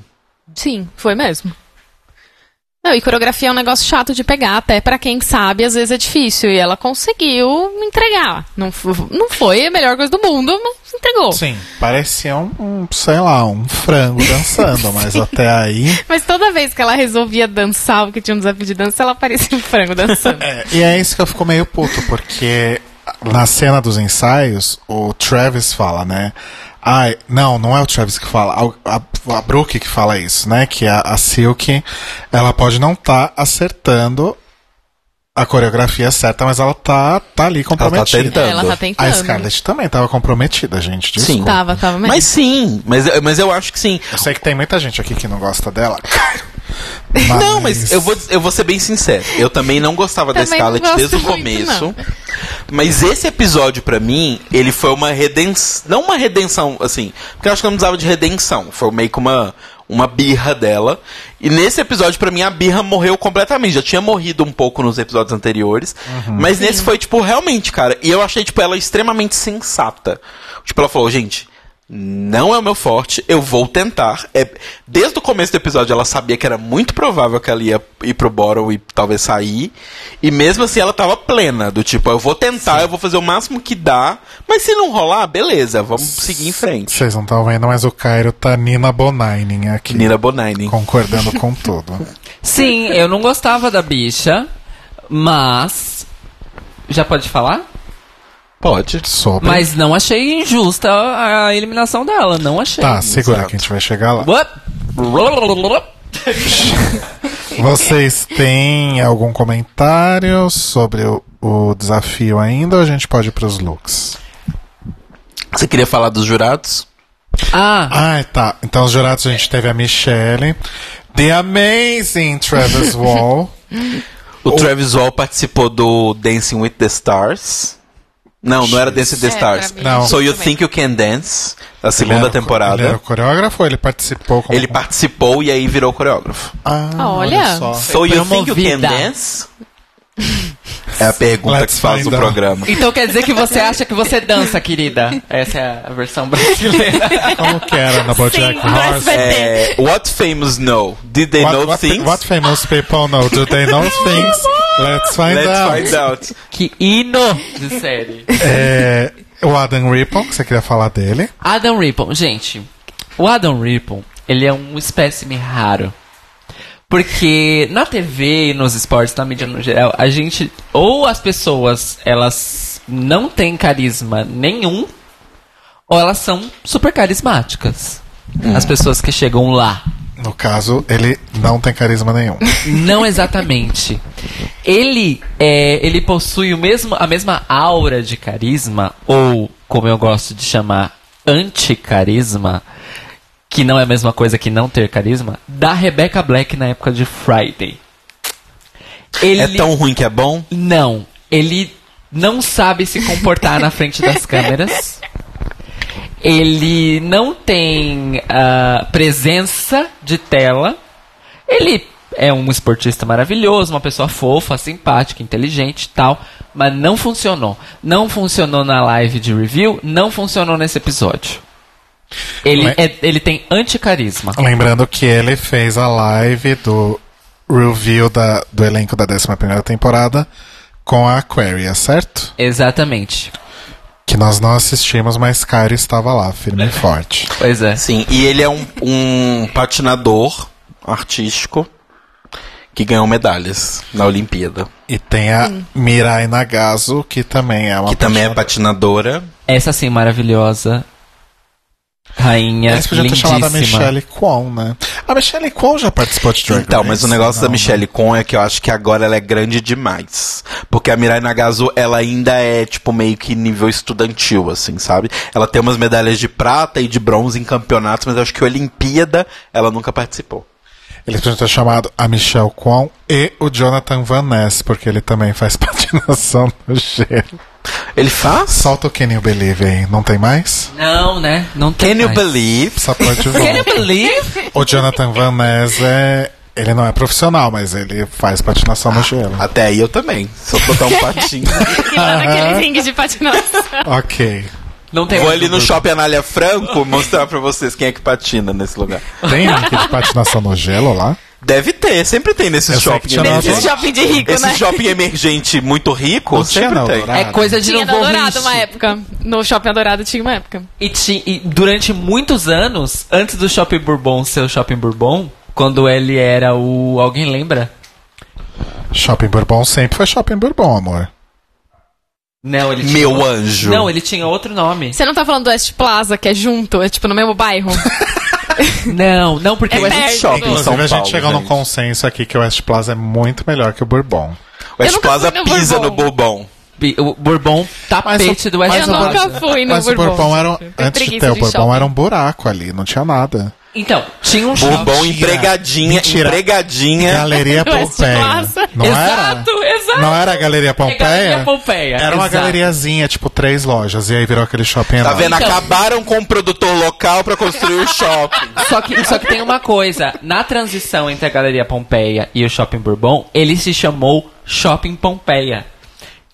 Speaker 4: Sim, foi mesmo. Não, e coreografia é um negócio chato de pegar, até pra quem sabe, às vezes é difícil. E ela conseguiu entregar. Não, f- não foi a melhor coisa do mundo, mas entregou.
Speaker 2: Sim, parecia um, um, sei lá, um frango dançando, mas até aí.
Speaker 4: Mas toda vez que ela resolvia dançar, o que tinha um desafio de dança, ela parecia um frango dançando.
Speaker 2: É, e é isso que eu fico meio puto, porque na cena dos ensaios, o Travis fala, né? Ai, não, não é o Travis que fala, al- a, a Brooke que fala isso, né? Que a, a Silk, ela pode não estar tá acertando a coreografia certa, mas ela tá, tá ali comprometida.
Speaker 1: tentando.
Speaker 4: É, ela tá
Speaker 2: a
Speaker 4: tentando.
Speaker 2: Scarlett também tava comprometida, gente. Desculpa.
Speaker 1: Sim.
Speaker 4: Tava, tava mesmo.
Speaker 1: Mas sim, mas, mas eu acho que sim.
Speaker 2: Eu sei que tem muita gente aqui que não gosta dela.
Speaker 1: Não, mas eu vou, eu vou ser bem sincero. Eu também não gostava da
Speaker 4: Também não
Speaker 1: Scarlett
Speaker 4: gosto
Speaker 1: desde o
Speaker 4: muito,
Speaker 1: começo.
Speaker 4: não.
Speaker 1: Mas esse episódio, pra mim, ele foi uma redenção. Não uma redenção, assim. Porque eu acho que eu não precisava de redenção. Foi meio que uma, uma birra dela. E nesse episódio, pra mim, a birra morreu completamente. Já tinha morrido um pouco nos episódios anteriores.
Speaker 4: Uhum.
Speaker 1: Mas nesse foi, tipo, realmente, cara. E eu achei, tipo, ela extremamente sensata. Tipo, ela falou, gente. Não é o meu forte, eu vou tentar. É, desde o começo do episódio ela sabia que era muito provável que ela ia ir pro Borough e talvez sair. E mesmo assim ela tava plena, do tipo, eu vou tentar, eu vou fazer o máximo que dá. Mas se não rolar, beleza, vamos seguir em frente.
Speaker 2: Vocês não estão vendo, mas o Cairo tá Nina Bonainen aqui.
Speaker 1: Nina Bonaini.
Speaker 2: Concordando com tudo.
Speaker 3: Sim, eu não gostava da bicha, mas. Já pode falar?
Speaker 1: Pode.
Speaker 2: Sobre.
Speaker 3: Mas não achei injusta a a eliminação dela, não achei.
Speaker 2: Tá, segura
Speaker 1: Exato.
Speaker 2: que a gente vai chegar lá.
Speaker 3: What?
Speaker 2: Vocês têm algum comentário sobre o, o desafio ainda ou a gente pode ir pros looks?
Speaker 1: Você queria falar dos jurados?
Speaker 3: Ah,
Speaker 2: Ah, tá. Então, os jurados a gente teve a Michelle, The Amazing Travis Wall.
Speaker 1: O Travis Wall participou do Dancing with the Stars. Não, não era Dancing with the
Speaker 4: É, pra
Speaker 1: Stars.
Speaker 4: mim,
Speaker 2: Não.
Speaker 1: So You
Speaker 4: também.
Speaker 1: Think You Can Dance, da segunda
Speaker 2: Ele era o co-
Speaker 1: temporada.
Speaker 2: Ele era o coreógrafo ou ele participou como
Speaker 1: Ele participou e aí virou coreógrafo.
Speaker 2: Ah,
Speaker 4: Olha.
Speaker 1: So you think you can
Speaker 3: promovida.
Speaker 1: dance? É a pergunta
Speaker 2: Let's
Speaker 1: que faz o
Speaker 2: find out.
Speaker 1: programa.
Speaker 3: então quer dizer que você acha que você dança, querida? Essa é a versão brasileira.
Speaker 2: Como que era na Bojack
Speaker 4: Sim, mas
Speaker 2: Horse?
Speaker 4: vai-
Speaker 1: É, what famous know? Did they know
Speaker 2: What, what,
Speaker 1: things?
Speaker 2: what famous people know? Do they know things? Let's find
Speaker 1: Let's
Speaker 2: out.
Speaker 1: find out.
Speaker 3: que hino de série.
Speaker 2: É, o Adam Rippon, que você queria falar dele.
Speaker 3: Adam Rippon, gente, o Adam Rippon, ele é um espécime raro. Porque na TV, e nos esportes, na mídia no geral, a gente. Ou as pessoas, elas não têm carisma nenhum, ou elas são super carismáticas. As pessoas que chegam lá.
Speaker 2: No caso, ele não tem carisma nenhum.
Speaker 3: Não exatamente. Ele é, ele possui o mesmo, a mesma aura de carisma, ou como eu gosto de chamar, anticarisma, que não é a mesma coisa que não ter carisma, da Rebecca Black na época de Friday. Ele
Speaker 1: É tão ruim que é bom?
Speaker 3: não, ele não sabe se comportar na frente das câmeras. Ele não tem ah, presença de tela. Ele é um esportista maravilhoso, uma pessoa fofa, simpática, inteligente e tal, mas não funcionou. Não funcionou na live de review, não funcionou nesse episódio. Ele,
Speaker 2: Mas-
Speaker 3: é- ele tem anticarisma.
Speaker 2: Lembrando que ele fez a live do review da- do elenco da 11 temporada com a Aquaria, certo?
Speaker 3: Exatamente.
Speaker 2: Que nós não assistimos, mas Cairo estava lá, firme e forte.
Speaker 3: Pois é.
Speaker 1: Sim, e ele é um, um patinador artístico que ganhou medalhas na Olimpíada.
Speaker 2: E tem a Mirai Nagasu, que também é uma
Speaker 1: Que também é patinadora.
Speaker 3: Essa sim, maravilhosa. Rainha.
Speaker 1: É
Speaker 2: Eles podiam ter é chamado a
Speaker 3: lindíssima.
Speaker 2: Michelle Kwon, né? A Michelle Kwon já participou de Drag
Speaker 1: Então,
Speaker 2: Race,
Speaker 1: mas o negócio
Speaker 2: não, né?
Speaker 1: da Michelle Con é que eu acho que agora ela é grande demais. Porque a Mirai Nagasu, ela ainda é, tipo, meio que nível estudantil, assim, sabe? Ela tem umas medalhas de prata e de bronze em campeonatos, mas eu acho que Olimpíada ela nunca participou.
Speaker 2: né? Eles podiam ter chamado a Michelle Kwon e o Jonathan Van Ness, porque ele também faz patinação no gelo.
Speaker 1: Ele faz?
Speaker 2: Solta o Can You Believe aí, não tem mais?
Speaker 3: Não, né? Não tem
Speaker 1: Can you
Speaker 3: mais.
Speaker 1: believe?
Speaker 2: Só pode
Speaker 3: Can you
Speaker 2: volta.
Speaker 3: believe?
Speaker 2: O Jonathan Van Ness é... Ele não é profissional, mas ele faz patinação no gelo.
Speaker 1: Até aí eu também. Se eu botar um patinho.
Speaker 4: E lá naquele ringue de patinação.
Speaker 1: tá.
Speaker 2: Ok.
Speaker 3: Não tem
Speaker 1: Vou
Speaker 3: mais
Speaker 1: ali no
Speaker 3: dúvida.
Speaker 1: shopping Anália Franco mostrar pra vocês quem é que patina nesse lugar.
Speaker 2: Tem link de patinação no gelo lá?
Speaker 1: Deve ter, sempre tem nesses
Speaker 2: Eu sei que
Speaker 1: shopping
Speaker 2: tinha na
Speaker 1: emergente.
Speaker 2: Aurora.
Speaker 4: shopping de rico,
Speaker 1: Esse
Speaker 4: né?
Speaker 1: shopping emergente muito rico,
Speaker 2: Não tinha
Speaker 1: sempre
Speaker 2: na
Speaker 1: tem.
Speaker 2: Aurora.
Speaker 3: É coisa de não
Speaker 2: um
Speaker 4: Tinha na
Speaker 3: vou
Speaker 4: Dourado
Speaker 3: rir.
Speaker 4: uma época. No shopping Dourado tinha uma época.
Speaker 3: E, ti- e durante muitos anos, antes do Shopping Bourbon ser o Shopping Bourbon, quando ele era o... Alguém lembra?
Speaker 2: Shopping Bourbon sempre foi Shopping Bourbon, amor.
Speaker 3: Não, ele tinha...
Speaker 1: Meu anjo.
Speaker 3: Não, ele tinha outro nome.
Speaker 4: Você não tá falando do West Plaza, que é junto, é tipo no mesmo bairro?
Speaker 3: Não, não, porque...
Speaker 1: É
Speaker 3: o West-
Speaker 1: perto. shopping em
Speaker 2: Inclusive,
Speaker 1: São
Speaker 2: a gente
Speaker 1: Paulo,
Speaker 2: chegou num
Speaker 1: gente.
Speaker 2: consenso aqui que o West Plaza é muito melhor que o Bourbon.
Speaker 1: West
Speaker 4: nunca
Speaker 1: Plaza
Speaker 4: fui no
Speaker 1: pisa no
Speaker 4: Bourbon.
Speaker 1: Bourbon.
Speaker 3: Bi- O Bourbon tapete do West
Speaker 2: mas
Speaker 4: eu
Speaker 2: o
Speaker 3: Plaza.
Speaker 4: nunca fui no
Speaker 2: Mas o Bourbon era. um-
Speaker 4: Tenho
Speaker 2: Antes de
Speaker 4: preguiça
Speaker 2: ter o
Speaker 4: de
Speaker 2: Bourbon,
Speaker 4: shopping.
Speaker 2: era um buraco ali, não tinha nada.
Speaker 3: Então, tinha um shopping.
Speaker 1: Bourbon
Speaker 2: Mentira.
Speaker 1: empregadinha,
Speaker 2: Mentira.
Speaker 1: empregadinha.
Speaker 2: Galeria
Speaker 4: West
Speaker 2: Pompeia.
Speaker 4: Plaza.
Speaker 2: Não era?
Speaker 3: Exato, exato.
Speaker 2: Não era a Galeria Pompeia?
Speaker 3: Galeria Pompeia,
Speaker 2: Era uma
Speaker 3: exato.
Speaker 2: galeriazinha, tipo, três lojas. E aí virou aquele shopping
Speaker 1: Tá
Speaker 2: enorme.
Speaker 1: vendo?
Speaker 4: Então.
Speaker 1: Acabaram com o produtor local pra construir o shopping.
Speaker 3: Só que, só que tem uma coisa. Na transição entre a Galeria Pompeia e o Shopping Bourbon, ele se chamou Shopping Pompeia.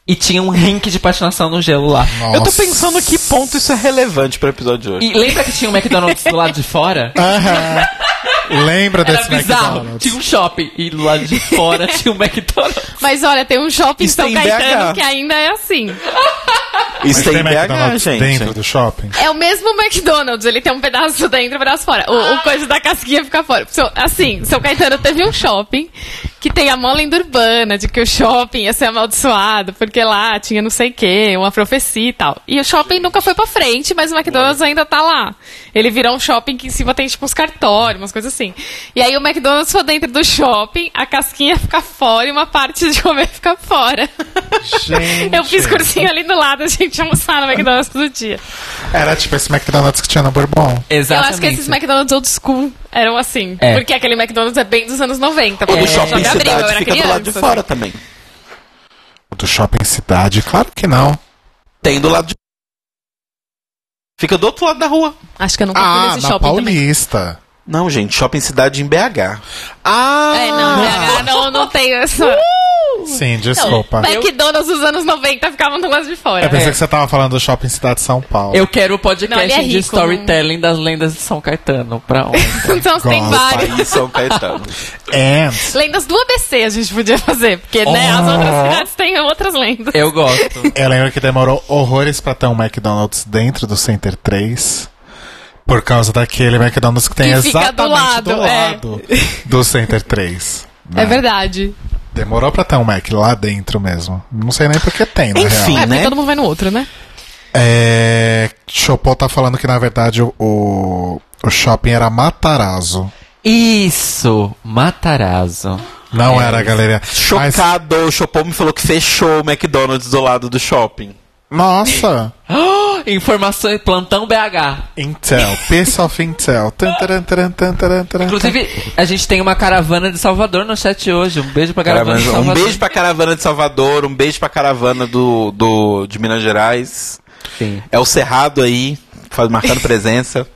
Speaker 3: E tinha um rink de patinação no gelo lá.
Speaker 1: Eu tô
Speaker 2: Nossa.
Speaker 1: pensando que ponto isso é relevante pro episódio de hoje.
Speaker 3: E lembra que tinha um McDonald's do lado de fora?
Speaker 2: Aham. Lembra
Speaker 3: Era
Speaker 2: desse
Speaker 3: bizarro.
Speaker 2: McDonald's?
Speaker 3: Tinha um shopping e do lado de fora tinha um McDonald's.
Speaker 4: Mas olha, tem um shopping em
Speaker 1: Isso
Speaker 4: São
Speaker 1: tem
Speaker 4: Caetano
Speaker 1: BH.
Speaker 4: que ainda é assim.
Speaker 1: Isso
Speaker 2: Mas
Speaker 1: tem
Speaker 2: tem
Speaker 1: BH,
Speaker 2: McDonald's dentro
Speaker 1: gente.
Speaker 2: do shopping?
Speaker 4: É o mesmo McDonald's, ele tem um pedaço dentro e um pedaço fora. O, o coisa da casquinha fica fora. So- Assim, São Caetano teve um shopping que tem a mó lenda urbana de que o shopping ia ser amaldiçoado, porque lá tinha não sei o quê, uma profecia e tal. E o shopping nunca foi pra frente, mas o McDonald's ainda tá lá. Ele virou um shopping que em cima tem tipo uns cartórios, umas coisas assim. E aí o McDonald's foi dentro do shopping, a casquinha fica fora e uma parte de comer fica fora.
Speaker 2: Gente.
Speaker 4: Eu fiz cursinho ali do lado, a gente ia almoçar no McDonald's todo dia.
Speaker 2: Era tipo esse McDonald's que tinha no Bourbon.
Speaker 3: Exatamente.
Speaker 4: Eu acho que esses McDonald's old school eram assim.
Speaker 3: É.
Speaker 4: Porque aquele McDonald's é bem dos anos 90. porque
Speaker 1: O shopping
Speaker 4: já É, abriu, eu
Speaker 1: cidade
Speaker 4: era
Speaker 1: fica do lado de
Speaker 4: criança.
Speaker 1: fora também.
Speaker 2: Do shopping cidade? Claro que não.
Speaker 1: Tem do lado de Fica do outro lado da rua.
Speaker 4: Acho que eu nunca fui
Speaker 2: Ah,
Speaker 4: nesse
Speaker 2: na
Speaker 4: shopping também.
Speaker 2: Paulista.
Speaker 1: Não, gente, shopping cidade em BH.
Speaker 2: Ah!
Speaker 4: É, não, BH não, não tenho essa.
Speaker 2: Sim,
Speaker 4: Não,
Speaker 2: desculpa.
Speaker 4: McDonald's dos anos 90 ficavam do lado de fora.
Speaker 2: Eu pensei
Speaker 3: É.
Speaker 2: que você tava falando do shopping cidade de São Paulo.
Speaker 3: Eu quero o
Speaker 4: Não,
Speaker 3: podcast
Speaker 4: ele é
Speaker 3: de
Speaker 4: rico,
Speaker 3: storytelling das lendas de São Caetano. Pra onde?
Speaker 4: Então tem
Speaker 2: Gosto.
Speaker 4: vários.
Speaker 1: Aí São Caetano.
Speaker 2: And
Speaker 4: Lendas do ABC a gente podia fazer, porque né, as outras cidades têm outras lendas.
Speaker 3: Eu gosto.
Speaker 2: eu lembro que demorou horrores pra ter um McDonald's dentro do Center 3. Por causa daquele McDonald's que tem
Speaker 4: Que fica do
Speaker 2: exatamente do lado,
Speaker 4: lado, é.
Speaker 2: do Center 3. né?
Speaker 4: É verdade.
Speaker 2: Demorou pra ter um Mac lá dentro mesmo. Não sei nem porque tem, na
Speaker 1: Enfim.
Speaker 2: real.
Speaker 4: É, porque
Speaker 1: né?
Speaker 4: todo mundo vai no outro, né?
Speaker 2: É, Chopô tá falando que, na verdade, o- o, o shopping era Matarazzo.
Speaker 3: Isso, Matarazzo.
Speaker 2: Não era a galeria. Mas-
Speaker 1: Chocado, o Chopou me falou que fechou o McDonald's do lado do shopping.
Speaker 2: nossa!
Speaker 3: Informações, plantão BH.
Speaker 2: Intel, Piece of Intel. Tan, taran, taran, tan, taran, taran.
Speaker 3: Inclusive, a gente tem uma caravana de Salvador no chat hoje. Um beijo pra caravana
Speaker 1: Caravana-
Speaker 3: de
Speaker 1: um
Speaker 3: Salvador.
Speaker 1: beijo pra caravana de Salvador, um beijo pra caravana do, do, de Minas Gerais.
Speaker 3: Sim.
Speaker 1: É o Cerrado aí, faz, marcando presença.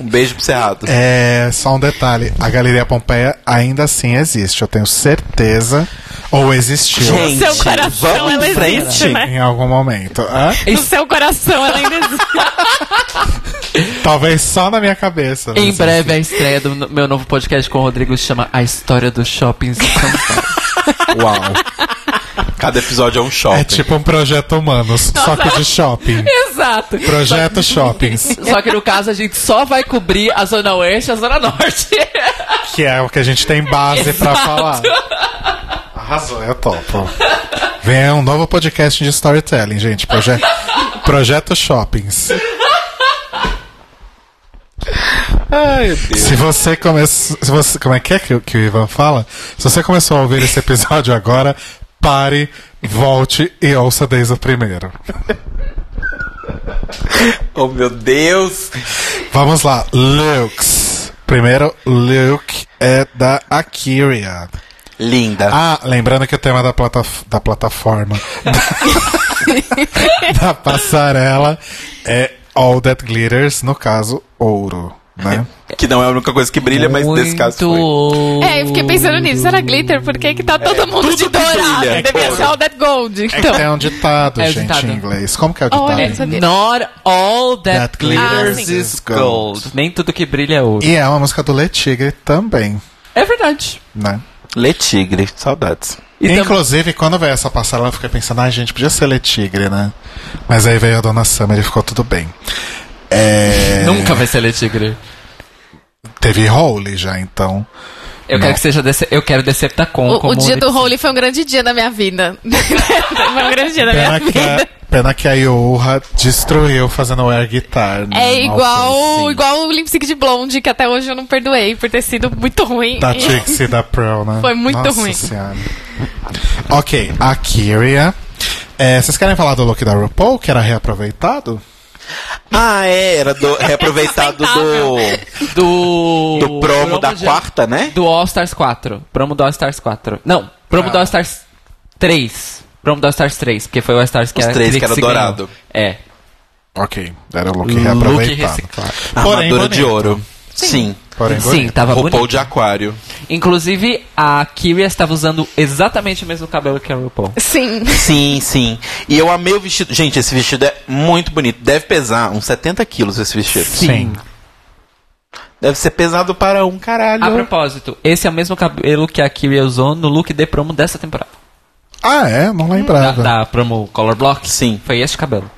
Speaker 1: um beijo pro Cerrado.
Speaker 2: É, só um detalhe, a Galeria Pompeia ainda assim existe, eu tenho certeza, ou existiu
Speaker 1: Gente,
Speaker 4: Seu coração,
Speaker 1: vamos
Speaker 4: ela
Speaker 1: em frente.
Speaker 4: existe, né?
Speaker 2: em algum momento. Hã?
Speaker 4: No seu coração ela ainda existe.
Speaker 2: Talvez só na minha cabeça.
Speaker 3: Em
Speaker 2: mas assim,
Speaker 3: breve a estreia do no- meu novo podcast com o Rodrigo se chama A História dos Shoppings. de São Paulo.
Speaker 1: Uau. Cada episódio é um
Speaker 2: enfim.
Speaker 1: shopping.
Speaker 2: É tipo um projeto humanos, só que de shopping.
Speaker 3: Exato.
Speaker 2: Projeto shoppings,
Speaker 3: Só que no caso a gente só vai cobrir a Zona Oeste e a Zona Norte.
Speaker 2: que é o que a gente tem base pra falar. Arrasou, eu topo. Vem um novo podcast de storytelling, gente. Proje projeto shoppings.
Speaker 1: Ai, meu Deus.
Speaker 2: Se você começou. Se você, como é que é que, o- que o Ivan fala? Se você começou a ouvir esse episódio agora, pare, volte e ouça desde o primeiro.
Speaker 1: Oh, meu Deus.
Speaker 2: Vamos lá, Lux. Primeiro, Luke é da Akiria.
Speaker 1: Linda.
Speaker 2: Ah, lembrando que o tema da, plata, da plataforma da, da passarela é All That Glitters, no caso, ouro. Né?
Speaker 1: Que não é a única coisa que brilha, mas nesse caso foi.
Speaker 3: Muito.
Speaker 4: É, eu fiquei pensando nisso. Será glitter? Por que, que tá todo mundo de dourado?
Speaker 1: brilha,
Speaker 4: Devia
Speaker 1: ouro.
Speaker 4: ser all that gold. Então.
Speaker 2: É um ditado,
Speaker 3: É o
Speaker 2: gente,
Speaker 3: ditado.
Speaker 2: em inglês. Como que é o ditado?
Speaker 4: Olha, sabia.
Speaker 3: Not all that,
Speaker 2: That glitters
Speaker 1: Ah,
Speaker 3: glitters
Speaker 2: is
Speaker 3: is gold.
Speaker 4: Ah.
Speaker 3: Nem tudo que brilha é ouro.
Speaker 2: E é uma música do Le Tigre também,
Speaker 3: É verdade.
Speaker 2: né?
Speaker 1: Lê Tigre, saudades.
Speaker 3: E tam-
Speaker 2: Inclusive, quando veio essa passarela, eu fiquei pensando, ah, gente, podia ser Le Tigre, né? Mas aí veio a Dona Summer e ficou tudo bem. É,
Speaker 3: Nunca vai ser Le Tigre.
Speaker 2: Teve Hole já, então.
Speaker 3: Eu
Speaker 2: Não.
Speaker 3: quero que seja dece... Eu quero Deceptacon
Speaker 4: O, o
Speaker 3: como
Speaker 4: dia
Speaker 3: um
Speaker 4: do Holy foi um grande dia da minha vida. foi um grande dia da minha
Speaker 2: Pena que, é-
Speaker 4: vida.
Speaker 2: a, Pena que a Yoha destruiu fazendo o air guitar. né?
Speaker 4: É
Speaker 2: Mal
Speaker 4: igual,
Speaker 2: fez, sim.
Speaker 4: igual o Lipstick de Blonde, que até hoje eu não perdoei por ter sido muito ruim.
Speaker 2: Da
Speaker 4: E-
Speaker 2: Trixie da Pearl, né?
Speaker 4: Foi muito
Speaker 2: Nossa
Speaker 4: ruim.
Speaker 2: Senhora. Ok, a Kyria. É, vocês querem falar do look da RuPaul, que era reaproveitado?
Speaker 1: Ah, é, era do, reaproveitado do,
Speaker 3: Do.
Speaker 1: do promo da
Speaker 3: de-
Speaker 1: quarta, né?
Speaker 3: Do All Stars 4. Promo do All Stars 4. Não, promo
Speaker 2: Ah.
Speaker 3: do All Stars 3. Promo do All Stars 3, porque foi o All Stars que
Speaker 1: Os
Speaker 3: a
Speaker 1: três que
Speaker 3: Trixie
Speaker 1: era
Speaker 3: ganhou.
Speaker 1: dourado.
Speaker 3: É.
Speaker 2: Ok, era o look
Speaker 3: Look
Speaker 2: reaproveitado.
Speaker 3: reciclado.
Speaker 2: Porém,
Speaker 1: Armadura de
Speaker 2: bonito.
Speaker 1: ouro. Sim. tá
Speaker 2: Porém,
Speaker 3: Sim,
Speaker 2: bonito.
Speaker 3: tava
Speaker 1: RuPaul
Speaker 3: bonito.
Speaker 1: de aquário.
Speaker 3: Inclusive, a Kyria estava usando exatamente o mesmo cabelo que a RuPaul.
Speaker 4: Sim.
Speaker 1: Sim, sim. E eu amei o vestido. Gente, esse vestido é muito bonito. Deve pesar uns 70 quilos esse vestido.
Speaker 2: Sim.
Speaker 1: Deve ser pesado para um caralho.
Speaker 3: A propósito, esse é o mesmo cabelo que a Kyria usou no look de promo dessa temporada.
Speaker 2: Ah, é? Não
Speaker 3: Da,
Speaker 2: lembrava.
Speaker 3: da promo Color Block.
Speaker 1: Sim.
Speaker 3: Foi este cabelo.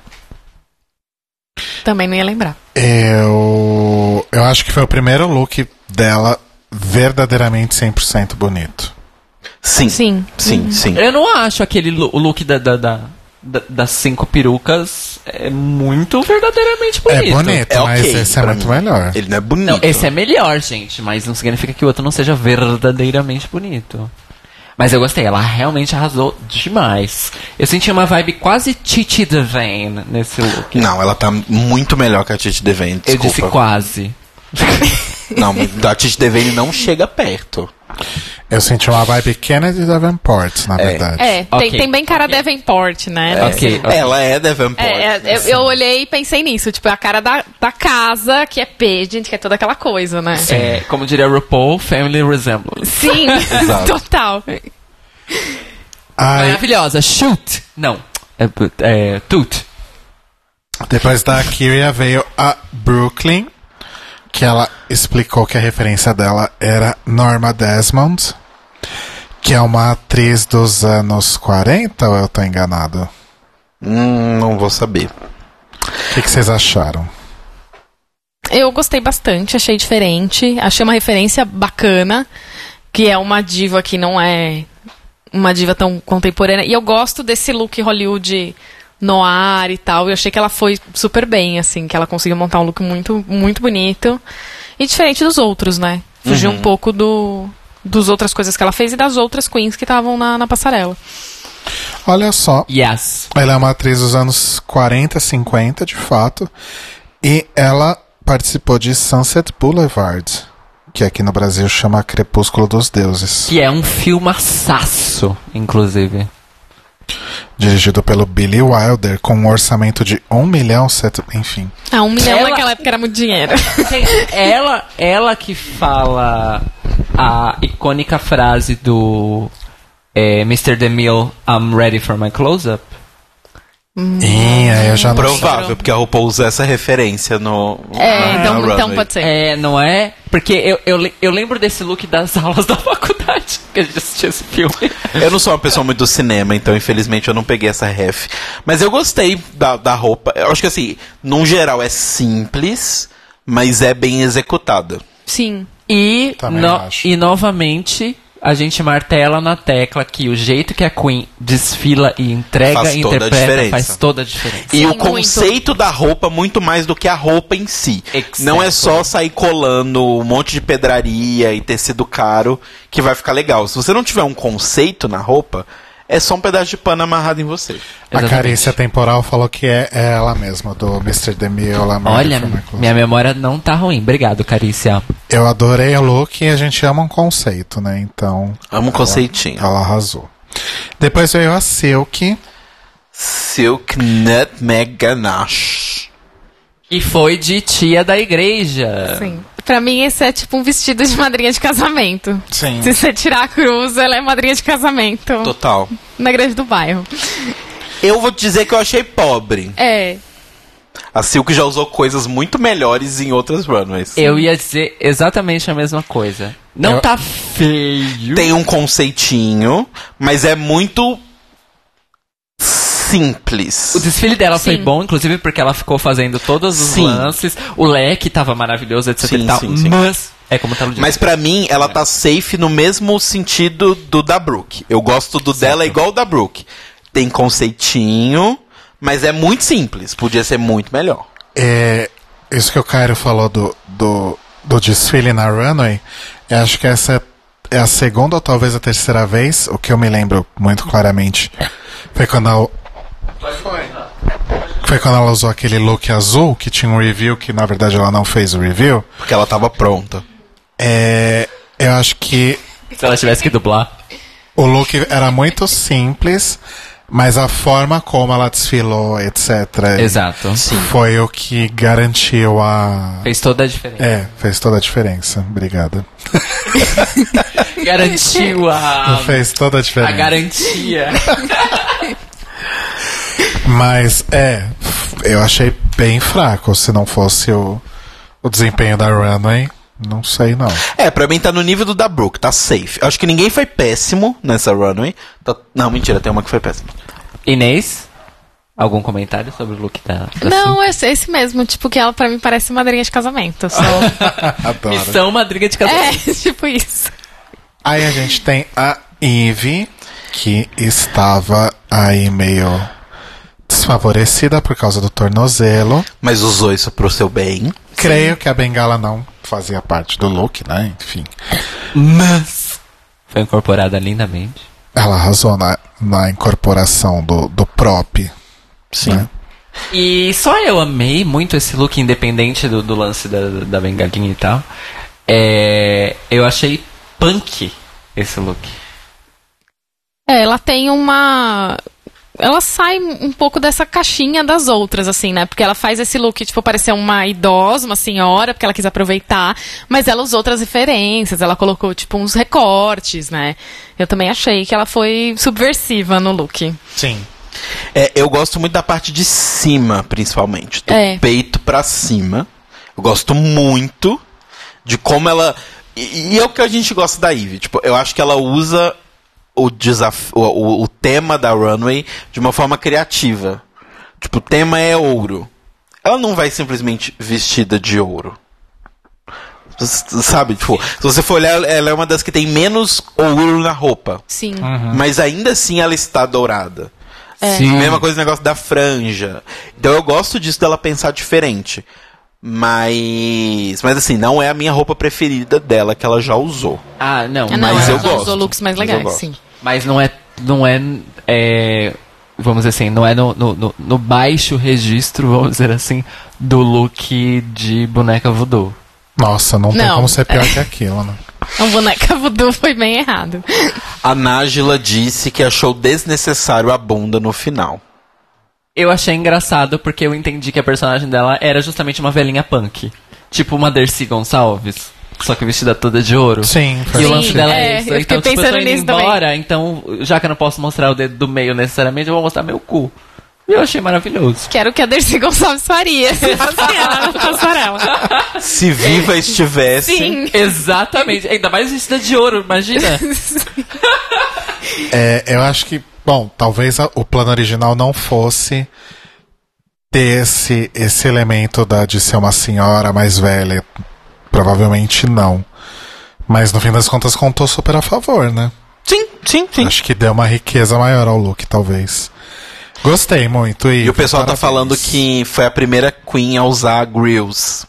Speaker 4: Também não ia lembrar.
Speaker 2: Eu. Eu acho que foi o primeiro look dela verdadeiramente 100% bonito.
Speaker 1: Sim.
Speaker 4: Sim. Uhum.
Speaker 1: Sim, sim.
Speaker 3: Eu não acho aquele lu- o look da, da- da- da- das cinco perucas é muito verdadeiramente bonito.
Speaker 2: É bonito,
Speaker 1: É
Speaker 2: mas
Speaker 1: ok
Speaker 2: esse é
Speaker 1: pra
Speaker 2: muito
Speaker 1: mim.
Speaker 2: melhor.
Speaker 1: Ele não é bonito.
Speaker 3: Não, esse é melhor, gente, mas não significa que o outro não seja verdadeiramente bonito. Mas eu gostei, ela realmente arrasou demais. Eu senti uma vibe quase Titi Devane nesse look.
Speaker 1: Não, ela tá muito melhor que a Titi Devane,
Speaker 3: eu
Speaker 1: desculpa.
Speaker 3: disse quase.
Speaker 1: Não, da Titi Devane não chega perto.
Speaker 2: Eu senti uma vibe Kennedy Davenport, na
Speaker 1: É.
Speaker 2: verdade.
Speaker 4: É,
Speaker 3: Ok,
Speaker 4: tem, tem bem cara
Speaker 3: ok.
Speaker 4: Davenport, né?
Speaker 3: É. Ok, ok.
Speaker 1: Ela é Davenport.
Speaker 4: É, é, eu, eu olhei e pensei nisso, tipo, é a cara da, da casa, que é pageant, que é toda aquela coisa, né?
Speaker 3: É, como diria RuPaul, Family Resemblance.
Speaker 4: Sim,
Speaker 1: Exato.
Speaker 4: total.
Speaker 2: Ai,
Speaker 3: Maravilhosa, shoot! Não, é, é toot.
Speaker 2: Depois da Kyria veio a Brooklyn, que ela explicou que a referência dela era Norma Desmond, que é uma atriz dos anos 40, ou eu tô enganado?
Speaker 1: Hum, não vou saber.
Speaker 2: O que, que vocês acharam?
Speaker 4: Eu gostei bastante, achei diferente, achei uma referência bacana, que é uma diva que não é uma diva tão contemporânea. E eu gosto desse look Hollywood noir e tal. Eu achei que ela foi super bem, assim, que ela conseguiu montar um look muito, muito bonito. E diferente dos outros, né? Fugiu um pouco do dos outras coisas que ela fez e das outras queens que estavam na, na passarela.
Speaker 2: Olha só,
Speaker 3: Yes.
Speaker 2: ela é uma atriz dos anos 40, 50, de fato, e ela participou de Sunset Boulevard, que aqui no Brasil chama Crepúsculo dos Deuses.
Speaker 3: Que é um filmaçaço, inclusive.
Speaker 2: dirigido pelo Billy Wilder, com um orçamento de 1 milhão, set... enfim.
Speaker 4: Ah, um milhão
Speaker 3: Ela- É.
Speaker 4: naquela época era muito dinheiro. Então,
Speaker 3: Gente, ela, ela que fala a icônica frase do é, Mr. DeMille, I'm ready for my close-up. Hum.
Speaker 2: Ih, aí É, eu já não
Speaker 1: Provável, porque a RuPaul usa essa referência no.
Speaker 4: É,
Speaker 1: na-
Speaker 4: então,
Speaker 1: na
Speaker 4: então
Speaker 1: runway.
Speaker 4: pode ser.
Speaker 3: É, não é? Porque eu, eu, le- eu lembro desse look das aulas da faculdade que a gente assistia esse filme.
Speaker 1: Eu não sou uma pessoa muito do cinema, então infelizmente eu não peguei essa ref. Mas eu gostei da, da roupa. Eu acho que assim, num geral é simples, mas é bem executada.
Speaker 4: Sim.
Speaker 3: E,
Speaker 2: Também
Speaker 3: no-
Speaker 2: acho.
Speaker 3: e novamente a gente martela na tecla que o jeito que a Queen desfila e entrega
Speaker 1: Faz
Speaker 3: e
Speaker 1: toda a
Speaker 3: interpreta
Speaker 1: diferença.
Speaker 3: faz toda a diferença.
Speaker 1: E
Speaker 4: Sim,
Speaker 1: o
Speaker 4: muito.
Speaker 1: conceito da roupa, muito mais do que a roupa em si.
Speaker 3: Exactly.
Speaker 1: Não é só sair colando um monte de pedraria e tecido caro que vai ficar legal. Se você não tiver um conceito na roupa, é só um pedaço de pano amarrado em você.
Speaker 2: A
Speaker 3: Exatamente.
Speaker 2: carícia temporal falou que é, é ela mesma, do Mr. DeMille.
Speaker 3: Olha, minha memória não tá ruim. Obrigado, Carícia.
Speaker 2: Eu adorei o look e a gente ama um conceito, né? Então,
Speaker 1: Amo um conceitinho.
Speaker 2: ela arrasou. Depois veio a Silk.
Speaker 1: Silk Nutmeg Ganache.
Speaker 3: E foi de tia da igreja.
Speaker 4: Sim. Pra mim, esse é tipo um vestido de madrinha de casamento.
Speaker 2: Sim.
Speaker 4: Se você tirar a cruz, ela é madrinha de casamento
Speaker 1: Total.
Speaker 4: na igreja do bairro.
Speaker 1: Eu vou dizer que eu achei pobre.
Speaker 4: É.
Speaker 1: A Silk já usou coisas muito melhores em outras runways.
Speaker 3: Eu ia dizer exatamente a mesma coisa. Não
Speaker 2: Eu-
Speaker 3: tá feio.
Speaker 1: Tem um conceitinho, mas é muito simples.
Speaker 3: O desfile dela foi
Speaker 4: Sim.
Speaker 3: bom, inclusive porque ela ficou fazendo todos os
Speaker 1: Sim.
Speaker 3: lances. O leque tava maravilhoso, etc
Speaker 1: Sim,
Speaker 3: e tal.
Speaker 1: sim, sim.
Speaker 3: Mas é como tá no dia.
Speaker 1: Mas pra mim, ela tá safe no mesmo sentido do da Brooke. Eu gosto do dela igual o da Brooke. Tem conceitinho, Mas é muito simples, podia ser muito melhor.
Speaker 2: É, isso que o Cairo falou do, do, do desfile na runway, eu acho que essa é a segunda ou talvez a terceira vez, o que eu me lembro muito claramente foi quando a, foi quando ela usou aquele look azul que tinha um review que na verdade ela não fez o review.
Speaker 1: Porque ela tava pronta.
Speaker 2: É, eu acho que
Speaker 3: Se ela tivesse que dublar.
Speaker 2: o look era muito simples, mas a forma como ela desfilou, etc.
Speaker 3: Exato.
Speaker 2: Foi o que garantiu a.
Speaker 3: Fez toda a diferença.
Speaker 2: É, fez toda a diferença. Obrigada.
Speaker 3: Garantiu a,
Speaker 2: fez toda a
Speaker 3: a
Speaker 2: diferença.
Speaker 3: garantia.
Speaker 2: Mas, é, eu achei bem fraco. Se não fosse o, o desempenho da Runway, não sei não.
Speaker 1: É, pra mim tá no nível do da Brooke, tá safe. Acho que ninguém foi péssimo nessa runway. Tá- Não, mentira, tem uma que foi péssima.
Speaker 3: Inês, algum comentário sobre o look da, da
Speaker 4: Não, é esse, esse mesmo. Tipo, que ela pra mim parece madrinha de casamento. Só.
Speaker 3: sua-
Speaker 2: Adoro.
Speaker 3: missão madriga de casamento?
Speaker 4: é, tipo isso.
Speaker 2: Aí a gente tem a Eve, que estava aí meio desfavorecida por causa do tornozelo.
Speaker 1: Mas usou isso pro seu bem.
Speaker 2: Creio que a bengala não fazia parte do look, né? Enfim.
Speaker 3: Mas foi incorporada lindamente.
Speaker 2: Ela arrasou na, na incorporação do, do prop.
Speaker 1: Sim.
Speaker 2: Né?
Speaker 3: E só eu amei muito esse look independente do, do lance da, da bengalinha e tal. É, eu achei punk esse look.
Speaker 4: É, ela tem uma. Ela sai um pouco dessa caixinha das outras, assim, né? Porque ela faz esse look, tipo, parecer uma idosa, uma senhora, porque ela quis aproveitar, mas ela usou outras referências, ela colocou, tipo, uns recortes, né? Eu também achei que ela foi subversiva no look.
Speaker 2: Sim.
Speaker 1: É, eu gosto muito da parte de cima, principalmente. Do
Speaker 4: É.
Speaker 1: peito pra cima. Eu gosto muito de como ela. E, e é o que a gente gosta da Ivy. Tipo, eu acho que ela usa o, desaf... o, o- o tema da runway de uma forma criativa. Tipo, o tema é ouro. Ela não vai simplesmente vestida de ouro. S- Sabe, tipo, se você for olhar, ela é uma das que tem menos ouro na roupa.
Speaker 4: Sim.
Speaker 1: Mas ainda assim ela está dourada.
Speaker 3: Sim.
Speaker 1: Mesma coisa o negócio da franja. Então eu gosto disso dela pensar diferente. Mas. Mas assim, não é a minha roupa preferida dela que ela já usou.
Speaker 3: Ah, não.
Speaker 4: Ah, não,
Speaker 3: mas,
Speaker 1: Mas
Speaker 4: ela
Speaker 1: eu gosto.
Speaker 4: usou looks mais
Speaker 1: Mas eu
Speaker 4: legais,
Speaker 1: gosto.
Speaker 4: sim.
Speaker 3: mas não é. Não é, é, Vamos dizer assim, não é no, no, no- no baixo registro, vamos dizer assim, do look de boneca voodoo.
Speaker 2: Nossa, não, tem
Speaker 4: Não.
Speaker 2: como ser pior que aquilo, né?
Speaker 4: A Então, boneca voodoo foi bem errado.
Speaker 1: A Nájila disse que achou desnecessário a bunda no final.
Speaker 3: Eu achei engraçado porque eu entendi que a personagem dela era justamente uma velhinha punk. Tipo uma Dercy Gonçalves, só que vestida toda de ouro.
Speaker 2: Sim,
Speaker 3: E
Speaker 2: faz
Speaker 3: o
Speaker 4: Sim,
Speaker 3: lance
Speaker 2: sentido.
Speaker 3: dela
Speaker 4: é,
Speaker 3: é isso. então,
Speaker 4: eu fiquei
Speaker 3: tipo, eu tô
Speaker 4: pensando
Speaker 3: indo
Speaker 4: nisso também.
Speaker 3: embora, então, já que eu não posso mostrar o dedo do meio necessariamente, eu vou mostrar meu cu. E eu achei maravilhoso.
Speaker 4: Que era o que a Dercy Gonçalves faria se fosse ela na passarela.
Speaker 1: Se viva estivesse.
Speaker 4: Sim.
Speaker 3: Exatamente. Ainda mais vestida de ouro, imagina.
Speaker 2: É, eu acho que, bom, talvez a- o plano original não fosse ter esse, esse elemento da, de ser uma senhora mais velha. Provavelmente não. Mas no fim das contas contou super a favor, né?
Speaker 1: Sim, sim, sim.
Speaker 2: Acho que deu uma riqueza maior ao look, talvez. Gostei muito. E,
Speaker 1: E o pessoal tá
Speaker 2: parabéns.
Speaker 1: falando que foi a primeira Queen a usar grills.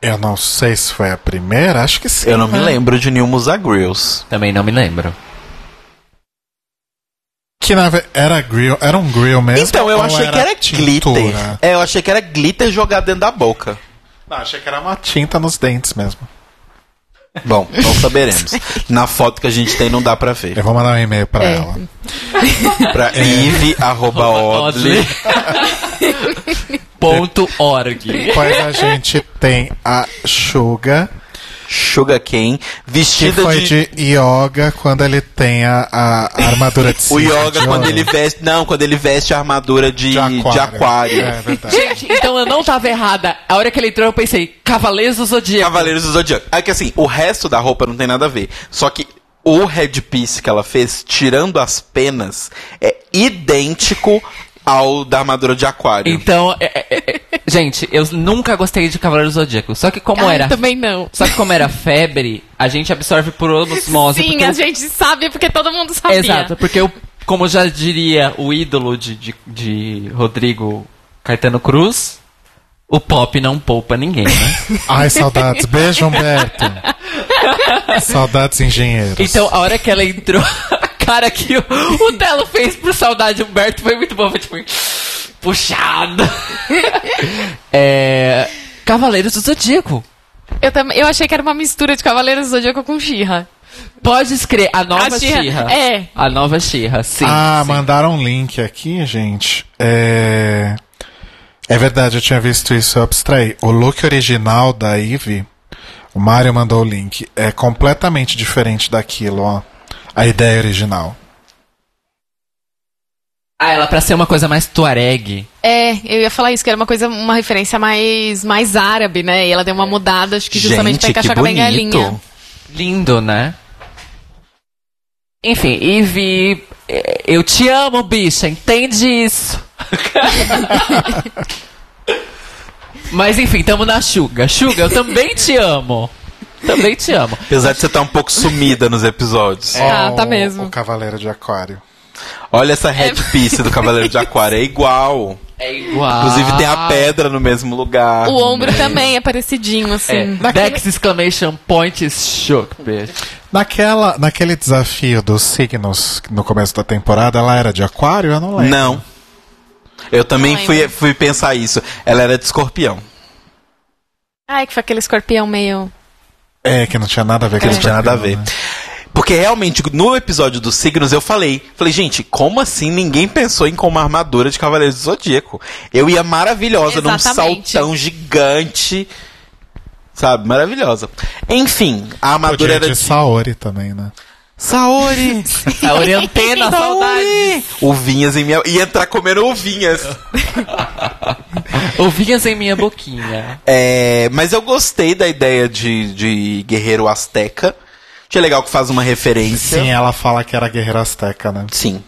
Speaker 2: Eu não sei se foi a primeira, acho que sim. né?
Speaker 1: Eu não me lembro de nenhuma usar grills.
Speaker 3: Também não me lembro.
Speaker 2: Que na ve- era grill, era um grill mesmo.
Speaker 1: Então, eu
Speaker 2: ou
Speaker 1: achei que era
Speaker 2: tintura?
Speaker 1: glitter. É, eu achei que era glitter jogado dentro da boca.
Speaker 2: Não, Ah, achei que era uma tinta nos dentes mesmo.
Speaker 1: Bom, não saberemos. Na foto que a gente tem não dá pra ver.
Speaker 2: Eu vou mandar um e-mail pra
Speaker 4: É.
Speaker 2: ela.
Speaker 1: Pra ive.odley.
Speaker 3: Ponto org.
Speaker 2: Depois a gente tem a Suga,
Speaker 1: Sugar Cane,
Speaker 2: que
Speaker 1: vestida
Speaker 2: foi
Speaker 1: de...
Speaker 2: de... Yoga quando ele tem a, a armadura de
Speaker 1: O
Speaker 2: cinza
Speaker 1: Yoga
Speaker 2: de
Speaker 1: quando
Speaker 2: ouro.
Speaker 1: ele veste... Não, quando ele veste a armadura de, de aquário.
Speaker 2: É verdade.
Speaker 3: Gente, então eu não tava errada. A hora que ele entrou, eu pensei, Cavaleiros do Zodíaco.
Speaker 1: Cavaleiros do Zodíaco. É que assim, o resto da roupa não tem nada a ver. Só que o headpiece que ela fez, tirando as penas, é idêntico ao da armadura de aquário.
Speaker 3: Então, é- é- é- é- gente, eu nunca gostei de Cavaleiros do Zodíaco. Só que como
Speaker 4: Ai,
Speaker 3: era
Speaker 4: Também não.
Speaker 3: Só que como era febre, a gente absorve por osmose.
Speaker 4: Sim,
Speaker 3: porque
Speaker 4: a
Speaker 3: o-
Speaker 4: gente sabe porque todo mundo sabia.
Speaker 3: Exato, porque o como já diria o ídolo de, de, de Rodrigo Caetano Cruz, o pop não poupa ninguém, né?
Speaker 2: Ai, saudades. Beijo, Humberto. saudades, engenheiros.
Speaker 3: então, a hora que ela entrou, a cara que o, o Telo fez por saudade Humberto foi muito boa, foi tipo... Puxado! é, Cavaleiros do Zodíaco.
Speaker 4: Eu, tam- eu achei que era uma mistura de Cavaleiros do Zodíaco com Xirra.
Speaker 3: Pode escrever. A nova
Speaker 4: A She-Ra,
Speaker 3: Xirra.
Speaker 4: é.
Speaker 3: A nova Xirra, sim.
Speaker 2: ah,
Speaker 3: sim.
Speaker 2: mandaram um link aqui, gente. É... é verdade, eu tinha visto isso, eu abstraí. O look original da Eve, o Mário mandou o link, é completamente diferente daquilo, ó. A ideia original.
Speaker 3: Ah, ela pra ser uma coisa mais tuareg.
Speaker 4: É, eu ia falar isso, que era uma coisa, uma referência mais, mais árabe, né? E ela deu uma mudada, acho que justamente pra
Speaker 1: Gente, que
Speaker 4: encaixar com a bengalinha.
Speaker 1: bonito.
Speaker 3: Lindo, né? Enfim, Ivy, eh, eu te amo, bicha, entende isso. Mas enfim, tamo na Xuga. Xuga, eu também te amo. Também te amo.
Speaker 1: Apesar de você estar um pouco sumida nos episódios.
Speaker 4: Ah,
Speaker 2: Ó,
Speaker 4: tá
Speaker 2: o-
Speaker 4: mesmo.
Speaker 2: O Cavaleiro de Aquário.
Speaker 1: Olha
Speaker 4: É
Speaker 1: essa headpiece do Cavaleiro de Aquário, é igual.
Speaker 3: É igual.
Speaker 1: Inclusive tem
Speaker 3: Ah.
Speaker 1: a pedra no mesmo lugar.
Speaker 4: O ombro também é parecidinho,
Speaker 3: É,
Speaker 4: assim.
Speaker 3: Dex exclamation point is shook, bitch.
Speaker 2: Naquela, naquele desafio dos signos no começo da temporada, ela era de aquário? Eu não lembro.
Speaker 1: Não. Eu também
Speaker 4: Não
Speaker 1: fui,
Speaker 4: lembro.
Speaker 1: fui pensar isso. Ela era de escorpião.
Speaker 4: Ai, que foi aquele escorpião meio.
Speaker 2: É, que não tinha nada a ver com
Speaker 1: Que não
Speaker 2: esse
Speaker 1: tinha nada a
Speaker 2: perfil,
Speaker 1: ver.
Speaker 2: né?
Speaker 1: Porque realmente, no episódio dos signos, eu falei, falei, gente, como assim ninguém pensou em como armadura de Cavaleiro do Zodíaco? Eu ia maravilhosa num
Speaker 4: Exatamente.
Speaker 1: saltão gigante. Sabe, maravilhosa. Enfim, a armadura
Speaker 2: Podia
Speaker 1: era
Speaker 2: de
Speaker 1: de
Speaker 2: Saori também, né?
Speaker 1: Saori.
Speaker 3: A Orientena, saudade.
Speaker 1: Uvinhas em minha. Ia entrar comendo uvinhas.
Speaker 3: Ouvinhas em minha boquinha.
Speaker 1: É, mas eu gostei da ideia de, de guerreiro azteca. Achei legal que faz uma referência.
Speaker 2: Sim, ela fala que era guerreira azteca, né?
Speaker 1: Sim.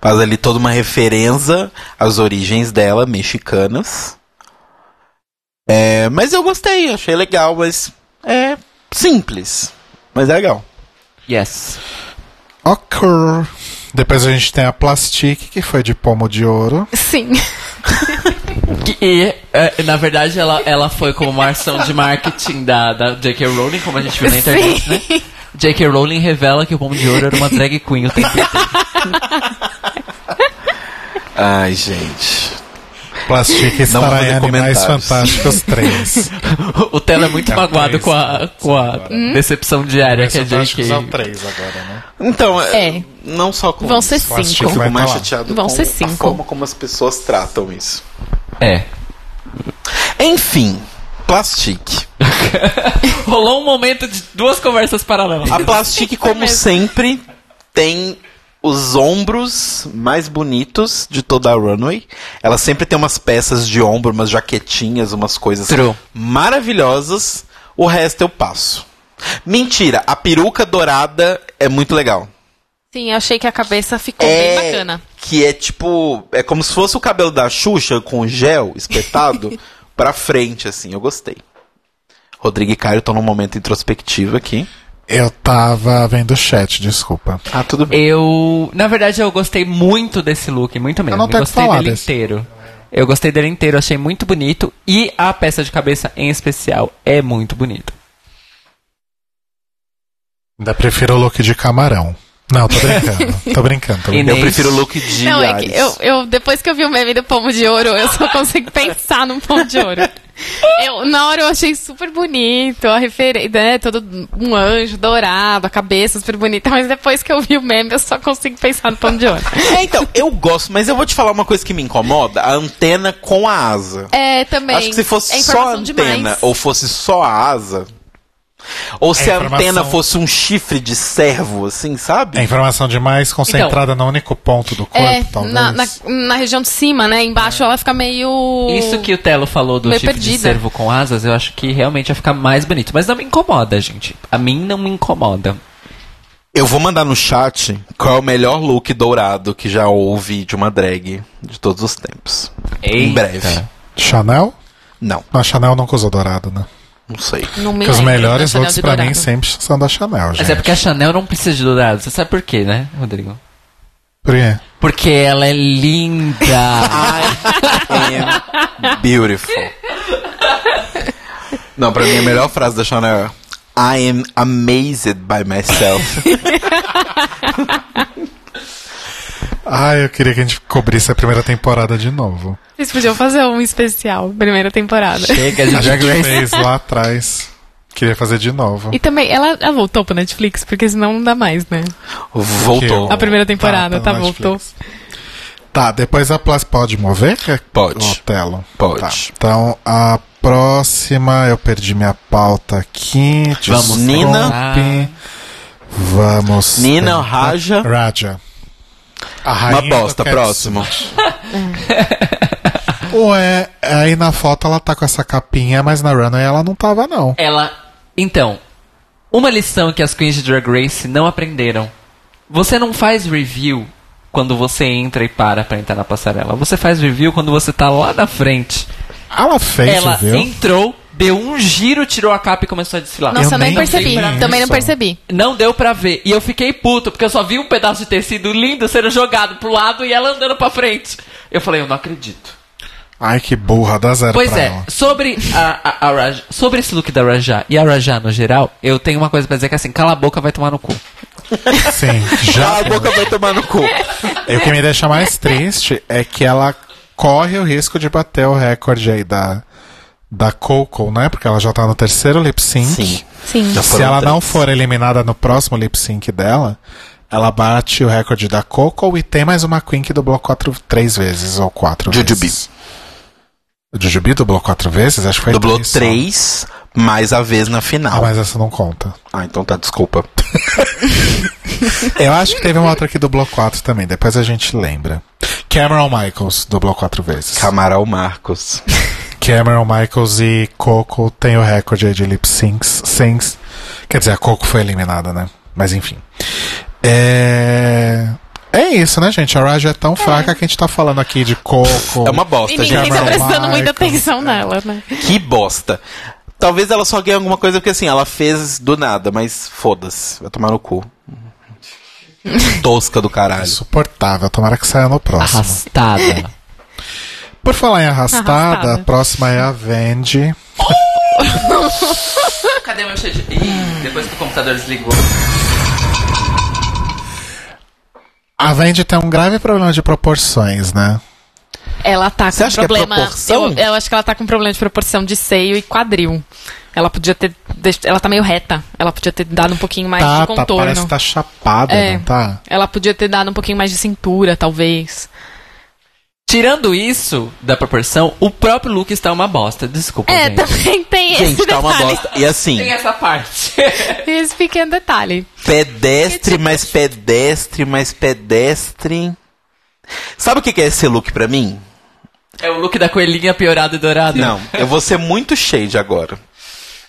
Speaker 1: Faz ali toda uma referência às origens dela, mexicanas. É, mas eu gostei, achei legal, mas é simples. Mas é legal.
Speaker 3: Yes.
Speaker 2: Occur. Depois a gente tem a Plastic, que foi de pomo de ouro.
Speaker 4: Sim.
Speaker 3: Que- E, eh, na verdade, ela, ela foi como uma ação de marketing da, da J.K. Rowling, como a gente viu na internet, né? J.K. Rowling revela que o Pomo de Ouro era uma drag queen o tempo inteiro.
Speaker 1: Ai, gente.
Speaker 2: Plastic estará
Speaker 1: fazer
Speaker 2: em Animais
Speaker 1: comentários.
Speaker 2: Fantásticos 3.
Speaker 3: O Telo é muito
Speaker 2: É o
Speaker 3: magoado
Speaker 2: três,
Speaker 3: com a, com a decepção diária
Speaker 2: Animais
Speaker 3: que a J.K.
Speaker 2: Fantásticos é o 3 agora, né?
Speaker 1: Então, é,
Speaker 4: É.
Speaker 1: não só com
Speaker 4: Vão ser
Speaker 1: isso.
Speaker 2: Plastic
Speaker 1: Eu
Speaker 4: cinco.
Speaker 1: fico
Speaker 2: Vai
Speaker 1: mais
Speaker 2: pra lá.
Speaker 1: chateado
Speaker 4: Vão
Speaker 1: com
Speaker 4: ser
Speaker 1: a
Speaker 4: cinco.
Speaker 1: forma como as pessoas tratam isso.
Speaker 2: tá-
Speaker 3: É.
Speaker 1: Enfim, Plastique.
Speaker 3: Rolou um momento de duas conversas paralelas.
Speaker 1: A Plastique, como sempre, tem os ombros mais bonitos de toda a runway. Ela sempre tem umas peças de ombro, umas jaquetinhas, umas coisas
Speaker 3: True.
Speaker 1: maravilhosas. O resto eu passo. Mentira, a peruca dourada é muito legal.
Speaker 4: Sim, eu achei que a cabeça ficou É
Speaker 1: É.
Speaker 4: bem bacana.
Speaker 1: Que é tipo. É como se fosse o cabelo da Xuxa com gel espetado pra frente, assim. Eu gostei. Rodrigo e Caio estão num momento introspectivo aqui.
Speaker 2: Eu tava vendo o chat, desculpa.
Speaker 1: Ah, tudo bem.
Speaker 3: Eu. Na verdade, eu gostei muito desse look, muito mesmo.
Speaker 2: não tenho o que
Speaker 3: gostei
Speaker 2: falar
Speaker 3: dele
Speaker 2: desse.
Speaker 3: inteiro. Eu gostei dele inteiro, achei muito bonito. E a peça de cabeça em especial é muito bonita.
Speaker 2: Ainda prefiro o look de camarão. Não, tô brincando. tô brincando.
Speaker 3: E
Speaker 2: Tô brincando.
Speaker 1: Eu
Speaker 3: Inês.
Speaker 1: prefiro o look de
Speaker 4: Não, é
Speaker 1: Ares.
Speaker 4: que eu, eu, depois que eu vi o meme do pomo de ouro, eu só consigo pensar num pomo de ouro. Eu, na hora eu achei super bonito, a referência, né, todo um anjo dourado, a cabeça super bonita, mas depois que eu vi o meme, eu só consigo pensar no pomo de ouro.
Speaker 1: É, então, eu gosto, mas eu vou te falar uma coisa que me incomoda: a antena com a asa.
Speaker 4: É, também.
Speaker 1: Acho que se fosse
Speaker 4: é
Speaker 1: só a
Speaker 4: informação
Speaker 1: antena
Speaker 4: demais.
Speaker 1: ou fosse só a asa. Ou se a
Speaker 2: informação.
Speaker 1: antena fosse um chifre de servo, assim, sabe?
Speaker 2: É informação demais concentrada no único ponto do corpo,
Speaker 4: Então, É,
Speaker 2: talvez. É.
Speaker 4: na, na, na região de cima, né? Embaixo ela fica meio.
Speaker 3: Isso que o Telo falou do
Speaker 4: Meio
Speaker 3: tipo de
Speaker 4: perdida.
Speaker 3: servo com asas, eu acho que realmente vai ficar mais bonito. Mas não me incomoda, gente. A mim não me incomoda.
Speaker 1: Eu vou mandar no chat qual é o melhor look dourado que já houve de uma drag de todos os tempos. Em
Speaker 3: Eita.
Speaker 1: breve.
Speaker 2: Chanel?
Speaker 1: Não,
Speaker 2: Não, A Chanel nunca usou dourado, né?
Speaker 1: não sei.
Speaker 4: Não me
Speaker 2: Porque os
Speaker 4: lembro
Speaker 2: melhores
Speaker 4: da Chanel
Speaker 2: looks
Speaker 4: né, de
Speaker 2: pra mim
Speaker 4: dourado.
Speaker 3: é
Speaker 2: sempre são da Chanel, gente.
Speaker 3: Mas é porque a Chanel não precisa de dourado. Você sabe por quê, né, Rodrigo?
Speaker 2: Por quê?
Speaker 3: Porque ela é linda.
Speaker 1: I am beautiful. Não, pra mim a melhor frase da Chanel é I am amazed by myself.
Speaker 2: Ai, Ah, eu queria que a gente cobrisse a primeira temporada de novo.
Speaker 4: Vocês podiam fazer um especial, primeira temporada.
Speaker 3: Chega de
Speaker 2: A
Speaker 3: Drag
Speaker 2: gente
Speaker 3: Race.
Speaker 2: fez lá atrás. Queria fazer de novo.
Speaker 4: E também, ela, ela voltou pra Netflix, porque senão não dá mais, né?
Speaker 1: Voltou.
Speaker 4: A primeira temporada, tá,
Speaker 2: na
Speaker 4: voltou.
Speaker 2: Netflix. Tá, depois a Plus pode mover?
Speaker 1: Pode.
Speaker 2: O Otelo.
Speaker 1: Pode.
Speaker 2: Tá. Então, a próxima, eu perdi minha pauta aqui.
Speaker 1: Vamos, Nina.
Speaker 2: desculpe. Vamos.
Speaker 1: Nina Raja.
Speaker 2: Raja. A
Speaker 1: Uma
Speaker 2: rainha do
Speaker 1: bosta,
Speaker 2: catsuit.
Speaker 1: próximo.
Speaker 2: Ué, aí na foto ela tá com essa capinha, mas na runway ela não tava, não.
Speaker 3: Ela. Então, uma lição que as queens de Drag Race não aprenderam. Você não faz review quando você entra e para pra entrar na passarela. Você faz review quando você tá lá na frente.
Speaker 2: Ela fez,
Speaker 3: ela
Speaker 2: É viu?
Speaker 3: entrou, deu um giro, tirou a capa e começou a
Speaker 1: Ah,
Speaker 3: desfilar.
Speaker 4: Nossa, eu,
Speaker 2: Eu
Speaker 4: nem
Speaker 2: nem
Speaker 4: percebi.
Speaker 2: sei pra
Speaker 4: Também não
Speaker 2: isso.
Speaker 4: percebi.
Speaker 3: Não deu pra ver. E eu fiquei puto, porque eu só vi um pedaço de tecido lindo sendo jogado pro lado e ela andando pra frente. Eu falei, eu não acredito.
Speaker 2: Ai, que burra, dá zero
Speaker 3: Pois
Speaker 2: pra
Speaker 3: é,
Speaker 2: ela.
Speaker 3: sobre a, a- a Raja- sobre esse look da Rajá e a Rajá no geral, eu tenho uma coisa pra dizer que é assim, cala a boca, vai tomar no cu.
Speaker 2: Sim, já
Speaker 1: Já Ah, a boca vai tomar no cu.
Speaker 2: E o que me deixa mais triste é que ela corre o risco de bater o recorde aí da, da Coco, né? Porque ela já tá no terceiro lip sync.
Speaker 1: Sim.
Speaker 4: Sim.
Speaker 1: Já
Speaker 2: Se
Speaker 1: foram
Speaker 2: ela não
Speaker 1: três.
Speaker 2: for eliminada no próximo lip sync dela, ela bate o recorde da Coco e tem mais uma Queen que dublou quatro, três vezes ou quatro
Speaker 1: Jujubi.
Speaker 2: vezes. O Jujubi dublou quatro vezes? Acho que foi
Speaker 1: Dublou
Speaker 2: só.
Speaker 1: três, mais a vez na
Speaker 2: Ah,
Speaker 1: final.
Speaker 2: mas essa não conta.
Speaker 1: Ah, então tá, desculpa.
Speaker 2: Eu acho que teve uma outra que dublou quatro também, depois a gente lembra. Cameron Michaels dublou quatro vezes.
Speaker 1: Camaral Marcos.
Speaker 2: Cameron Michaels e Coco tem o recorde aí de lip syncs. syncs. Quer dizer, a Coco foi eliminada, né? Mas enfim. É. É isso, né, gente? A Raja é tão fraca que a gente tá falando aqui de Coco.
Speaker 1: É uma bosta,
Speaker 4: E
Speaker 1: gente.
Speaker 4: ninguém tá
Speaker 2: Cameron
Speaker 4: prestando muita
Speaker 2: Michael.
Speaker 4: atenção nela, né?
Speaker 1: Que bosta. Talvez ela só ganhe alguma coisa porque assim, ela fez do nada, mas foda-se, vai tomar no cu. Tosca do caralho.
Speaker 2: É Insuportável. Tomara que saia no próximo.
Speaker 1: Ah,
Speaker 3: Arrastada.
Speaker 2: Por falar em arrastada,
Speaker 4: Arrastada.
Speaker 2: a próxima é a Vendi.
Speaker 3: Cadê meu cheio de... Ih, depois que o computador desligou.
Speaker 2: A Vendi tem um grave problema de proporções, né?
Speaker 4: Ela tá
Speaker 1: Você
Speaker 4: com
Speaker 1: acha que é
Speaker 4: problema.
Speaker 1: proporção?
Speaker 4: eu, eu acho que ela tá com problema de proporção de seio e quadril. Ela podia ter. deix- Ela tá meio reta. Ela podia ter dado um pouquinho mais de
Speaker 2: tá, tá,
Speaker 4: contorno.
Speaker 2: parece que tá chapada,
Speaker 4: É.
Speaker 2: não tá?
Speaker 4: Ela podia ter dado um pouquinho mais de cintura, talvez.
Speaker 3: Tirando isso da proporção, o próprio look está uma bosta, desculpa,
Speaker 4: É,
Speaker 3: gente.
Speaker 4: também tem
Speaker 1: Gente,
Speaker 4: esse
Speaker 1: tá uma
Speaker 4: detalhe.
Speaker 1: bosta. E assim,
Speaker 3: Tem essa parte.
Speaker 4: Esse pequeno detalhe.
Speaker 1: pedestre, mais pedestre, mais pedestre. Sabe o que que é esse look pra mim?
Speaker 3: é o look da coelhinha piorada e dourada.
Speaker 1: Não, eu vou ser muito shade agora.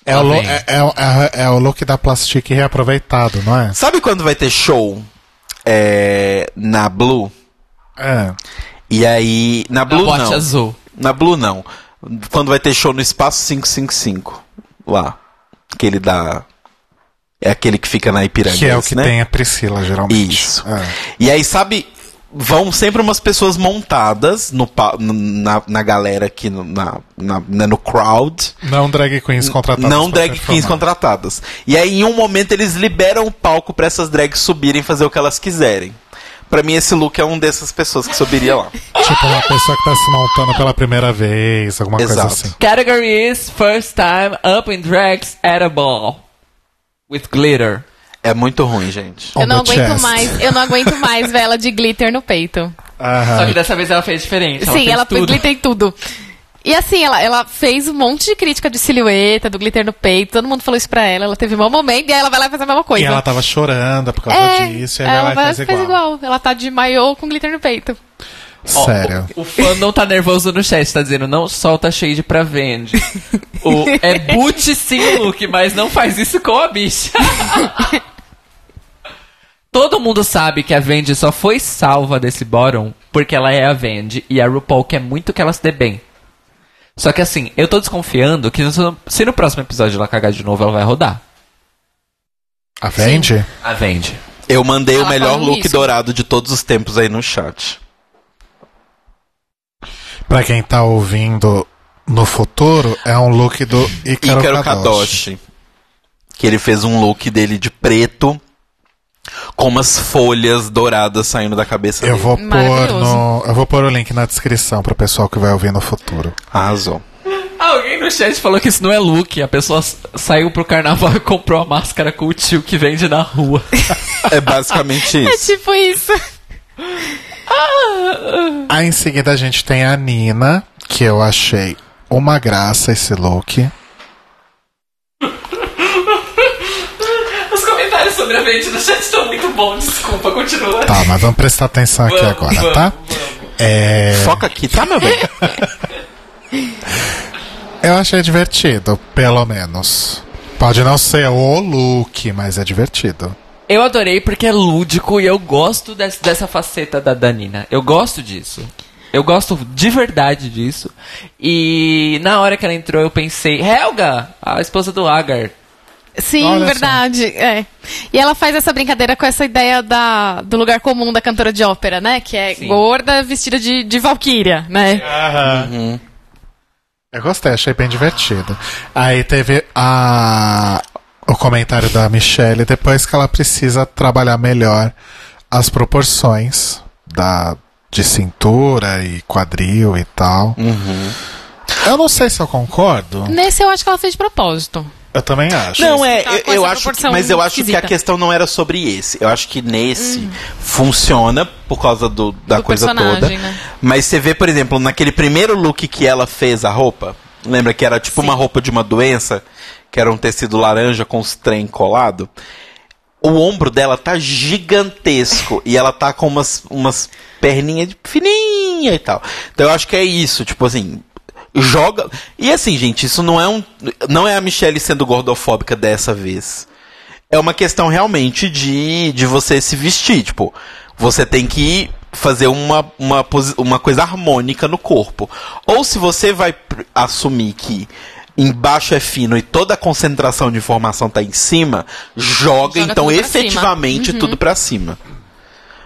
Speaker 2: É o, lo-
Speaker 3: Vende.
Speaker 2: é- é- é- é o look da plastique reaproveitado, não é?
Speaker 1: Sabe quando vai ter show é, na Blue?
Speaker 2: É.
Speaker 1: E aí. Na
Speaker 3: Na
Speaker 1: Blue
Speaker 3: bote
Speaker 1: não.
Speaker 3: azul.
Speaker 1: Na Blue não. Quando vai ter show no Espaço 555. Lá. Aquele da. É aquele que fica na Ipiranga.
Speaker 2: Que é o
Speaker 1: esse,
Speaker 2: que
Speaker 1: né?
Speaker 2: tem a Priscila, geralmente.
Speaker 1: Isso.
Speaker 2: É.
Speaker 1: E aí, sabe, vão sempre umas pessoas montadas no, pa- n- na, na galera aqui, no, na, na- né, no crowd.
Speaker 2: Não drag queens contratadas.
Speaker 1: não
Speaker 2: pra tá
Speaker 1: drag queens
Speaker 2: performar.
Speaker 1: contratadas. E aí, em um momento, eles liberam o palco pra essas drags subirem e fazer o que elas quiserem. Pra mim, esse look é um dessas pessoas que subiria lá.
Speaker 2: Tipo, uma pessoa que tá se montando pela primeira vez, alguma
Speaker 1: Exato.
Speaker 2: coisa assim.
Speaker 3: Category is first time up in drags at a ball. With glitter.
Speaker 1: É muito ruim, gente.
Speaker 2: On
Speaker 4: eu não
Speaker 2: the
Speaker 4: aguento
Speaker 2: chest.
Speaker 4: mais, eu não aguento mais vela de glitter no peito.
Speaker 3: Só que
Speaker 2: Aham.
Speaker 3: dessa vez ela fez diferente. Ela
Speaker 4: Sim,
Speaker 3: fez
Speaker 4: ela
Speaker 3: tudo.
Speaker 4: foi glitter em tudo. E assim, ela, ela fez um monte de crítica de silhueta, do glitter no peito, todo mundo falou isso pra ela, ela teve um mau momento, e aí ela vai lá e faz a mesma coisa.
Speaker 2: E ela tava chorando por causa
Speaker 4: é,
Speaker 2: disso, e aí
Speaker 4: ela
Speaker 2: ela,
Speaker 4: vai,
Speaker 2: fez igual.
Speaker 4: faz igual. Ela tá de maiô com glitter no peito.
Speaker 3: Ó,
Speaker 2: Sério.
Speaker 3: O, o fã não tá nervoso no chat, tá dizendo não solta shade pra vende. O, é boot sim, Luke, mas não faz isso com a bicha. Todo mundo sabe que a Vende só foi salva desse bottom porque ela é a Vende e a RuPaul quer muito que ela se dê bem. Só que assim, eu tô desconfiando que no- se no próximo episódio ela cagar de novo, ela vai rodar.
Speaker 2: A Vende?
Speaker 3: A Vende.
Speaker 1: Eu mandei
Speaker 4: Ela
Speaker 1: o melhor
Speaker 4: falando
Speaker 1: look
Speaker 4: isso.
Speaker 1: dourado de todos os tempos aí no chat.
Speaker 2: Pra quem tá ouvindo no futuro, é um look do Ícaro,
Speaker 1: Ícaro
Speaker 2: Kadoshi.
Speaker 1: Kadoshi. Que ele fez um look dele de preto, com umas folhas douradas saindo da cabeça
Speaker 2: Eu
Speaker 1: dele.
Speaker 2: vou pôr
Speaker 4: Maravilhoso.
Speaker 2: no, eu vou pôr o link na descrição pro pessoal que vai ouvir no futuro.
Speaker 1: Arrasou.
Speaker 3: Alguém no chat falou que isso não é look. A pessoa s- saiu pro carnaval e comprou a máscara com o tio que vende na rua.
Speaker 1: É basicamente
Speaker 4: É
Speaker 1: isso.
Speaker 4: tipo isso.
Speaker 2: Aí em seguida a gente tem a Nina, que eu achei uma graça esse look.
Speaker 3: Os comentários sobre a vende no chat estão muito bons. Desculpa, continua.
Speaker 2: Tá, mas vamos prestar atenção aqui
Speaker 3: Vamos,
Speaker 2: agora,
Speaker 3: vamos,
Speaker 2: tá? É,
Speaker 1: Foca aqui, tá, meu bem?
Speaker 2: eu achei divertido, pelo menos. Pode não ser o look, mas é divertido.
Speaker 3: Eu adorei porque é lúdico e eu gosto des- dessa faceta da Danina. Eu gosto disso. Eu gosto de verdade disso. E na hora que ela entrou, eu pensei: Helga, a esposa do Agar.
Speaker 4: Sim,
Speaker 2: Olha só.
Speaker 4: verdade. É. E ela faz essa brincadeira com essa ideia da, do lugar comum da cantora de ópera, né? Que é
Speaker 3: Sim.
Speaker 4: gorda vestida de, de valquíria, né?
Speaker 2: Eu gostei, achei bem divertido. Aí teve a... o comentário da Michelle depois que ela precisa trabalhar melhor as proporções da de cintura e quadril e tal. Eu não sei se eu concordo.
Speaker 4: Nesse eu acho que ela fez de propósito.
Speaker 2: Eu também acho.
Speaker 1: Não, é,
Speaker 4: Tá com
Speaker 1: eu,
Speaker 4: essa
Speaker 1: eu acho que,
Speaker 4: proporção
Speaker 1: mas eu acho que a
Speaker 4: esquisita. Hum.
Speaker 1: questão não era sobre esse. Eu acho que nesse funciona por causa do, da
Speaker 4: Do
Speaker 1: coisa toda.
Speaker 4: personagem, né?
Speaker 1: Mas você vê, por exemplo, naquele primeiro look que ela fez a roupa, lembra que era tipo uma roupa de uma doença, que era um tecido laranja com os trem colado? O ombro dela tá gigantesco e ela tá com umas, umas perninhas de- fininha e tal. Então eu acho que é isso, tipo assim, joga. E assim, gente, isso não é um. Não é a Michelle sendo gordofóbica dessa vez. É uma questão realmente de, de você se vestir. Tipo, você tem que fazer uma, uma, posi- uma coisa harmônica no corpo. Ou se você vai pr- assumir que embaixo é fino e toda a concentração de informação tá em cima, joga,
Speaker 4: Joga
Speaker 1: então
Speaker 4: tudo pra cima. Uhum.
Speaker 1: efetivamente tudo pra cima.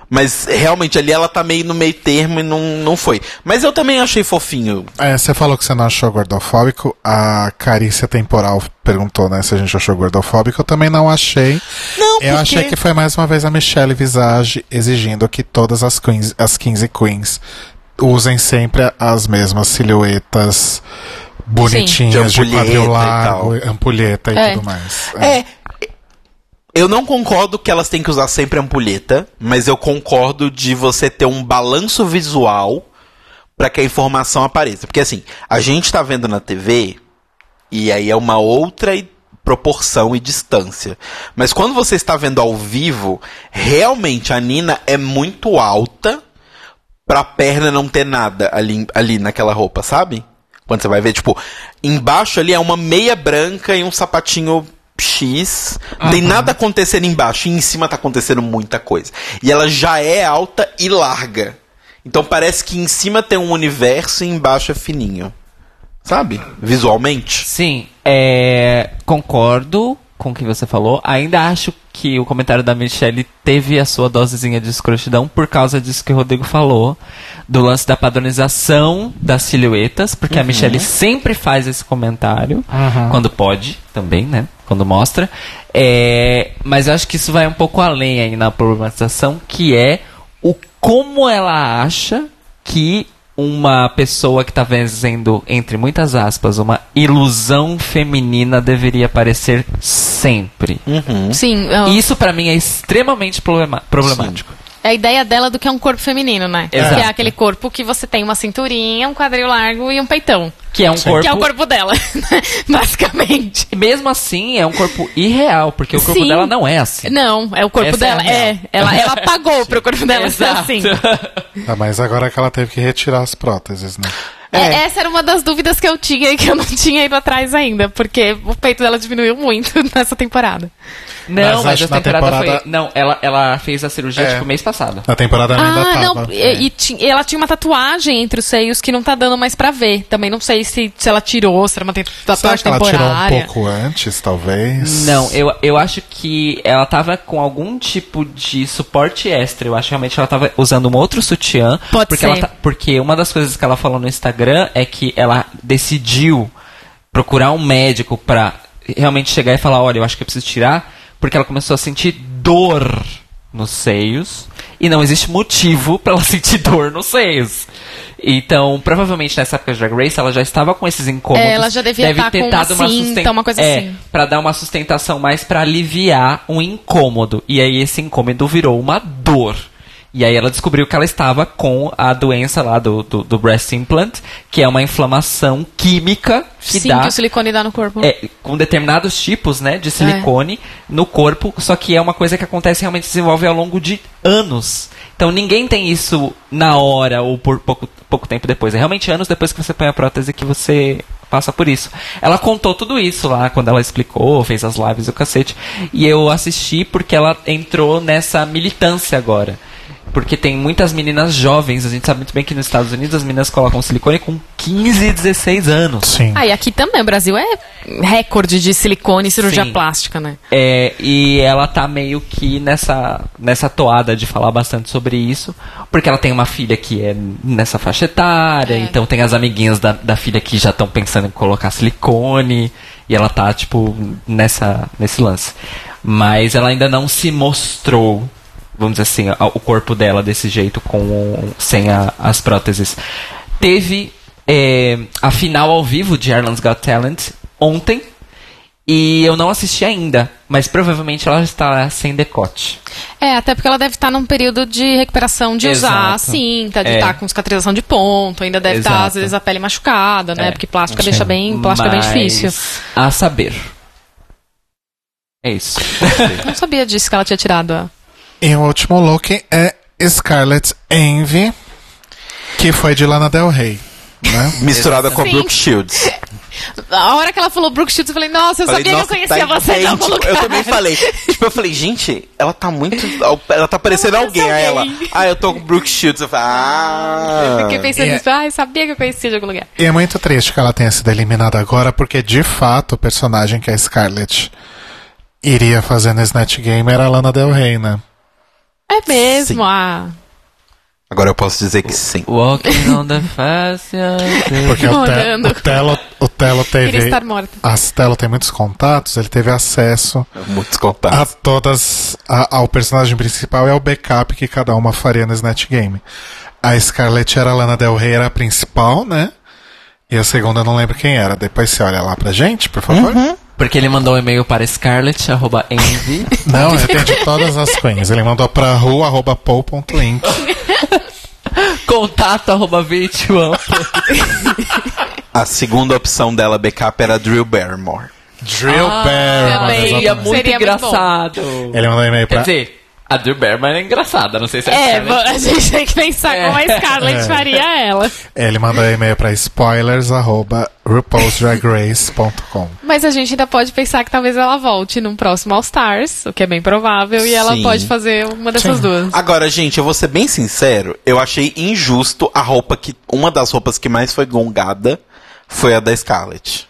Speaker 1: Mas realmente ali ela tá meio no meio termo e não, não foi. Mas eu também achei fofinho.
Speaker 2: É, você falou que você não achou gordofóbico. A Carícia Temporal perguntou, né, se a gente achou gordofóbico. Eu também não achei.
Speaker 1: Não,
Speaker 2: Eu
Speaker 1: porque-
Speaker 2: achei que foi mais uma vez a Michelle Visage exigindo que todas as, queens, as 15 queens usem sempre as mesmas silhuetas bonitinhas
Speaker 1: De
Speaker 2: de,
Speaker 1: ampulheta
Speaker 2: quadril
Speaker 1: e
Speaker 2: largo, ampulheta e
Speaker 4: É.
Speaker 2: tudo mais. É.
Speaker 1: É. Eu não concordo que elas têm que usar sempre ampulheta, mas eu concordo de você ter um balanço visual pra que a informação apareça. Porque assim, a gente tá vendo na TV e aí é uma outra i- proporção e distância. Mas quando você está vendo ao vivo, realmente a Nina é muito alta pra perna não ter nada ali, ali naquela roupa, sabe? Quando você vai ver, tipo, embaixo ali é uma meia branca e um sapatinho X. Não Tem nada acontecendo embaixo, e em cima tá acontecendo muita coisa. E ela já é alta e larga. Então parece que em cima tem um universo e embaixo é fininho. Sabe? Visualmente.
Speaker 3: Sim, é, concordo com o que você falou. Ainda acho que o comentário da Michelle teve a sua dosezinha de escrotidão por causa disso que o Rodrigo falou, do lance da padronização das silhuetas, porque a Michelle sempre faz esse comentário, quando pode também, né? Quando mostra. É, mas eu acho que isso vai um pouco além aí na problematização, que é o como ela acha que uma pessoa que tá vencendo, entre muitas aspas, uma ilusão feminina deveria aparecer sempre.
Speaker 1: Uhum.
Speaker 4: Sim, eu-
Speaker 3: E isso pra mim é extremamente problema- problemático.
Speaker 4: é a ideia dela do que é um corpo feminino, né?
Speaker 3: Exato.
Speaker 4: Que é aquele corpo que você tem uma cinturinha, um quadril largo e um peitão.
Speaker 3: Que é um corpo.
Speaker 4: Que é o corpo dela, né? basicamente.
Speaker 3: E Mesmo assim, é um corpo irreal, porque o corpo
Speaker 4: Sim.
Speaker 3: dela não é assim.
Speaker 4: Não, é o corpo
Speaker 3: Essa é a
Speaker 4: dela.
Speaker 3: real.
Speaker 4: É, ela, ela pagou pro corpo dela ser
Speaker 3: Exato.
Speaker 4: assim.
Speaker 2: Ah, mas agora que ela teve que retirar as próteses, né?
Speaker 4: É, essa era uma das dúvidas que eu tinha e que eu não tinha ido atrás ainda, porque o peito dela diminuiu muito nessa temporada.
Speaker 3: Não,
Speaker 2: Mas
Speaker 3: mas,
Speaker 2: acho
Speaker 3: a
Speaker 2: que na
Speaker 3: temporada,
Speaker 2: temporada-
Speaker 3: foi. Não, ela, ela fez a cirurgia,
Speaker 2: É.
Speaker 3: tipo, mês passado.
Speaker 2: Na temporada ela ainda
Speaker 4: Ah,
Speaker 2: tava.
Speaker 4: não.
Speaker 3: É.
Speaker 4: E, e ti- e ela tinha uma tatuagem entre os seios que não tá dando mais pra ver. Também não sei se, se ela tirou, se era uma te-
Speaker 2: Será
Speaker 4: tatuagem
Speaker 2: que ela tirou um
Speaker 4: temporária.
Speaker 2: pouco antes, talvez?
Speaker 3: Não, eu, eu acho que ela tava com algum tipo de suporte extra. Eu acho que realmente ela tava usando um outro sutiã.
Speaker 4: Pode
Speaker 3: porque
Speaker 4: ser.
Speaker 3: ela tá- porque uma das coisas que ela falou no Instagram é que ela decidiu procurar um médico pra realmente chegar e falar, olha, eu acho que eu preciso tirar, porque ela começou a sentir dor nos seios e não existe motivo pra ela sentir dor nos seios. Então, provavelmente nessa época de Drag Race, ela já estava com esses incômodos.
Speaker 4: É, ela já devia
Speaker 3: deve
Speaker 4: tá
Speaker 3: ter
Speaker 4: com uma
Speaker 3: dado uma
Speaker 4: cinta,
Speaker 3: susten-
Speaker 4: uma coisa
Speaker 3: é,
Speaker 4: assim.
Speaker 3: Pra dar uma sustentação mais pra aliviar um incômodo. E aí esse incômodo virou uma dor. E aí ela descobriu que ela estava com a doença lá do, do, do breast implant, que é uma inflamação química que
Speaker 4: Sim,
Speaker 3: dá
Speaker 4: que o silicone dá no corpo.
Speaker 3: é, com determinados tipos né, de silicone no corpo, só que é uma coisa que acontece realmente se desenvolve ao longo de anos. Então ninguém tem isso na hora ou por pouco, pouco tempo depois. É realmente anos depois que você põe a prótese que você passa por isso. Ela contou tudo isso lá quando ela explicou, fez as lives e o cacete. E eu assisti porque ela entrou nessa militância agora. Porque tem muitas meninas jovens, a gente sabe muito bem que nos Estados Unidos as meninas colocam silicone com 15, 16 anos.
Speaker 2: Sim.
Speaker 4: Ah, e aqui também, o Brasil é recorde de silicone e cirurgia
Speaker 3: Sim.
Speaker 4: plástica, né?
Speaker 3: É, e ela tá meio que nessa, nessa toada de falar bastante sobre isso, porque ela tem uma filha que é nessa faixa etária, então tem as amiguinhas da, da filha que já estão pensando em colocar silicone, e ela tá, tipo, nessa, nesse lance. Mas ela ainda não se mostrou, vamos dizer assim, a- o corpo dela desse jeito, com, o- sem a- as próteses. Teve é, a final ao vivo de Ireland's Got Talent ontem, e eu não assisti ainda, mas provavelmente ela está sem decote.
Speaker 4: É, até porque ela deve estar num período de recuperação de usar a
Speaker 3: Exato.
Speaker 4: cinta, de
Speaker 3: É.
Speaker 4: estar com cicatrização de ponto, ainda deve estar,
Speaker 3: Exato.
Speaker 4: às vezes, a pele machucada, né?
Speaker 3: É.
Speaker 4: Porque plástica deixa bem. Plástica é bem
Speaker 3: Mas,
Speaker 4: difícil.
Speaker 3: A saber. É isso.
Speaker 4: Não sabia disso que ela tinha tirado. é. a-
Speaker 2: E o último look é Scarlet Envy, que foi de Lana Del Rey. Né?
Speaker 1: Misturada com a
Speaker 4: Sim.
Speaker 1: Brooke Shields.
Speaker 4: A hora que ela falou Brooke Shields, eu falei, nossa, eu
Speaker 1: Falei,
Speaker 4: sabia
Speaker 1: "Nossa,
Speaker 4: que eu conhecia
Speaker 1: tá
Speaker 4: você de algum
Speaker 1: idêntico."
Speaker 4: lugar.
Speaker 1: Eu também falei. tipo, eu falei, gente, ela tá muito. Ela tá parecendo
Speaker 4: Ela
Speaker 1: alguém.
Speaker 4: parece
Speaker 1: Aí ela.
Speaker 4: alguém.
Speaker 1: Ah, eu tô com Brooke Shields. Eu falei, ah.
Speaker 4: Fiquei pensando
Speaker 2: É.
Speaker 4: nisso, ah, eu sabia que eu conhecia de algum lugar.
Speaker 2: E é muito triste que ela tenha sido eliminada agora, porque de fato o personagem que a Scarlet iria fazer no Snatch Game era a Lana Del Rey, né?
Speaker 4: É mesmo,
Speaker 1: Sim.
Speaker 4: ah.
Speaker 1: Agora eu posso dizer que sim.
Speaker 3: Walking on the face of
Speaker 2: Porque o, Te-
Speaker 4: Morando.
Speaker 2: o Telo, o Telo teve.
Speaker 4: Queria estar morta.
Speaker 2: A Telo tem muitos contatos, ele teve acesso
Speaker 1: Muitos contatos.
Speaker 4: Ah.
Speaker 2: a todas. a- ao personagem principal e ao backup que cada uma faria no Snatch Game. A Scarlett era a Lana Del Rey, era a principal, né? E a segunda eu não lembro quem era. Depois você olha lá pra gente, por favor.
Speaker 3: Porque ele mandou um e-mail para scarlett.envy.
Speaker 2: Não, ele tem de todas as queens. Ele mandou pra ru.pou.link.
Speaker 3: contato arroba virtual.
Speaker 1: A segunda opção dela, backup, era Drew Barrymore.
Speaker 2: Drill
Speaker 4: Ah,
Speaker 2: Barrymore,
Speaker 4: também.
Speaker 3: Seria
Speaker 2: exatamente.
Speaker 3: muito
Speaker 4: Seria muito bom.
Speaker 3: engraçado.
Speaker 2: Ele mandou um e-mail
Speaker 3: Quer
Speaker 2: pra
Speaker 3: dizer, a Drew Berman é engraçada, não sei se é,
Speaker 4: É,
Speaker 3: Scarlett.
Speaker 4: bom, a gente tem que pensar como a Scarlett
Speaker 2: É.
Speaker 4: faria ela.
Speaker 2: Ele mandou e-mail pra spoilers@rupaulsdragrace.com.
Speaker 4: Mas a gente ainda pode pensar que talvez ela volte num próximo All Stars, o que é bem provável, e ela
Speaker 1: Sim.
Speaker 4: pode fazer uma dessas
Speaker 2: Sim.
Speaker 4: duas.
Speaker 1: Agora, gente, eu vou ser bem sincero, eu achei injusto a roupa que. Uma das roupas que mais foi gongada foi a da Scarlett.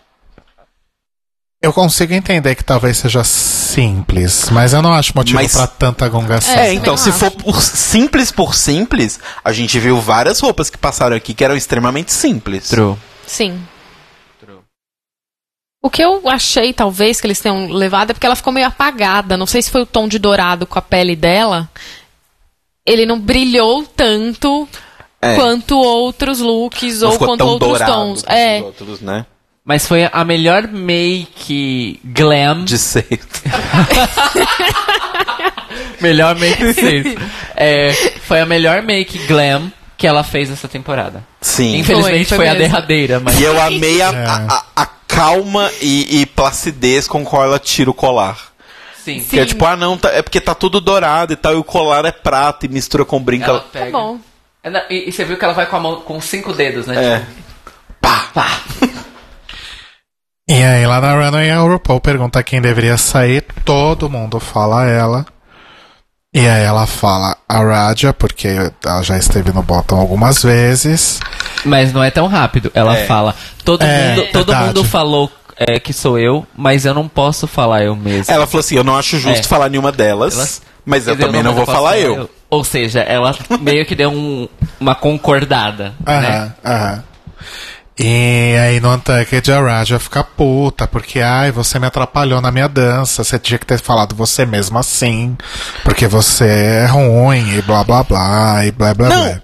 Speaker 2: Eu consigo entender que talvez seja simples, mas eu não acho motivo
Speaker 1: Mas-
Speaker 2: pra tanta gongação.
Speaker 4: É,
Speaker 1: É, então,
Speaker 4: eu
Speaker 1: se
Speaker 4: acho.
Speaker 1: for por simples por simples, a gente viu várias roupas que passaram aqui que eram extremamente simples.
Speaker 3: True.
Speaker 4: Sim. O que eu achei, talvez, que eles tenham levado é porque ela ficou meio apagada. Não sei se foi o tom de dourado com a pele dela. Ele não brilhou tanto
Speaker 1: É,
Speaker 4: quanto outros looks
Speaker 1: não
Speaker 4: ou
Speaker 1: ficou
Speaker 4: quanto
Speaker 1: tão
Speaker 4: outros
Speaker 1: dourado
Speaker 4: tons.
Speaker 1: quanto
Speaker 4: É.
Speaker 1: os outros, né?
Speaker 3: Mas foi a melhor make glam
Speaker 1: De ser.
Speaker 3: Melhor make safe. É, foi a melhor make glam que ela fez essa temporada.
Speaker 1: Sim.
Speaker 3: Infelizmente foi,
Speaker 4: Foi, foi
Speaker 3: a
Speaker 4: mesmo.
Speaker 3: derradeira, mas.
Speaker 1: E eu amei a,
Speaker 2: É.
Speaker 1: a- a- a calma e, e placidez com qual ela tira o colar.
Speaker 3: Sim.
Speaker 1: Que é tipo, ah não, tá- é porque tá tudo dourado e tal, e o colar é prata e mistura com brinca.
Speaker 3: Ela
Speaker 4: Tá
Speaker 3: pega.
Speaker 4: bom.
Speaker 3: É, não, E, e você Tipo, viu que ela vai com a mão com cinco dedos, né?
Speaker 1: É.
Speaker 3: Tipo, pá.
Speaker 2: E aí lá na runway a RuPaul pergunta quem deveria sair, todo mundo fala ela. E aí ela fala a Raja, porque ela já esteve no bottom algumas vezes.
Speaker 3: Mas não é tão rápido. Ela
Speaker 1: É.
Speaker 3: fala. Todo,
Speaker 2: É,
Speaker 3: mundo, todo
Speaker 2: verdade.
Speaker 3: mundo falou é, que sou eu, mas eu não posso falar eu mesma.
Speaker 1: Ela falou assim: eu não acho justo
Speaker 3: É.
Speaker 1: falar nenhuma delas,
Speaker 3: Elas-
Speaker 1: mas eu
Speaker 3: Entendeu?
Speaker 1: também não
Speaker 3: mas
Speaker 1: vou
Speaker 3: posso
Speaker 1: falar eu.
Speaker 3: Ou seja, ela meio que deu um- uma concordada. né?
Speaker 2: Aham, aham. E aí no Untucked a Raja fica puta, porque ai, você me atrapalhou na minha dança, você tinha que ter falado você mesmo assim, porque você é ruim, e blá blá blá, e blá blá
Speaker 1: Não.
Speaker 2: blá.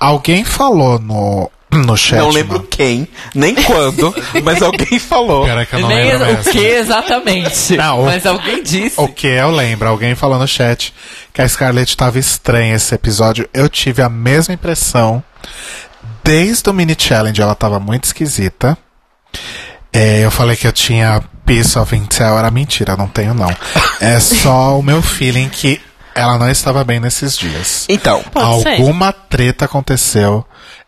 Speaker 2: Alguém falou no, no chat.
Speaker 1: Não lembro
Speaker 2: mano.
Speaker 1: quem, nem quando, mas alguém falou.
Speaker 2: Pera que eu não
Speaker 3: Nem
Speaker 2: lembro
Speaker 3: o
Speaker 2: mesmo.
Speaker 3: que exatamente.
Speaker 2: Não, o-
Speaker 3: mas alguém disse.
Speaker 2: O que eu lembro, alguém falou no chat que a Scarlett tava estranha esse episódio. Eu tive a mesma impressão. Desde o mini challenge ela tava muito esquisita. É, eu falei que eu tinha Piece of Intel, era mentira, não tenho não. É só o meu feeling que ela não estava bem nesses dias.
Speaker 1: Então,
Speaker 4: Pode ser.
Speaker 2: Alguma treta aconteceu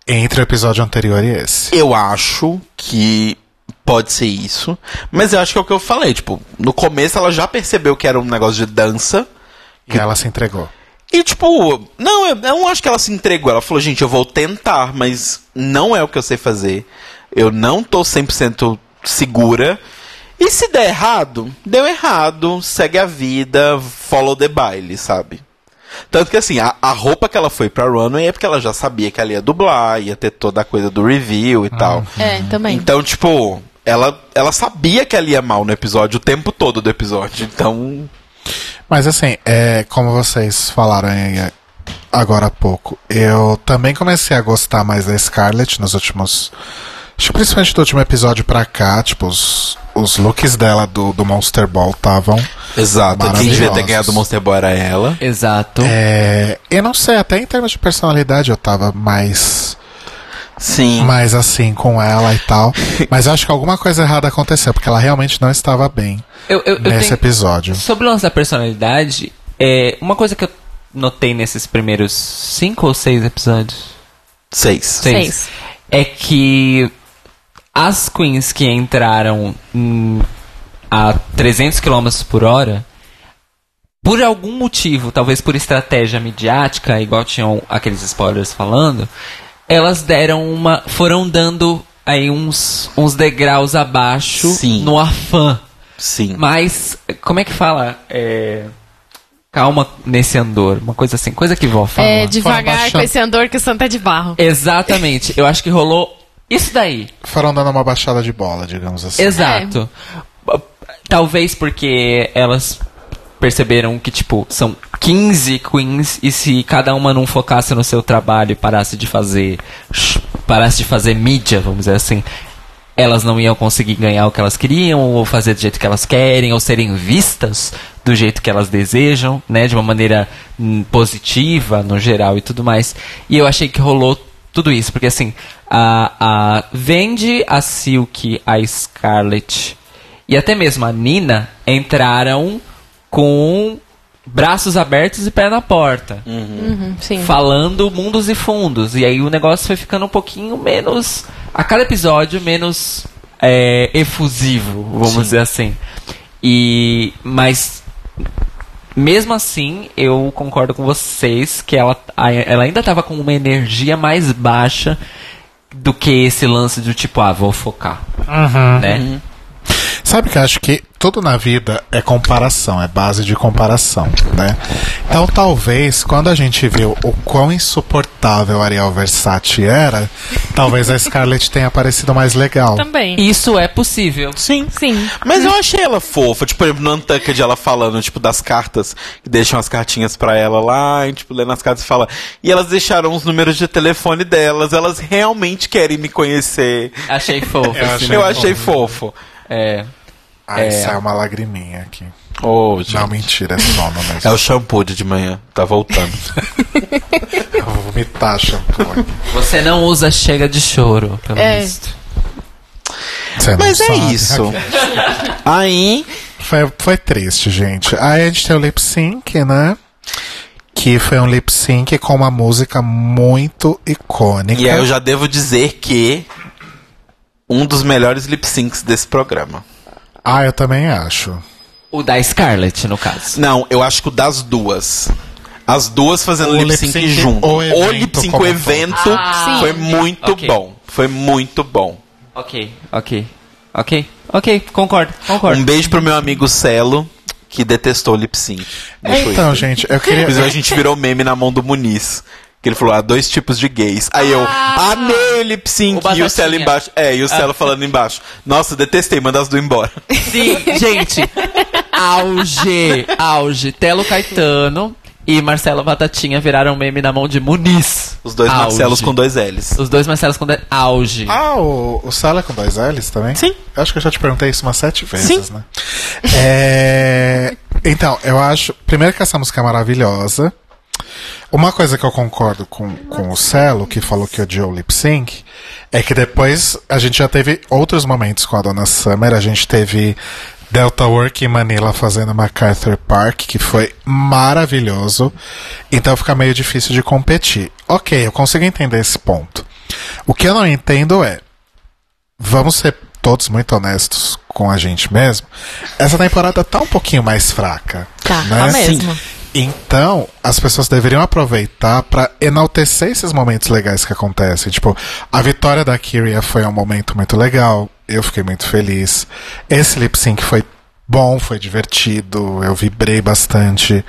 Speaker 2: entre o episódio anterior e esse.
Speaker 1: eu acho que pode ser isso, mas eu acho que é o que eu falei. Tipo, no começo ela já percebeu que era um negócio de dança.
Speaker 2: E ela se entregou.
Speaker 1: E, tipo, não, eu eu não acho que ela se entregou. Ela falou, gente, eu vou tentar, mas não é o que eu sei fazer. Eu não tô 100% segura. E se der errado, deu errado, segue a vida, follow the baile, sabe? Tanto que, assim, a, a roupa que ela foi pra runway é porque ela já sabia que ela ia dublar, ia ter toda a coisa do review e tal.
Speaker 4: É, também.
Speaker 1: Então, tipo, ela, ela sabia que ela ia mal no episódio, o tempo todo do episódio. Então,
Speaker 2: Mas assim, é, como vocês falaram aí agora há pouco, eu também comecei a gostar mais da Scarlett nos últimos. Acho que principalmente do último episódio pra cá, tipo, os, os looks dela do, do Monster Ball estavam.
Speaker 1: exato, quem devia ter
Speaker 2: Maravilhosos.
Speaker 1: ganhado o Monster Boy era ela.
Speaker 3: Exato.
Speaker 2: É, eu não sei, até em termos de personalidade eu tava mais.
Speaker 1: Sim.
Speaker 2: mais assim com ela e tal. Mas eu acho que alguma coisa errada aconteceu, porque ela realmente não estava bem
Speaker 3: Eu, eu, eu
Speaker 2: nesse
Speaker 3: tenho-
Speaker 2: episódio.
Speaker 3: Sobre o lance da personalidade, é, uma coisa que eu notei nesses primeiros cinco ou seis episódios.
Speaker 1: Seis.
Speaker 4: Seis.
Speaker 3: É que as queens que entraram hum, a 300 km por hora, por algum motivo, talvez por estratégia midiática, igual tinham aqueles spoilers falando, elas deram uma. foram dando aí uns, uns degraus abaixo
Speaker 1: Sim.
Speaker 3: no afã.
Speaker 1: Sim.
Speaker 3: Mas, como é que fala? É, Calma nesse andor. Uma coisa assim, coisa que vó fala.
Speaker 4: É, devagar com
Speaker 2: baixando.
Speaker 4: esse andor que o Santa é de barro.
Speaker 3: Exatamente. Eu acho que rolou isso daí.
Speaker 2: Foram dando uma baixada de bola, digamos assim.
Speaker 3: Exato. É. Talvez porque elas perceberam que, tipo, são 15 queens e se cada uma não focasse no seu trabalho e parasse de fazer. parasse de fazer mídia, vamos dizer assim. Elas não iam conseguir ganhar o que elas queriam, ou fazer do jeito que elas querem, ou serem vistas do jeito que elas desejam, né? De uma maneira hum, positiva, no geral e tudo mais. E eu achei que rolou tudo isso, porque assim, a, a Vende, a Silk, a Scarlett e até mesmo a Nina entraram com braços abertos e pé na porta,
Speaker 4: Uhum, sim.
Speaker 3: falando mundos e fundos. E aí o negócio foi ficando um pouquinho menos, a cada episódio, menos é, efusivo, vamos dizer assim. E mas mesmo assim, eu concordo com vocês que ela, a- ela ainda tava com uma energia mais baixa do que esse lance do tipo, ah, vou focar, né?
Speaker 2: Sabe que eu acho que tudo na vida é comparação, é base de comparação, né? Então talvez quando a gente viu o quão insuportável Ariel Versace era, talvez a Scarlett tenha parecido mais legal.
Speaker 4: Também.
Speaker 3: Isso é possível.
Speaker 1: Sim.
Speaker 4: Sim.
Speaker 1: Mas eu achei ela fofa, tipo, por exemplo, no Untucked ela falando, tipo, das cartas, que deixam as cartinhas pra ela lá, e, tipo, lendo as cartas e fala. E elas deixaram os números de telefone delas, elas realmente querem me conhecer.
Speaker 3: Achei fofo.
Speaker 2: Eu
Speaker 3: assim.
Speaker 2: achei
Speaker 1: eu achei fofo.
Speaker 3: É.
Speaker 2: Ai,
Speaker 3: É.
Speaker 2: saiu uma lagriminha aqui.
Speaker 1: Ô, gente.
Speaker 2: Não, mentira, é sono
Speaker 1: É
Speaker 2: mesmo.
Speaker 1: o shampoo de de manhã, tá voltando.
Speaker 2: Eu vou vomitar shampoo aqui.
Speaker 3: Você não usa chega de choro, pelo
Speaker 4: É.
Speaker 3: visto.
Speaker 2: Você não
Speaker 1: Mas é
Speaker 2: sabe,
Speaker 1: isso.
Speaker 2: Raquel.
Speaker 1: Aí,
Speaker 2: Foi, foi triste, gente. Aí a gente tem o lip sync, né? Que foi um lip sync com uma música muito icônica.
Speaker 1: e aí eu já devo dizer que um dos melhores lip syncs desse programa.
Speaker 2: Ah, eu também acho.
Speaker 3: O da Scarlett, no caso.
Speaker 1: Não, eu acho que o das duas. As duas fazendo
Speaker 2: O
Speaker 1: lip sync
Speaker 2: lip-sync,
Speaker 1: junto.
Speaker 2: o
Speaker 1: O
Speaker 2: evento
Speaker 1: lip sync,
Speaker 2: como
Speaker 1: o
Speaker 2: um
Speaker 1: evento,
Speaker 3: Ah,
Speaker 1: foi
Speaker 4: sim.
Speaker 1: muito
Speaker 3: Ok.
Speaker 1: bom. Foi muito bom.
Speaker 3: Ok, ok. Ok, ok, concordo, concordo.
Speaker 1: Um beijo pro meu amigo Celo, que detestou lip sync. no
Speaker 2: Então,
Speaker 1: Twitter.
Speaker 2: gente, eu
Speaker 1: Inclusive, a
Speaker 2: queria.
Speaker 1: gente virou meme na mão do Muniz. Que ele falou, ah, dois tipos de gays. Aí eu, amei o lip
Speaker 3: O
Speaker 1: sync. E
Speaker 3: Batatinha.
Speaker 1: o Celo embaixo. É, e o Celo falando embaixo. Nossa, detestei, manda as duas embora.
Speaker 3: Sim,
Speaker 1: Um
Speaker 3: gente. Auge, auge. Telo Caetano e Marcelo Batatinha viraram meme na mão de Muniz.
Speaker 1: Os dois
Speaker 3: Auge.
Speaker 1: Marcelos com dois L's.
Speaker 3: Os dois Marcelos com... de- Auge.
Speaker 2: Ah, o, o Sala é com dois L's também?
Speaker 1: Sim.
Speaker 2: Eu acho que eu já te perguntei isso umas sete vezes,
Speaker 1: Sim.
Speaker 2: né? É, Então, eu acho. Primeiro que essa música é maravilhosa. Uma coisa que eu concordo com, com o Celo, que falou que odiou o lip sync, é que depois a gente já teve outros momentos com a dona Summer. A gente teve Delta Work em Manila fazendo MacArthur Park, que foi maravilhoso. Então fica meio difícil de competir. Ok, eu consigo entender esse ponto. O que eu não entendo é. Vamos ser todos muito honestos com a gente mesmo. Essa temporada tá um pouquinho mais fraca.
Speaker 4: Tá,
Speaker 2: né?
Speaker 4: tá mesmo.
Speaker 2: Então, as pessoas deveriam aproveitar pra enaltecer esses momentos legais que acontecem. Tipo, a vitória da Kyria foi um momento muito legal. Eu fiquei muito feliz. Esse lip sync foi bom, foi divertido. Eu vibrei bastante.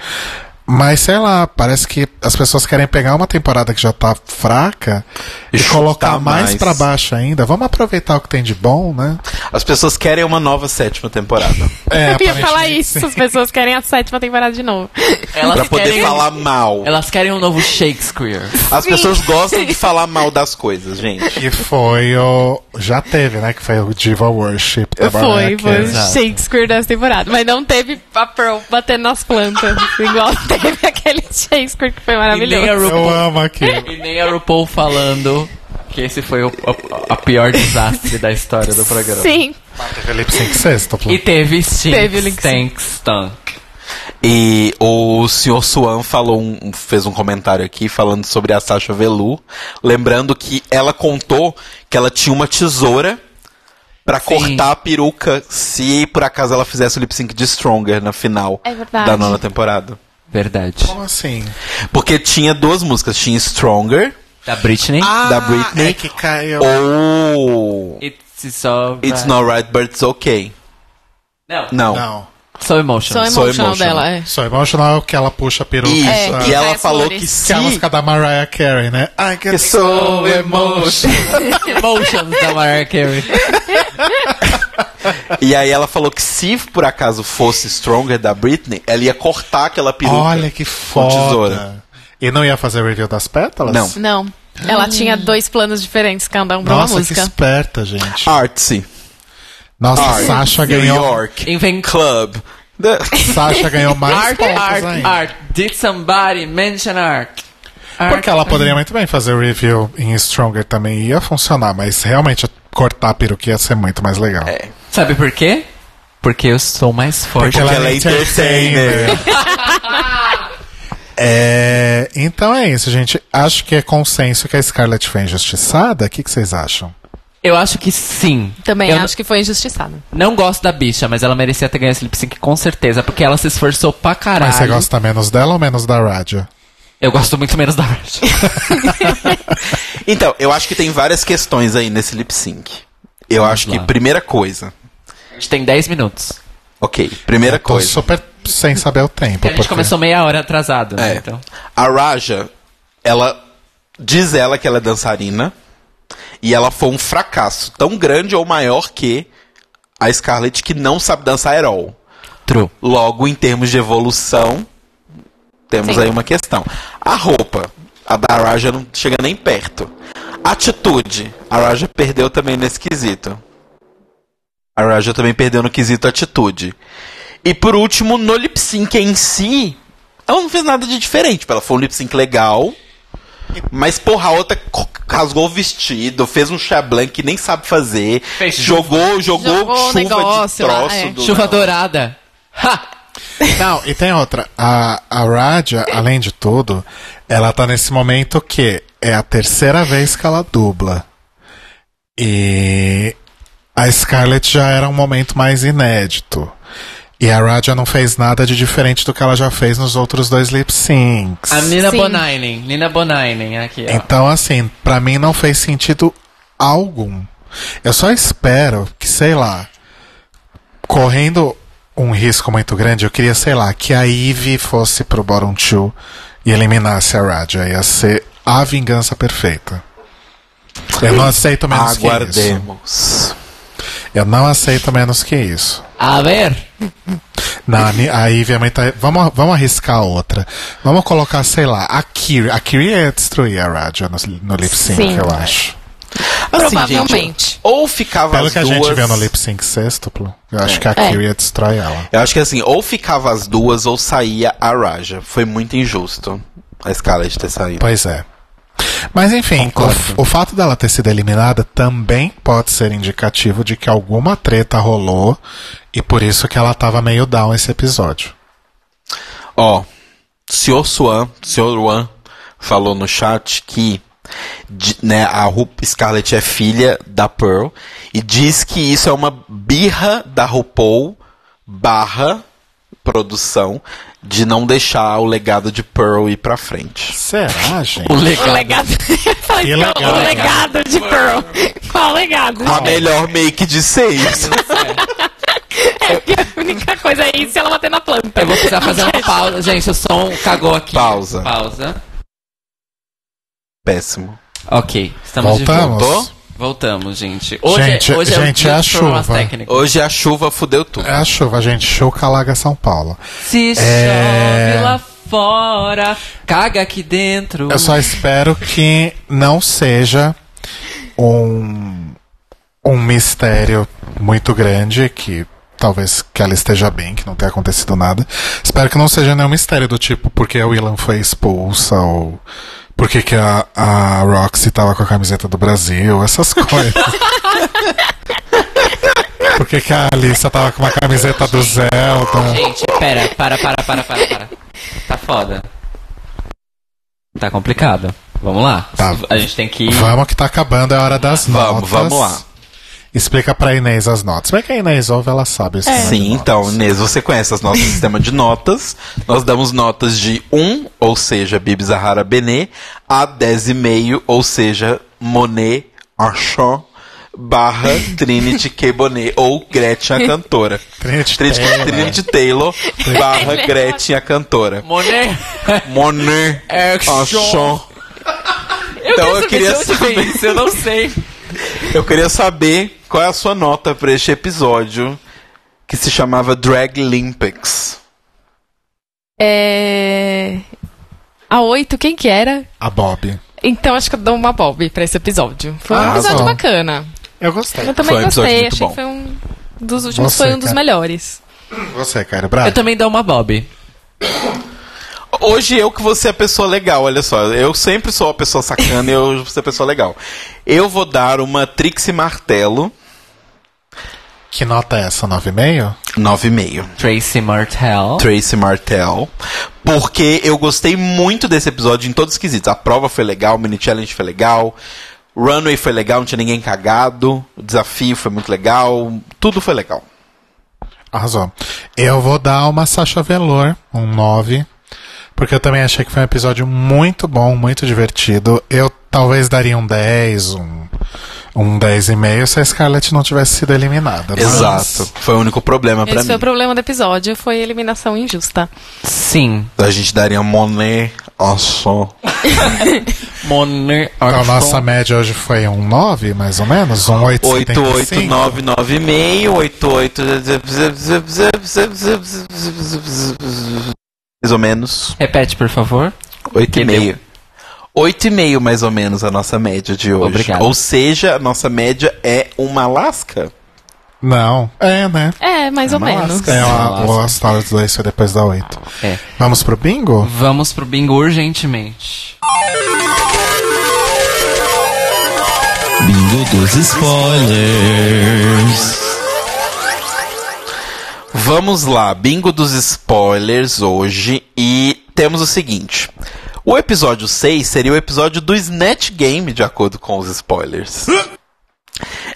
Speaker 2: Mas sei lá, parece que as pessoas querem pegar uma temporada que já tá fraca
Speaker 1: E
Speaker 2: e, colocar
Speaker 1: chutar
Speaker 2: mais,
Speaker 1: tá mais.
Speaker 2: pra baixo ainda. Vamos aproveitar o que tem de bom, né?
Speaker 1: As pessoas querem uma nova sétima temporada.
Speaker 2: É,
Speaker 4: eu ia falar
Speaker 2: aparentemente,
Speaker 4: isso, as pessoas querem a sétima temporada de novo.
Speaker 3: Elas
Speaker 1: pra poder falar mal.
Speaker 3: Elas querem um novo Shakespeare.
Speaker 1: As pessoas gostam de falar mal das coisas, gente.
Speaker 2: Que foi o. Já teve, né? Que foi o Diva Worship da
Speaker 4: Foi,
Speaker 2: Mariah
Speaker 4: foi
Speaker 2: Carey.
Speaker 4: o
Speaker 3: Exato.
Speaker 4: Shakespeare dessa temporada. Mas não teve a Pearl batendo nas plantas, igual teve aquele Shakespeare que foi
Speaker 3: E nem, a
Speaker 4: maravilhoso.
Speaker 2: Eu
Speaker 3: RuPaul,
Speaker 2: amo
Speaker 4: É.
Speaker 2: aquilo.
Speaker 3: e nem a RuPaul falando que esse foi o, o- a pior desastre da história do programa.
Speaker 4: Sim,
Speaker 2: Teve lip sync sextuplo.
Speaker 3: E teve Stinks,
Speaker 4: Teve o link-
Speaker 3: Stanks, Stunk.
Speaker 1: E o senhor Swan falou um- fez um comentário aqui falando sobre a Sasha Velour, lembrando que ela contou que ela tinha uma tesoura pra
Speaker 3: Sim.
Speaker 1: cortar a peruca se por acaso ela fizesse o lip sync de Stronger na final
Speaker 4: É verdade.
Speaker 1: da nona temporada.
Speaker 3: Verdade.
Speaker 2: Como assim?
Speaker 1: Porque tinha duas músicas, tinha Stronger
Speaker 3: Da Britney.
Speaker 1: da Britney
Speaker 2: É que caiu.
Speaker 1: ou
Speaker 3: It's so...
Speaker 1: It's Not Right But It's Okay.
Speaker 3: Não.
Speaker 1: Não.
Speaker 2: Não.
Speaker 3: So Emotional.
Speaker 4: só
Speaker 1: Só
Speaker 4: emocional
Speaker 1: emotional.
Speaker 4: dela. É.
Speaker 2: Só emocional que ela puxa a peruca.
Speaker 1: Isso.
Speaker 4: É,
Speaker 2: sabe?
Speaker 1: e
Speaker 4: que
Speaker 1: ela
Speaker 4: faz
Speaker 1: falou
Speaker 4: flores.
Speaker 1: que
Speaker 2: Que
Speaker 1: se
Speaker 2: é a música da Mariah Carey, né? Ai, que
Speaker 1: que sou emotion.
Speaker 3: Emotions da Mariah Carey.
Speaker 1: E aí ela falou que se por acaso fosse Stronger da Britney, ela ia cortar aquela peruca.
Speaker 2: Olha que
Speaker 1: tesoura.
Speaker 2: foda. E não ia fazer review das pétalas?
Speaker 1: Não.
Speaker 4: Não, ela tinha dois planos diferentes, cada um pra uma
Speaker 2: Nossa, que
Speaker 4: música.
Speaker 2: esperta, gente.
Speaker 1: Artsy.
Speaker 2: Nossa,
Speaker 1: Art.
Speaker 2: Sasha
Speaker 1: Ah, New
Speaker 2: ganhou.
Speaker 1: York.
Speaker 3: Invent
Speaker 1: Club. The-
Speaker 2: Sasha ganhou mais
Speaker 3: Art,
Speaker 2: pontos
Speaker 3: art,
Speaker 2: ainda.
Speaker 3: art. Did somebody mention art? Art.
Speaker 2: Porque ela poderia muito bem fazer review em Stronger também ia funcionar, mas realmente cortar a peruca ia ser muito mais legal.
Speaker 1: É,
Speaker 3: Sabe por quê? Porque eu sou mais forte.
Speaker 1: Porque ela é entertainer.
Speaker 2: É, então é isso, gente. Acho que é consenso que a Scarlett foi injustiçada. O que, que vocês acham?
Speaker 3: Eu acho que sim.
Speaker 4: Também
Speaker 3: eu
Speaker 4: acho que foi injustiçada.
Speaker 3: n- Não gosto da bicha, mas ela merecia ter ganho esse lip sync com certeza, porque ela se esforçou pra caralho.
Speaker 2: Mas você gosta menos dela ou menos da rádio?
Speaker 3: Eu gosto muito menos da arte.
Speaker 1: Então, eu acho que tem várias questões aí nesse lip sync. Eu acho que,
Speaker 3: lá.
Speaker 1: primeira coisa.
Speaker 3: a gente tem 10 minutos.
Speaker 1: Ok, primeira
Speaker 2: Tô
Speaker 1: coisa.
Speaker 2: super sem saber o tempo.
Speaker 3: A gente
Speaker 2: porque-
Speaker 3: começou meia hora atrasado, né?
Speaker 1: É.
Speaker 3: Então.
Speaker 1: A Raja, ela diz ela que ela é dançarina e ela foi um fracasso tão grande ou maior que a Scarlett que não sabe dançar at all.
Speaker 3: True.
Speaker 1: Logo, em termos de evolução, temos aí uma questão. A roupa, a da Raja não chega nem perto. Atitude, a Raja perdeu também nesse quesito. A Raja também perdeu no quesito atitude. E por último, no lip sync em si, ela não fez nada de diferente. Tipo, Ela foi um lip sync legal, mas porra, a outra co- rasgou o vestido, fez um chablan que nem sabe fazer,
Speaker 3: Fez
Speaker 1: jogou, jogou,
Speaker 4: Jogou o
Speaker 1: chuva
Speaker 4: negócio
Speaker 1: de
Speaker 4: lá,
Speaker 1: troço.
Speaker 4: é.
Speaker 1: do-
Speaker 3: Chuva dourada. Ha!
Speaker 2: Não, e tem outra. A, a Raja, além de tudo, ela tá nesse momento que é a terceira vez que ela dubla. E A Scarlett já era um momento mais inédito. E a Raja não fez nada de diferente do que ela já fez nos outros dois lip syncs.
Speaker 3: A Nina
Speaker 4: Sim.
Speaker 3: Bonainen. Nina Bonainen, aqui, ó.
Speaker 2: Então, assim, pra mim não fez sentido algum. Eu só espero que, sei lá, correndo um risco muito grande, eu queria, sei lá, que a Eve fosse pro Bottom Two e eliminasse a Raja. Ia ser a vingança perfeita. Eu não aceito menos que isso.
Speaker 1: Aguardemos. Assim,
Speaker 2: Eu não aceito menos que isso.
Speaker 3: A ver.
Speaker 2: Não, a Ni- a Ivy é muito. Vamos, vamos arriscar outra. Vamos colocar, sei lá, a Kiri. A Kiri ia destruir a Raja no, no lip sync,
Speaker 4: Sim.
Speaker 2: eu acho.
Speaker 4: Provavelmente.
Speaker 1: gente, ou ficava
Speaker 2: Pelo
Speaker 1: as
Speaker 2: que a
Speaker 1: duas.
Speaker 2: gente viu no lip sync sextuplo, eu acho que a
Speaker 4: É.
Speaker 2: Kiri ia destrói ela.
Speaker 1: Eu acho que assim, ou ficava as duas ou saía a Raja. Foi muito injusto a Scarlett ter saído.
Speaker 2: Pois é. Mas enfim, o, f- o fato dela ter sido eliminada também pode ser indicativo de que alguma treta rolou e por isso que ela tava meio down esse episódio.
Speaker 1: Ó, Sr. Swan, Sr. Wan falou no chat que di- né, a Ru Scarlett é filha da Pearl e diz que isso é uma birra da RuPaul barra produção de não deixar o legado de Pearl ir pra frente.
Speaker 2: Será, gente?
Speaker 3: O
Speaker 4: O
Speaker 3: legal.
Speaker 4: legado.
Speaker 2: Que
Speaker 4: Eu falei, qual
Speaker 2: legado.
Speaker 4: O legado de Pearl. Qual o legado?
Speaker 1: A melhor make de seis.
Speaker 4: É, porque a única coisa é isso e ela bater na planta.
Speaker 3: Eu vou precisar fazer uma pausa. Gente, o som cagou aqui.
Speaker 1: Pausa.
Speaker 3: Pausa.
Speaker 1: Péssimo.
Speaker 3: Ok. Estamos de volta.
Speaker 2: Voltamos?
Speaker 1: voltou?
Speaker 3: Voltamos, gente. Hoje,
Speaker 2: Gente,
Speaker 3: é, hoje é, o
Speaker 2: gente,
Speaker 3: dia
Speaker 2: é a
Speaker 3: dos problemas
Speaker 2: chuva.
Speaker 3: técnicos.
Speaker 1: Hoje a chuva fudeu tudo.
Speaker 2: É a chuva, gente. Chuca alaga São Paulo.
Speaker 3: Se
Speaker 2: É.
Speaker 3: chove lá fora, caga aqui dentro.
Speaker 2: Eu só espero que não seja um, um mistério muito grande que talvez que ela esteja bem, que não tenha acontecido nada. Espero que não seja nenhum mistério do tipo porque a Willan foi expulsa ou porque que a, a Roxy tava com a camiseta do Brasil, essas coisas. Porque que a Alissa tava com uma camiseta do Zelda?
Speaker 3: Gente, pera, para, para, para, para, para. Tá foda. Tá complicado. Vamos lá.
Speaker 2: Tá.
Speaker 3: A gente tem que ir.
Speaker 2: Vamos que tá acabando, é hora das
Speaker 1: Vamos,
Speaker 2: notas.
Speaker 1: vamos lá.
Speaker 2: Explica pra Inês as notas. Como é que a Inês ouve, ela sabe isso.
Speaker 1: Sim, então, Inês, você conhece o nosso sistema de notas. Nós damos notas de 1, ou seja, Bibi Zahara Benê, a 10,5, ou seja, Monet Archon, barra Trinity K. Bonet, ou Gretchen a cantora.
Speaker 2: Trinity
Speaker 1: Trinity
Speaker 2: Taylor.
Speaker 1: Trinity Taylor, né? É barra Gretchen a cantora.
Speaker 3: Monet.
Speaker 1: Monet Archon.
Speaker 3: Eu
Speaker 1: Então,
Speaker 3: quero saber
Speaker 1: eu queria
Speaker 3: de onde
Speaker 1: saber-
Speaker 3: vem isso, eu não sei.
Speaker 1: Eu queria saber qual é a sua nota pra este episódio que se chamava Drag Olympics.
Speaker 4: É. A 8, quem que era?
Speaker 2: A Bob.
Speaker 4: Então acho que eu dou uma bob pra esse episódio. Foi um
Speaker 1: Ah,
Speaker 4: episódio
Speaker 2: bom.
Speaker 4: bacana.
Speaker 2: Eu
Speaker 4: Eu
Speaker 2: gostei.
Speaker 4: também
Speaker 1: Foi um episódio
Speaker 4: gostei,
Speaker 1: muito
Speaker 4: achei
Speaker 1: bom.
Speaker 4: que foi um. Dos últimos
Speaker 2: Você,
Speaker 4: foi um dos
Speaker 2: cara.
Speaker 4: melhores.
Speaker 2: Você, Cairo Braga.
Speaker 3: Eu também dou uma Bob.
Speaker 1: Hoje eu que vou ser a pessoa legal, olha só. Eu sempre sou a pessoa sacana e eu vou ser a pessoa legal. Eu vou dar uma Trixie Martelo
Speaker 2: Que nota é essa? 9,5?
Speaker 1: 9,5.
Speaker 3: Tracy Martel.
Speaker 1: Tracy Martel. Porque eu gostei muito desse episódio em todos os quesitos. A prova foi legal, o mini challenge foi legal, runway foi legal, não tinha ninguém cagado, o desafio foi muito legal, tudo foi legal.
Speaker 2: Arrasou. Eu vou dar uma Sasha Velour, um 9. Porque eu também achei que foi um episódio muito bom, muito divertido. Eu talvez daria um 10, um, um 10,5 se a Scarlett não tivesse sido eliminada. né? mas-
Speaker 1: Exato. Foi o único problema pra
Speaker 4: Esse foi
Speaker 1: mim.
Speaker 4: o problema do episódio, foi a eliminação injusta.
Speaker 3: Sim.
Speaker 1: A gente daria Monet ao som.
Speaker 3: Monet.
Speaker 2: Então, nossa média hoje foi um 9, mais ou menos? Um 8,75.
Speaker 1: 88996888 mais ou menos
Speaker 3: Repete, por favor.
Speaker 1: 8 e
Speaker 3: Que deu?
Speaker 1: meio. 8 e meio mais ou menos a nossa média de hoje.
Speaker 3: Obrigado.
Speaker 1: Ou seja, a nossa média é uma Alaska.
Speaker 2: Não. É, né?
Speaker 4: É, mais ou
Speaker 2: Nossa,
Speaker 4: menos.
Speaker 2: É,
Speaker 3: Nossa.
Speaker 2: a, o All Stars 2 foi depois da 8.
Speaker 3: É.
Speaker 2: Vamos pro bingo?
Speaker 3: Vamos pro bingo urgentemente.
Speaker 6: Bingo dos spoilers.
Speaker 1: Vamos lá, bingo dos spoilers hoje e temos o seguinte. O episódio 6 seria o episódio do Snatch Game, de acordo com os spoilers.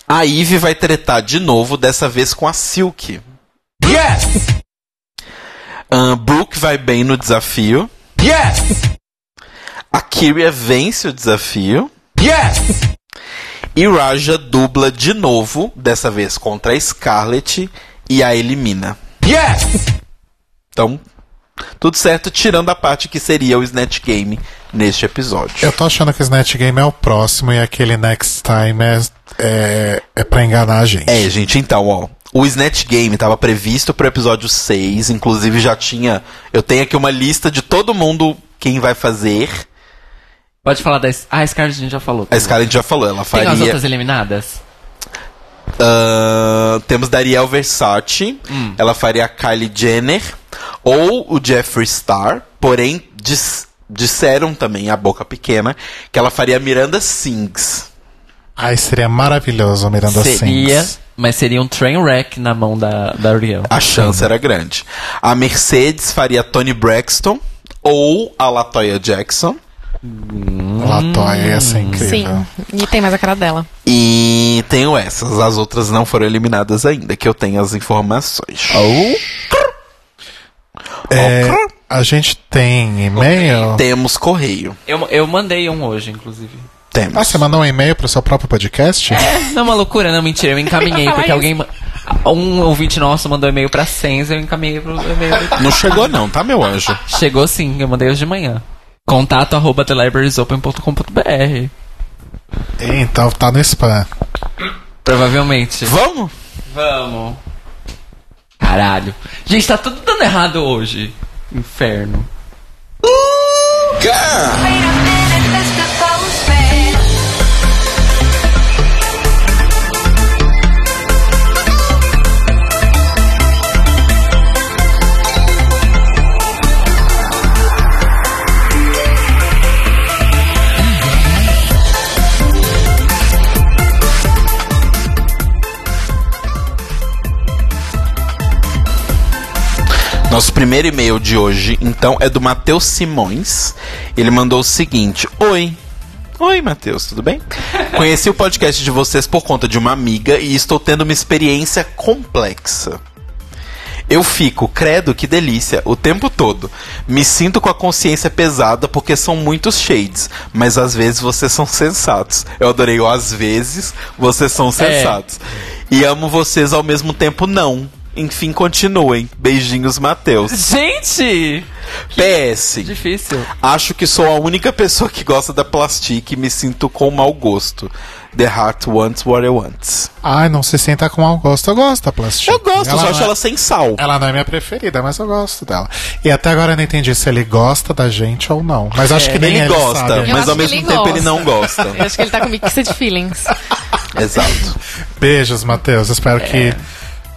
Speaker 1: A Eve vai tretar de novo, dessa vez com a Silk.
Speaker 6: Yes!
Speaker 1: Ahn, Brooke vai bem no desafio.
Speaker 6: Yes!
Speaker 1: A Kyria vence o desafio.
Speaker 6: Yes!
Speaker 1: E Raja dubla de novo, dessa vez contra a Scarlet, e a elimina.
Speaker 6: Yes!
Speaker 1: Então, tudo certo, tirando a parte que seria o Snatch Game neste episódio.
Speaker 2: Eu tô achando que o Snatch Game é o próximo e aquele Next Time é, é, é pra enganar a gente.
Speaker 1: É, gente, então, ó. O Snatch Game estava previsto para o episódio 6, inclusive já tinha. Eu tenho aqui uma lista de todo mundo quem vai fazer.
Speaker 3: Pode falar da... S- Ah, a Scarlett a gente já falou.
Speaker 1: A Scarlett já falou, ela
Speaker 3: Tem as
Speaker 1: faria.
Speaker 3: outras eliminadas?
Speaker 1: Ahn, ah, temos Dariel Versace, ela faria a Kylie Jenner ou o Jeffree Star, porém dis- disseram também a boca pequena que ela faria a Miranda Sings.
Speaker 2: Ai, seria maravilhoso o Miranda
Speaker 3: seria...
Speaker 2: Sings.
Speaker 3: Mas seria um train wreck na mão da, da Ariel.
Speaker 1: A chance era grande. A Mercedes faria Tony Braxton ou a Latoya Jackson.
Speaker 2: Latoya ia ser incrível.
Speaker 4: Sim. E tem mais a cara dela.
Speaker 1: E tenho essas, as outras não foram eliminadas ainda, que eu tenho as informações.
Speaker 2: É, a gente tem e-mail.
Speaker 1: Temos correio.
Speaker 3: Eu, eu mandei um hoje, inclusive.
Speaker 1: Temos.
Speaker 2: Ah, você mandou um e-mail pro seu próprio podcast?
Speaker 3: Não, uma loucura, não, mentira. Eu
Speaker 4: Eu
Speaker 3: encaminhei,
Speaker 4: ia
Speaker 3: porque
Speaker 4: falar
Speaker 3: alguém. ma- Um ouvinte nosso mandou e-mail pra Sens, eu encaminhei pro e-mail.
Speaker 1: Não chegou não, tá, meu anjo?
Speaker 3: Chegou sim, eu mandei hoje de manhã. Contato arroba thelibrariesopen.com.br
Speaker 2: Então tá no spam.
Speaker 3: Provavelmente.
Speaker 1: Vamos?
Speaker 3: Vamos. Caralho. Gente, tá tudo dando errado hoje. Inferno.
Speaker 5: Wait a minute, Mr. Postman.
Speaker 1: Nosso primeiro e-mail de hoje, então, é do Matheus Simões. Ele mandou o seguinte: Oi. Oi, Matheus, tudo bem? Conheci o podcast de vocês por conta de uma amiga e estou tendo uma experiência complexa. Eu fico, credo, que delícia, o tempo todo. Me sinto com a consciência pesada porque são muitos shades, mas às vezes vocês são sensatos. Eu adorei o às vezes, vocês são sensatos. E amo vocês ao mesmo tempo, não. Enfim, continuem. Beijinhos, Matheus.
Speaker 3: Gente!
Speaker 1: PS.
Speaker 3: Difícil.
Speaker 1: Acho que sou a única pessoa que gosta da plastique e me sinto com mau gosto. The heart wants what it wants.
Speaker 2: Ai, não se sinta com mau gosto. Eu gosto da plastic.
Speaker 1: Eu gosto, só acho
Speaker 2: não é-
Speaker 1: ela sem sal.
Speaker 2: Ela não é minha preferida, mas eu gosto dela. E até agora eu não entendi se ele gosta da gente ou não. Mas acho que nem
Speaker 1: É, Ele
Speaker 2: ele
Speaker 1: gosta,
Speaker 2: sabe.
Speaker 4: Eu
Speaker 1: mas
Speaker 4: acho
Speaker 1: ao
Speaker 4: que
Speaker 1: mesmo
Speaker 4: ele
Speaker 1: tempo ele
Speaker 4: gosta.
Speaker 1: não gosta.
Speaker 4: Eu acho que ele tá com mixed feelings.
Speaker 1: Exato.
Speaker 2: Beijos, Matheus. Espero
Speaker 1: É.
Speaker 2: que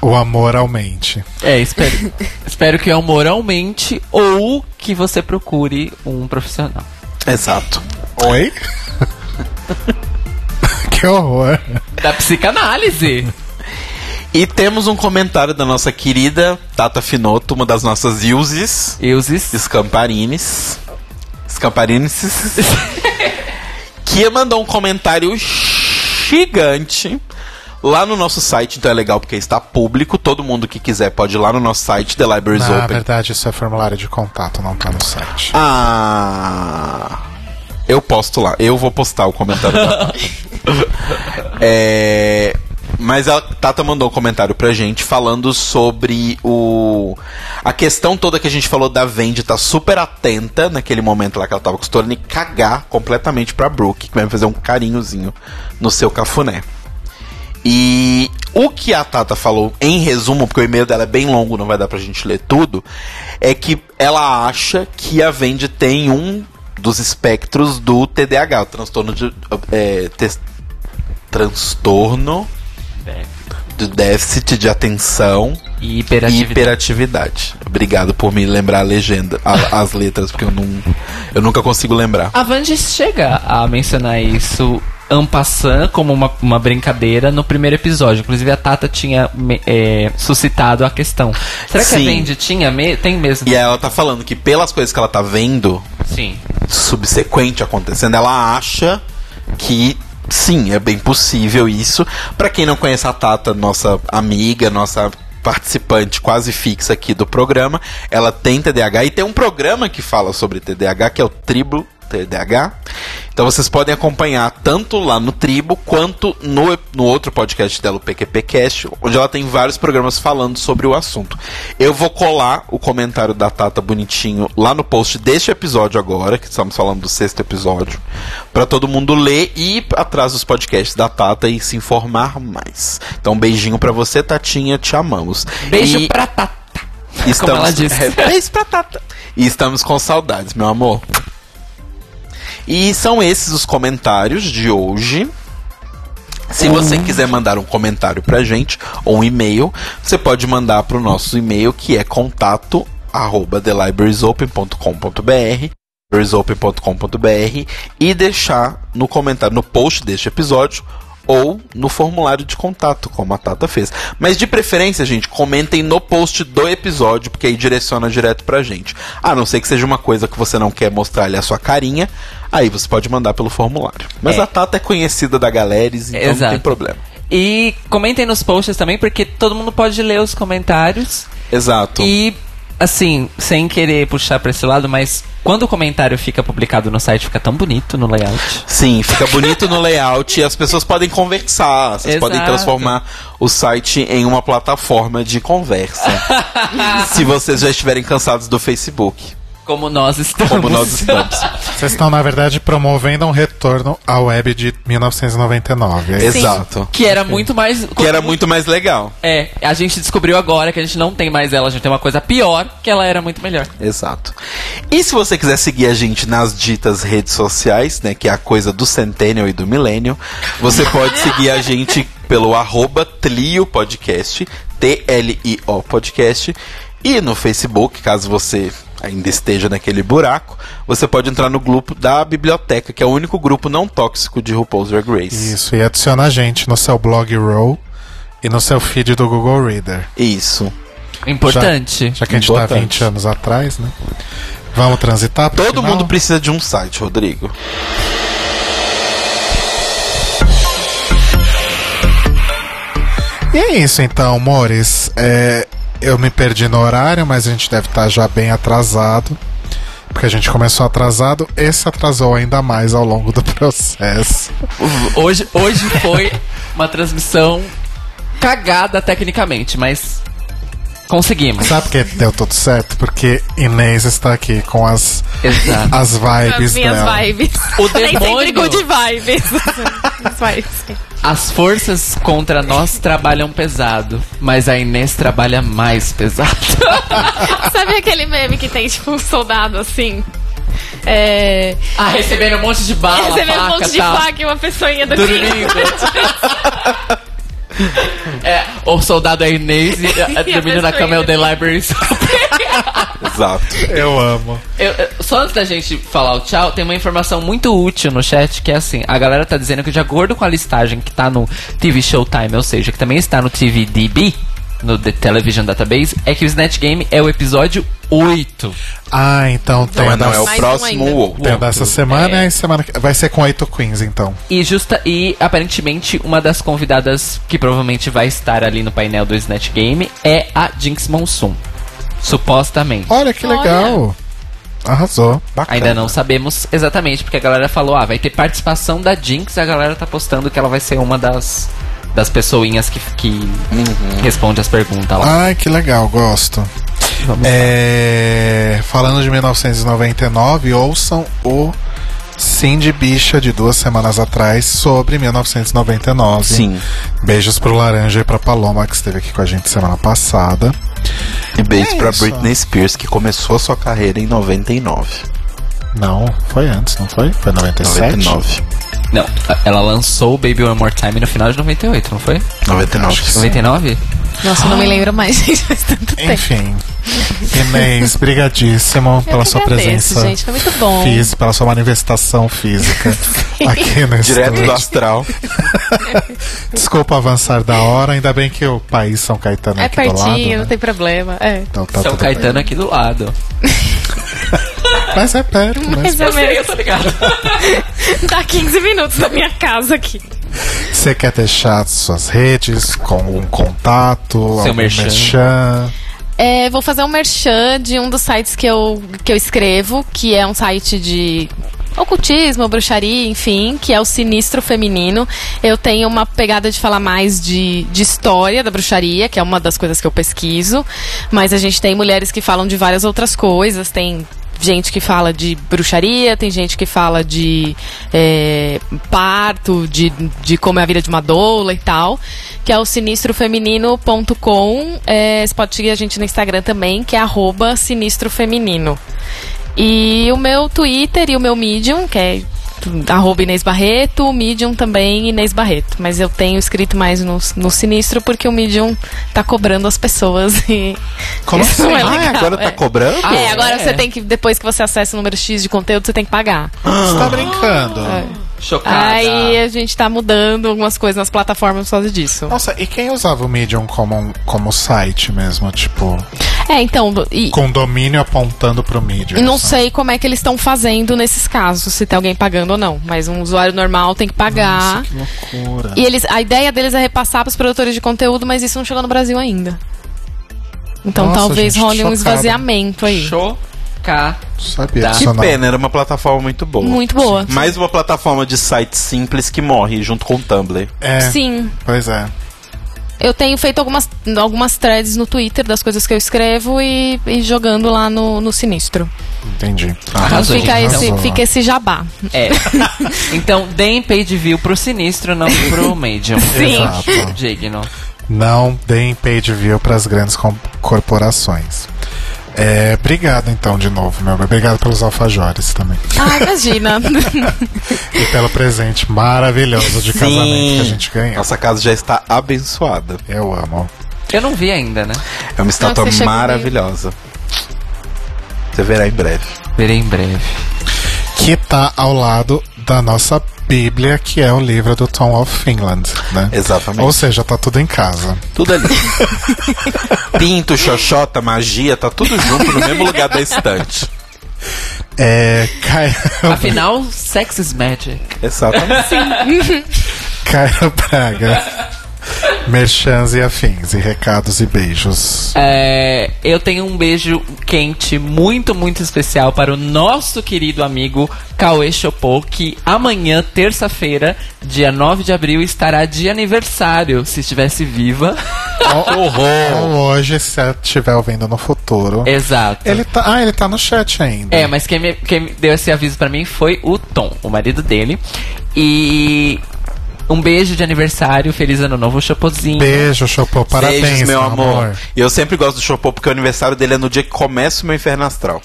Speaker 2: o amor aumente.
Speaker 3: É, espero, espero que o amor aumente ou que você procure um profissional.
Speaker 1: Exato.
Speaker 2: Oi? que horror.
Speaker 3: Da psicanálise.
Speaker 1: E temos um comentário da nossa querida Tata Finoto, uma das nossas uses,
Speaker 3: E os es-
Speaker 1: Scamparines. Scamparines. que mandou um comentário gigante lá no nosso site, então é legal porque está público, todo mundo que quiser pode ir lá no nosso site, The Libraries
Speaker 2: Na
Speaker 1: Open.
Speaker 2: verdade, isso é formulário de contato, não tá no site.
Speaker 1: Ah. Eu posto lá. Eu vou postar o comentário dela. É, Mas a Tata mandou um comentário pra gente falando sobre o. A questão toda que a gente falou da Vendi tá super atenta naquele momento lá que ela tava costurando e cagar completamente pra Brooke, que vai fazer um carinhozinho no seu cafuné. E o que a Tata falou, em resumo, porque o e-mail dela é bem longo, não vai dar pra gente ler tudo, é que ela acha que a Vendi tem um dos espectros do TDAH, o transtorno de. é, tes- transtorno de déficit de atenção
Speaker 3: e
Speaker 1: e
Speaker 3: hiperatividade.
Speaker 1: hiperatividade. Obrigado por me lembrar a legenda, a- as letras, porque eu, não, eu nunca consigo lembrar.
Speaker 3: A Vanges chega a mencionar isso en passant, como uma, uma brincadeira no primeiro episódio. Inclusive a Tata tinha me- é, suscitado a questão. Será que
Speaker 1: Sim.
Speaker 3: a Vendi tinha? Me- tem mesmo?
Speaker 1: E aí ela tá falando que pelas coisas que ela tá vendo,
Speaker 3: Sim.
Speaker 1: subsequente acontecendo, ela acha que Sim, é bem possível isso. Pra quem não conhece a Tata, nossa amiga, nossa participante quase fixa aqui do programa, ela tem TDAH e tem um programa que fala sobre TDAH, que é o Tribo TDAH. Então vocês podem acompanhar tanto lá no Tribo quanto no, no outro podcast dela, o PQPcast, onde ela tem vários programas falando sobre o assunto. Eu vou colar o comentário da Tata bonitinho lá no post deste episódio agora, que estamos falando do sexto episódio, para todo mundo ler e ir atrás dos podcasts da Tata e se informar mais. Então beijinho para você, Tatinha, te amamos.
Speaker 3: Beijo
Speaker 1: e
Speaker 3: pra Tata.
Speaker 1: estamos...
Speaker 3: ela disse.
Speaker 1: É, beijo pra Tata. E estamos com saudades, meu amor. E são esses os comentários de hoje. Se
Speaker 3: Hum.
Speaker 1: você quiser mandar um comentário pra gente ou um e-mail, você pode mandar pro nosso e-mail que é contato arroba thelibrariesopen.com.br librariesopen.com.br e deixar no comentário, no post deste episódio ou no formulário de contato, como a Tata fez. Mas de preferência, gente, comentem no post do episódio, porque aí direciona direto pra gente. A não ser que seja uma coisa que você não quer mostrar ali a sua carinha, aí você pode mandar pelo formulário. Mas
Speaker 3: É.
Speaker 1: a Tata é conhecida da galera, então não
Speaker 3: Exato.
Speaker 1: tem problema.
Speaker 3: E comentem nos posts também, porque todo mundo pode ler os comentários.
Speaker 1: Exato.
Speaker 3: E, assim, sem querer puxar pra esse lado, mas quando o comentário fica publicado no site, fica tão bonito no layout.
Speaker 1: Sim, fica bonito no layout e as pessoas podem conversar. Vocês
Speaker 3: Exato.
Speaker 1: podem transformar o site em uma plataforma de conversa. se vocês já estiverem cansados do Facebook,
Speaker 3: Como nós estamos.
Speaker 1: como nós estamos.
Speaker 2: Vocês estão, na verdade, promovendo um retorno à web de 1999. É isso?
Speaker 1: Exato.
Speaker 3: Que era muito mais.
Speaker 1: Que era muito mais legal.
Speaker 3: É, a gente descobriu agora que a gente não tem mais ela, a gente tem uma coisa pior, que ela era muito melhor.
Speaker 1: Exato. E se você quiser seguir a gente nas ditas redes sociais, né, que é a coisa do Centennial e do Millennial, você pode seguir a gente pelo arroba Tlio Podcast, T-L-I-O Podcast, e no Facebook, caso você ainda esteja naquele buraco, você pode entrar no grupo da biblioteca, que é o único grupo não tóxico de RuPaul's Drag Race.
Speaker 2: Isso, e adiciona a gente no seu blog Roll e no seu feed do Google Reader.
Speaker 1: Isso.
Speaker 3: Importante.
Speaker 2: Já que a gente tá
Speaker 1: Importante.
Speaker 2: 20 anos atrás, né? Vamos transitar pro
Speaker 1: Todo
Speaker 2: final?
Speaker 1: mundo precisa de um site, Rodrigo.
Speaker 2: E é isso então, Mores. É, eu me perdi no horário, mas a gente deve estar já bem atrasado. Porque a gente começou atrasado, esse atrasou ainda mais ao longo do processo.
Speaker 3: Hoje, hoje foi uma transmissão cagada tecnicamente, mas conseguimos.
Speaker 2: Sabe por que deu tudo certo? Porque Inês está aqui com as,
Speaker 3: Exato.
Speaker 2: as vibes
Speaker 4: As minhas
Speaker 2: dela.
Speaker 4: vibes.
Speaker 3: O
Speaker 4: Nem sempre
Speaker 3: demônio.
Speaker 4: good vibes. As vibes.
Speaker 3: As forças contra nós trabalham pesado, mas a Inês trabalha mais pesado.
Speaker 4: Sabe aquele meme que tem, tipo, um soldado assim? É.
Speaker 3: ah, recebendo um monte de bala,
Speaker 4: Recebeu um
Speaker 3: faca, tá.
Speaker 4: monte de
Speaker 3: tal.
Speaker 4: faca assim. e uma pessoinha do
Speaker 3: Dormindo. É, o soldado é Inês e a- a-
Speaker 4: E a
Speaker 3: dormindo na
Speaker 4: pessoa
Speaker 3: cama é o
Speaker 4: ainda.
Speaker 3: The Library.
Speaker 1: Exato.
Speaker 2: Eu amo.
Speaker 3: Eu- eu- só antes da gente falar o tchau, tem uma informação muito útil no chat que é assim: a galera tá dizendo que, de acordo com a listagem que tá no TV Showtime, ou seja, que também está no TVDB, no The Television Database, é que o Snatch Game é o episódio 8.
Speaker 2: Ah, então tem
Speaker 1: Então
Speaker 2: a
Speaker 1: não
Speaker 2: da,
Speaker 1: é o
Speaker 4: Mais um
Speaker 1: próximo
Speaker 4: ainda.
Speaker 1: ou outro.
Speaker 2: tem a dessa semana
Speaker 3: É.
Speaker 2: e semana que vai ser com oito queens então.
Speaker 3: E, justa, e aparentemente, uma das convidadas que provavelmente vai estar ali no painel do Snatch Game é a Jinx Monsoon. Supostamente.
Speaker 2: Olha que legal. Arrasou.
Speaker 3: Ainda não sabemos exatamente, porque a galera falou, ah, vai ter participação da Jinx, a galera tá postando que ela vai ser uma das, das pessoinhas que, que responde as perguntas lá.
Speaker 2: Ai, que legal, gosto.
Speaker 3: Vamos
Speaker 2: É, falando de 1999, ouçam o Cindy Bicha de duas semanas atrás sobre 1999.
Speaker 1: Sim.
Speaker 2: Beijos pro Laranja e pra Paloma que esteve aqui com a gente semana passada.
Speaker 1: E beijo
Speaker 2: É
Speaker 1: pra
Speaker 2: isso.
Speaker 1: Britney Spears, que começou a sua carreira em 99.
Speaker 2: Não, foi antes, não foi? Foi 97?
Speaker 1: 99.
Speaker 3: Não, ela lançou o Baby One More Time no final de 98, não foi?
Speaker 1: 99.
Speaker 2: Acho que sim.
Speaker 3: 99?
Speaker 4: Nossa, não me lembro mais, gente, faz tanto tempo.
Speaker 2: Enfim. Inês, brigadíssimo pela
Speaker 4: que
Speaker 2: sua
Speaker 4: agradeço,
Speaker 2: presença.
Speaker 4: gente, foi muito bom.
Speaker 2: Fis- pela sua manifestação física aqui no
Speaker 1: Direto do
Speaker 2: estúdio.
Speaker 1: astral.
Speaker 2: Desculpa avançar da hora, ainda bem que o país São Caetano é,
Speaker 4: É
Speaker 2: aqui do lado.
Speaker 4: pertinho,
Speaker 2: né?
Speaker 4: não tem problema. É.
Speaker 2: Então tá
Speaker 3: São
Speaker 2: tudo bem.
Speaker 3: Caetano aqui do lado.
Speaker 2: Mas é perto, mas.
Speaker 4: Mas é mesmo.
Speaker 3: tô ligado.
Speaker 4: Tá 15 minutos da minha casa aqui.
Speaker 2: Você quer deixar suas redes com um contato, algum
Speaker 3: merchan.
Speaker 2: merchan?
Speaker 4: É, vou fazer um merchan de um dos sites que eu, que eu escrevo, que é um site de ocultismo, bruxaria, enfim, que é o Sinistro Feminino. Eu tenho uma pegada de falar mais de, de história da bruxaria, que é uma das coisas que eu pesquiso, mas a gente tem mulheres que falam de várias outras coisas, tem gente que fala de bruxaria, tem gente que fala de é, parto, de, de como é a vida de uma doula e tal, que é o sinistrofeminino.com. É, você pode seguir a gente no Instagram também, que é arroba sinistrofeminino. E o meu Twitter e o meu Medium, que é tu- arroba Inês Barreto, o Medium também Inês Barreto. Mas eu tenho escrito mais no, no Sinistro porque o Medium tá cobrando as pessoas e
Speaker 1: Como
Speaker 4: Isso
Speaker 1: assim?
Speaker 4: é
Speaker 1: Ah,
Speaker 4: legal,
Speaker 1: agora
Speaker 4: é.
Speaker 1: tá cobrando?
Speaker 3: Ah,
Speaker 4: é, agora
Speaker 3: é.
Speaker 4: você tem que, depois que você acessa o número X de conteúdo, você tem que pagar.
Speaker 2: Você tá brincando?
Speaker 4: É.
Speaker 3: Chocada.
Speaker 4: Aí a gente tá mudando algumas coisas nas plataformas por causa disso.
Speaker 2: Nossa, e quem usava o Medium como, um- como site mesmo? Tipo,
Speaker 4: É, então, e-
Speaker 2: condomínio apontando pro Medium.
Speaker 4: não
Speaker 2: sabe?
Speaker 4: sei como é que eles estão fazendo nesses casos, se tem alguém pagando ou não. Mas um usuário normal tem que pagar.
Speaker 2: Nossa, que loucura.
Speaker 4: E eles, a ideia deles é repassar para os produtores de conteúdo, mas isso não chegou no Brasil ainda. Então
Speaker 2: Nossa,
Speaker 4: talvez
Speaker 2: gente,
Speaker 4: role um
Speaker 2: chocado.
Speaker 4: esvaziamento aí.
Speaker 3: Chocada.
Speaker 2: Sabia
Speaker 3: Tá.
Speaker 2: disso
Speaker 1: Que
Speaker 2: não.
Speaker 1: pena, era uma plataforma muito boa.
Speaker 4: Muito boa.
Speaker 1: Mais uma plataforma de site simples que morre junto com o Tumblr.
Speaker 2: É,
Speaker 4: Sim.
Speaker 2: pois é.
Speaker 4: Eu tenho feito algumas, algumas threads no Twitter das coisas que eu escrevo e, e jogando lá no, no Sinistro.
Speaker 2: Entendi.
Speaker 3: Arrasou,
Speaker 4: Então Fica
Speaker 2: gente,
Speaker 4: esse,
Speaker 2: arrasou.
Speaker 4: fica esse jabá.
Speaker 3: É. então, deem page view pro sinistro, não pro medium.
Speaker 4: Sim.
Speaker 2: Exato.
Speaker 3: Digno.
Speaker 2: Não deem paid view para as grandes com- corporações. É, obrigado então de novo, meu. bem. Obrigado pelos alfajores também.
Speaker 4: Ah, imagina.
Speaker 2: E pelo presente maravilhoso de casamento que a gente ganhou.
Speaker 1: Nossa casa já está abençoada.
Speaker 2: Eu amo.
Speaker 3: Eu não vi ainda, né?
Speaker 1: É uma estátua
Speaker 4: você chegou
Speaker 1: maravilhosa. Você verá em breve.
Speaker 3: Verei em breve.
Speaker 2: Que tá ao lado da nossa Bíblia, que é o livro do Tom of Finland, né?
Speaker 1: Exatamente.
Speaker 2: Ou seja, tá tudo em casa.
Speaker 1: Tudo ali. Pinto, xoxota, magia, tá tudo junto no mesmo lugar da estante.
Speaker 2: É, Caio,
Speaker 3: Afinal, sex is magic.
Speaker 1: Exatamente.
Speaker 2: Caio Braga. Merchans e afins, e recados e beijos.
Speaker 3: É, eu tenho um beijo quente muito, muito especial para o nosso querido amigo Cauê Chopou, que amanhã, terça-feira, dia 9 de abril, estará de aniversário, se estivesse viva.
Speaker 2: Então hoje, se estiver ouvindo no futuro.
Speaker 3: Exato.
Speaker 2: Ele tá, ah, ele tá no chat ainda.
Speaker 3: É, mas quem me, quem me deu esse aviso pra mim foi o Tom, o marido dele. E um beijo de aniversário, feliz ano novo, Chopozinho.
Speaker 2: Beijo, Chopô. Parabéns,
Speaker 1: Beijos, meu amor.
Speaker 2: amor.
Speaker 1: E eu sempre gosto do Chopô porque o aniversário dele é no dia que começa o meu inferno astral.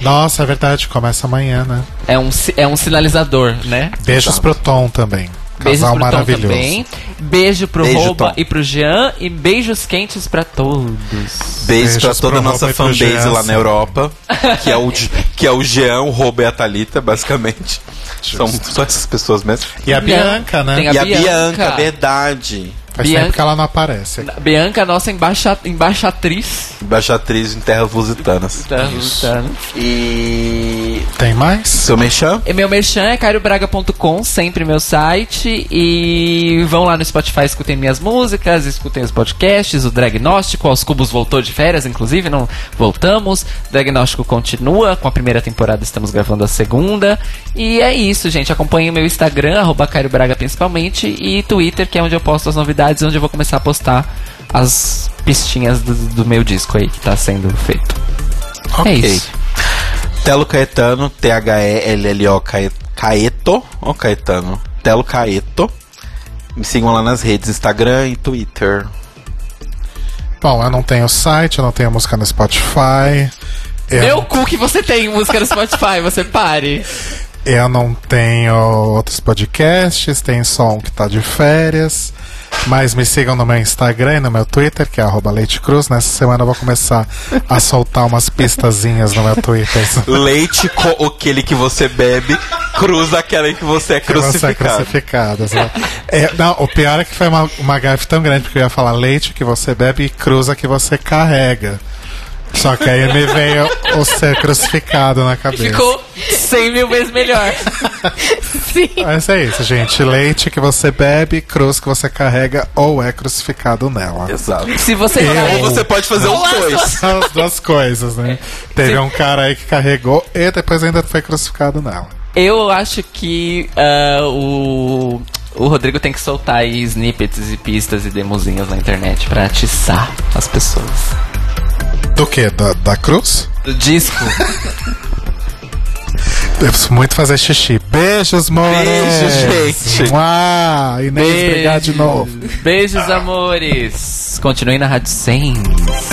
Speaker 2: Nossa, é verdade, começa amanhã, né?
Speaker 3: É um, si- é um sinalizador, né?
Speaker 2: Beijos pro Tom também.
Speaker 3: Beijos
Speaker 2: Casal
Speaker 3: pro Tom
Speaker 2: maravilhoso.
Speaker 3: também. Beijo pro
Speaker 1: Beijo,
Speaker 3: Rouba
Speaker 1: Tom.
Speaker 3: e pro Jean. E beijos quentes pra todos.
Speaker 1: Beijo pra
Speaker 2: Beijos
Speaker 1: toda a
Speaker 2: pro
Speaker 1: nossa
Speaker 2: Roberto
Speaker 1: fanbase
Speaker 2: Gerson.
Speaker 1: lá na Europa, que é o, G- que é o Jean, o Robo e a Thalita, basicamente. São só essas pessoas mesmo.
Speaker 2: E a
Speaker 3: Não,
Speaker 2: Bianca, né?
Speaker 3: tem
Speaker 1: E a
Speaker 3: Bianca.
Speaker 1: Bianca, verdade.
Speaker 2: Faz
Speaker 3: Bianca.
Speaker 2: tempo que ela não aparece. aqui.
Speaker 3: Bianca, nossa embaixa, embaixatriz.
Speaker 1: Embaixatriz em terras lusitanas.
Speaker 3: Tá, tá. E
Speaker 2: Tem mais?
Speaker 1: Seu mexão?
Speaker 3: E Meu merchan é cairiobraga.com, sempre meu site. E vão lá no Spotify, escutem minhas músicas, escutem os podcasts, o Dragnóstico, aos cubos voltou de férias, inclusive, não voltamos. Dragnóstico continua com a primeira temporada, estamos gravando a segunda. E é isso, gente. Acompanhem meu Instagram, arroba Cairo Braga principalmente, e Twitter, que é onde eu posto as novidades, onde eu vou começar a postar as pistinhas do, do meu disco aí que tá sendo feito. É isso.
Speaker 1: Telo Caetano, T-H-E-L-L-O Cae- Caeto. Ó, Caetano. Telo Caeto. Me sigam lá nas redes, Instagram e Twitter.
Speaker 2: Bom, eu não tenho site, eu não tenho música no Spotify.
Speaker 3: Meu
Speaker 2: Eu,
Speaker 3: cu que você tem música no Spotify, você pare.
Speaker 2: eu não tenho outros podcasts, tem só um que tá de férias. Mas me sigam no meu Instagram e no meu Twitter, que é arroba Leite Cruz. Nessa semana eu vou começar a soltar umas pistazinhas no meu Twitter.
Speaker 1: Leite com aquele que você bebe, cruz aquela que você é
Speaker 2: Que você é
Speaker 1: crucificado.
Speaker 2: crucificado, sabe? É, não, o pior é que foi uma, uma gafe tão grande, porque eu ia falar leite que você bebe e cruza que você carrega. Só que aí me veio o ser crucificado na cabeça.
Speaker 3: Ficou 100 mil vezes melhor.
Speaker 4: Sim.
Speaker 2: Mas é isso, gente. Leite que você bebe, cruz que você carrega ou é crucificado nela.
Speaker 1: Exato.
Speaker 3: Se você
Speaker 1: Ou
Speaker 2: Eu-
Speaker 1: você pode fazer os dois.
Speaker 2: São as duas coisas, né? Teve um cara aí que carregou e depois ainda foi crucificado nela.
Speaker 3: Eu acho que ah, o, o Rodrigo tem que soltar aí snippets e pistas e demozinhas na internet pra atiçar as pessoas.
Speaker 2: Do quê? Da, da cruz?
Speaker 3: Do disco.
Speaker 2: Eu preciso muito fazer xixi. Beijos, Mores!
Speaker 1: Beijos, gente.
Speaker 2: Uau! Inês,
Speaker 3: Beijo.
Speaker 2: obrigado de novo.
Speaker 3: Beijos, amores. Continuem na Rádio 100.